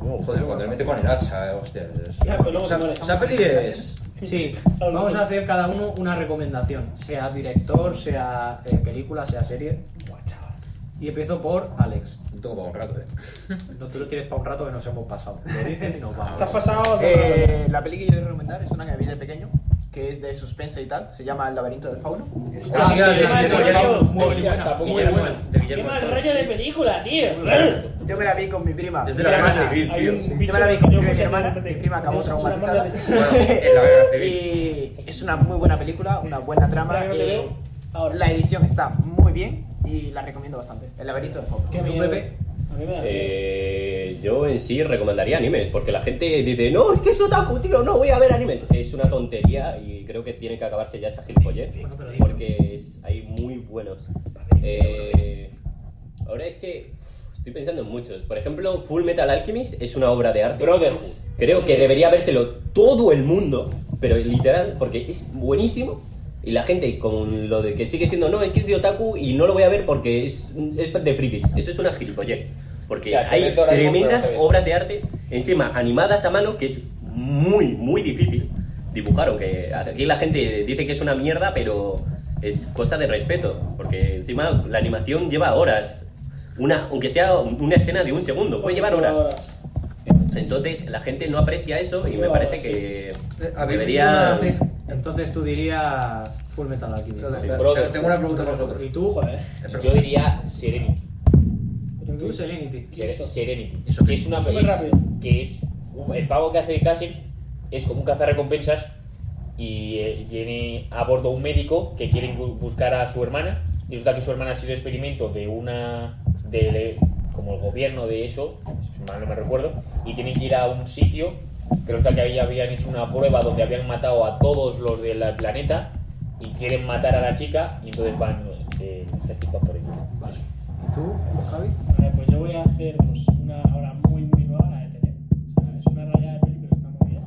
Speaker 4: Joder, cuando le mete con el hacha, eh, hostia. es-
Speaker 5: Ya, pero luego se
Speaker 4: Esa-
Speaker 5: muere.
Speaker 4: Esa peli es.
Speaker 1: Sí, vamos a hacer cada uno una recomendación, sea director, sea eh, película, sea serie. Y empiezo por Alex.
Speaker 4: Un poco para un rato, eh.
Speaker 1: No te lo tienes para un rato que nos hemos pasado. Lo dices y nos
Speaker 5: ¿Te has
Speaker 1: vamos.
Speaker 5: pasado?
Speaker 2: Eh, la peli que yo quiero recomendar es una que vi de pequeño, que es de suspense y tal, se llama El laberinto del fauno. Está-
Speaker 1: Ah, sí,
Speaker 4: el
Speaker 1: el
Speaker 4: laberinto
Speaker 1: laberinto
Speaker 4: del
Speaker 1: del
Speaker 4: fauno.
Speaker 1: fauno.
Speaker 8: Hostia,
Speaker 1: Muy
Speaker 8: tampoco
Speaker 1: buena,
Speaker 8: era
Speaker 1: muy
Speaker 8: buena.
Speaker 1: buena.
Speaker 4: De
Speaker 5: Qué
Speaker 4: Guillermo
Speaker 5: mal
Speaker 4: del Toro.
Speaker 5: rollo de película, tío.
Speaker 2: Yo me la vi con mi prima.
Speaker 4: Es de la
Speaker 2: hermana.
Speaker 4: Guerra Civil, tío.
Speaker 2: Yo me la vi con mi hermana, mi prima acabó traumatizada.
Speaker 4: Bueno, en la Guerra Civil.
Speaker 2: Y es una muy buena película, una buena trama.
Speaker 5: Ya que no te
Speaker 2: eh,
Speaker 5: veo, ahora.
Speaker 2: la edición está muy bien y la recomiendo bastante. El laberinto del fauno.
Speaker 5: Qué
Speaker 1: ¿Tú,
Speaker 5: miedo.
Speaker 1: Pepe?
Speaker 5: A mí me da
Speaker 3: Eh, yo en sí recomendaría animes, porque la gente dice, no, es que es otaku, tío, no voy a ver animes. Es una tontería y creo que tiene que acabarse ya esa gilipollez,
Speaker 1: Bueno, pero dilo.
Speaker 3: porque es- hay muy buenos. Eh, ahora es que uf, estoy pensando en muchos. Por ejemplo, Full Metal Alchemist es una obra de arte.
Speaker 6: Brotherhood.
Speaker 3: Creo que debería vérselo todo el mundo, pero literal, porque es buenísimo. Y la gente con lo de que sigue siendo, no, es que es de otaku y no lo voy a ver porque es, es de frikis. Eso es una gilipollez. Porque
Speaker 6: O sea,
Speaker 3: hay
Speaker 6: comento ahora mismo,
Speaker 3: tremendas
Speaker 6: pero no te
Speaker 3: obras de arte, encima animadas a mano, que es muy, muy difícil dibujar. Aunque aquí la gente dice que es una mierda, pero es cosa de respeto. Porque encima la animación lleva horas. Una, aunque sea una escena de un segundo, puede llevar horas. Entonces la gente no aprecia eso y me
Speaker 5: Claro,
Speaker 3: parece
Speaker 5: sí.
Speaker 3: que
Speaker 4: ¿Habéis
Speaker 3: debería...
Speaker 4: visto una-
Speaker 1: Entonces tú dirías Full Metal
Speaker 4: Pero,
Speaker 1: Alchemist.
Speaker 6: Sí,
Speaker 4: pero,
Speaker 6: brother.
Speaker 4: Tengo una pregunta para vosotros.
Speaker 1: ¿Y tú?
Speaker 5: Joder.
Speaker 6: Yo diría Serenity.
Speaker 1: ¿Tú, Serenity?
Speaker 5: ¿Qué es eso?
Speaker 6: Serenity.
Speaker 3: ¿Eso qué
Speaker 6: que
Speaker 3: es?
Speaker 6: es una
Speaker 5: Súper
Speaker 6: es-
Speaker 5: rápido.
Speaker 6: que es un- el pavo que hace Cassie es como un cazarrecompensas y eh, tiene a bordo un médico que quiere bu- buscar a su hermana y resulta que su hermana ha sido experimento de una de, de- como el gobierno de eso si mal no me recuerdo y tienen que ir a un sitio que resulta que había- habían hecho una prueba donde habían matado a todos los del planeta y quieren matar a la chica y entonces van eh, el ejército a por ellos
Speaker 1: ¿Y tú, Javi?
Speaker 5: Vale, pues yo voy a hacer pues, una obra muy, muy nueva, la de Tener. O sea, es una rayada de peli, pero está muy bien.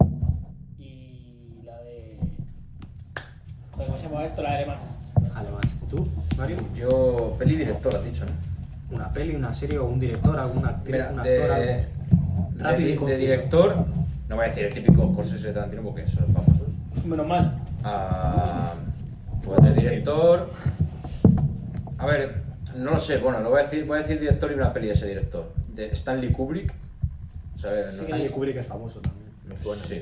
Speaker 5: Y la de. Joder, ¿Cómo se llama esto? La de Max.
Speaker 1: Además, ¿tú, Mario?
Speaker 4: Yo, peli director, has dicho, ¿no?
Speaker 1: ¿Una peli, una serie o un director, algún actriz,
Speaker 4: Mira,
Speaker 1: un
Speaker 4: de,
Speaker 1: actor? algo?
Speaker 4: de-
Speaker 1: Rápido y
Speaker 4: de
Speaker 1: conciso.
Speaker 4: director, no voy a decir el típico Corsese de Tarantino porque son los famosos.
Speaker 5: Menos mal.
Speaker 4: Ah, pues de director. A ver, no lo sé, bueno, lo voy a decir, voy a decir director y una peli de ese director. De Stanley Kubrick. ¿Sabes? No-
Speaker 1: Stanley Kubrick es famoso también.
Speaker 4: Me suena, sí.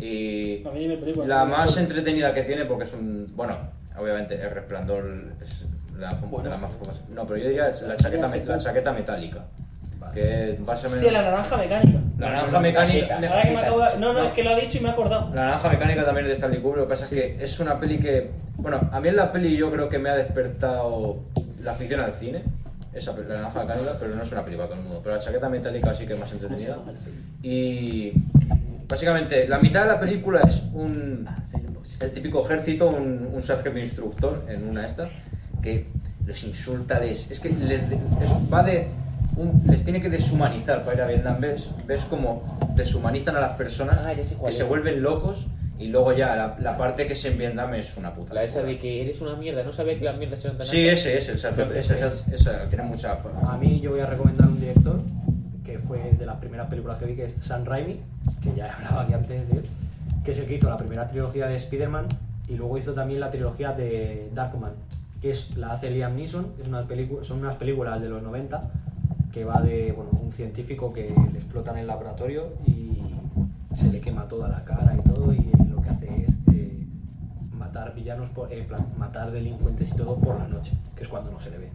Speaker 4: Y
Speaker 5: A mí me película.
Speaker 4: la más entretenida que tiene, porque es un. Bueno, obviamente el resplandor es la, de las más famosas. No, pero yo diría la chaqueta, me- la chaqueta metálica. Que básicamente.
Speaker 5: Hostia, la naranja mecánica.
Speaker 4: La naranja mecánica.
Speaker 5: Ahora que me acabo de- No, no,
Speaker 4: No.
Speaker 5: es que lo ha dicho y me he acordado.
Speaker 4: La naranja mecánica también es de Stanley Kubrick, lo que pasa es que es una peli que... Bueno, a mí en la peli yo creo que me ha despertado la afición al cine, esa pe- la naranja mecánica, pero no es una peli para todo el mundo. Pero la chaqueta metálica sí que es más entretenida. Y básicamente la mitad de la película es un... El típico ejército, un, un sargento instructor en una esta, que los insulta, les, es que les, de- es- va de, un- les tiene que deshumanizar para ir a Vietnam. ¿Ves, ves cómo deshumanizan a las personas
Speaker 6: Ah, ya sé cuál
Speaker 4: que se
Speaker 6: es.
Speaker 4: vuelven locos y luego ya la, la parte que se en Vietnam es una puta.
Speaker 6: La esa de
Speaker 4: locura.
Speaker 6: que eres una mierda, no sabías que las mierdas eran tan
Speaker 4: Sí, ese, ese, el sargento- ese, ese, ese, tiene mucha...
Speaker 1: A mí yo voy a recomendar un director que fue de las primeras películas que vi, que es Sam Raimi, que ya he hablado aquí antes de él, que es el que hizo la primera trilogía de Spider-Man y luego hizo también la trilogía de Darkman, que es la hace Liam Neeson, es una pelicu- son unas películas de los 90 que va de bueno, un científico que le explotan en el laboratorio y se le quema toda la cara y todo y lo que hace es eh, matar villanos, por, en plan, matar delincuentes y todo por la noche, que es cuando no se le ve.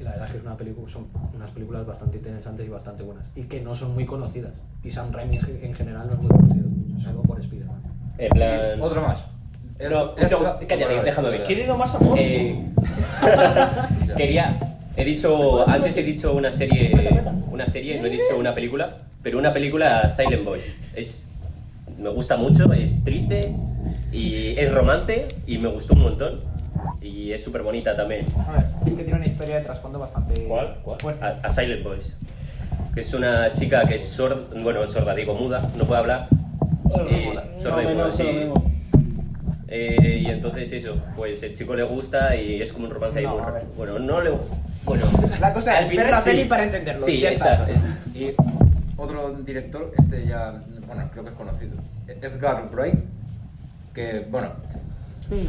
Speaker 1: Y la verdad es que es una película, son unas películas bastante interesantes y bastante buenas, y que no son muy conocidas. Y Sam Raimi en ge- en general no es muy conocido, solo por Spider-Man.
Speaker 3: En plan...
Speaker 4: Otra más.
Speaker 3: No, un segundo, cállate, déjame ver.
Speaker 5: ¿Quieres ido más amor?
Speaker 3: Eh, quería, he dicho, antes he dicho una serie, una serie, no he dicho una película, pero una película Silent Boys. Es, me gusta mucho, es triste y es romance y me gustó un montón y es súper bonita también.
Speaker 7: A ver, es que tiene una historia de trasfondo bastante
Speaker 6: ¿Cuál? ¿Cuál?
Speaker 7: fuerte.
Speaker 3: A, a Silent Boys, que es una chica que es sorda, bueno, sorda, digo muda, no puede hablar.
Speaker 7: Sorda y
Speaker 3: Y-
Speaker 7: muda.
Speaker 3: sorda y muda, sí. Eh, y entonces eso, pues el chico le gusta y es como un romance ahí
Speaker 7: No,
Speaker 3: muy
Speaker 7: a
Speaker 3: raro.
Speaker 7: ver.
Speaker 3: Bueno, no le Bueno,
Speaker 7: La cosa
Speaker 3: al
Speaker 7: es
Speaker 3: final
Speaker 7: ver la
Speaker 3: sí.
Speaker 7: peli para entenderlo.
Speaker 3: Sí,
Speaker 7: ya está.
Speaker 4: Eh, Y otro director, este ya, bueno, creo que es conocido, Edgar Wright, que, bueno,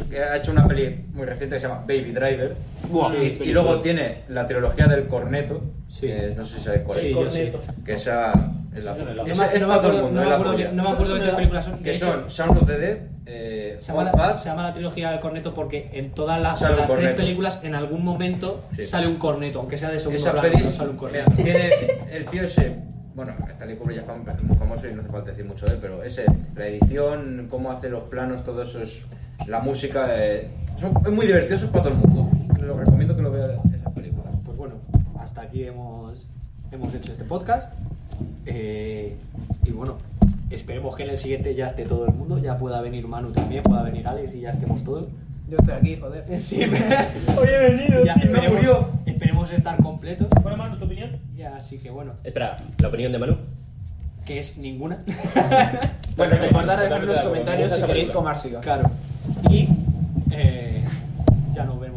Speaker 4: que ha hecho una peli muy reciente que se llama Baby Driver.
Speaker 5: Buah,
Speaker 4: Y-
Speaker 5: sí,
Speaker 4: y,
Speaker 5: película.
Speaker 4: luego tiene la trilogía del corneto,
Speaker 1: Sí.
Speaker 4: que no sé si sabéis cuál
Speaker 1: Sí,
Speaker 4: es.
Speaker 1: yo sí.
Speaker 4: Que esa es la
Speaker 5: Sí, sí, me la-
Speaker 4: esa es para todo el mundo, es la polla.
Speaker 1: no me acuerdo de qué películas son. de
Speaker 4: Que
Speaker 1: hecho,
Speaker 4: son Sound of the Dead, eh,
Speaker 1: Se llama,
Speaker 4: Hot
Speaker 1: la,
Speaker 4: Fuzz,
Speaker 1: se llama la trilogía del corneto porque en todas las,
Speaker 4: Sale un
Speaker 1: las tres
Speaker 4: corneto.
Speaker 1: películas en algún momento
Speaker 4: Sí.
Speaker 1: sale un corneto, aunque sea de segundo
Speaker 4: Esa
Speaker 1: plano, pero
Speaker 4: pelis,
Speaker 1: sale un corneto.
Speaker 4: mira, tiene el tío ese, bueno, Stanley Kubrick ya es fam- muy famoso y no hace falta decir mucho de él, pero ese, la edición, cómo hace los planos, todo eso es, la música, eh, son- es muy divertido, eso es para todo el mundo. Lo recomiendo que lo vea esas películas.
Speaker 1: Pues bueno, hasta aquí hemos hemos hecho este podcast. eh, y bueno, esperemos que en el siguiente ya esté todo el mundo, ya pueda venir Manu también, pueda venir Alex y ya estemos todos.
Speaker 7: Yo estoy aquí, joder.
Speaker 2: Eh,
Speaker 1: Sí, pero-
Speaker 5: Oye, venido.
Speaker 1: ya esperemos, esperemos estar completos.
Speaker 5: Bueno, Manu, ¿tu opinión?
Speaker 1: Y así que bueno,
Speaker 3: Espera, la opinión de Manu.
Speaker 1: que es ninguna.
Speaker 7: Bueno, recordad dejar en
Speaker 6: Totalmente
Speaker 7: los
Speaker 6: de acuerdo.
Speaker 7: comentarios
Speaker 6: Me gusta
Speaker 7: si
Speaker 6: esa
Speaker 7: queréis
Speaker 6: película.
Speaker 7: comer siga.
Speaker 1: Claro. Y eh, ya nos vemos.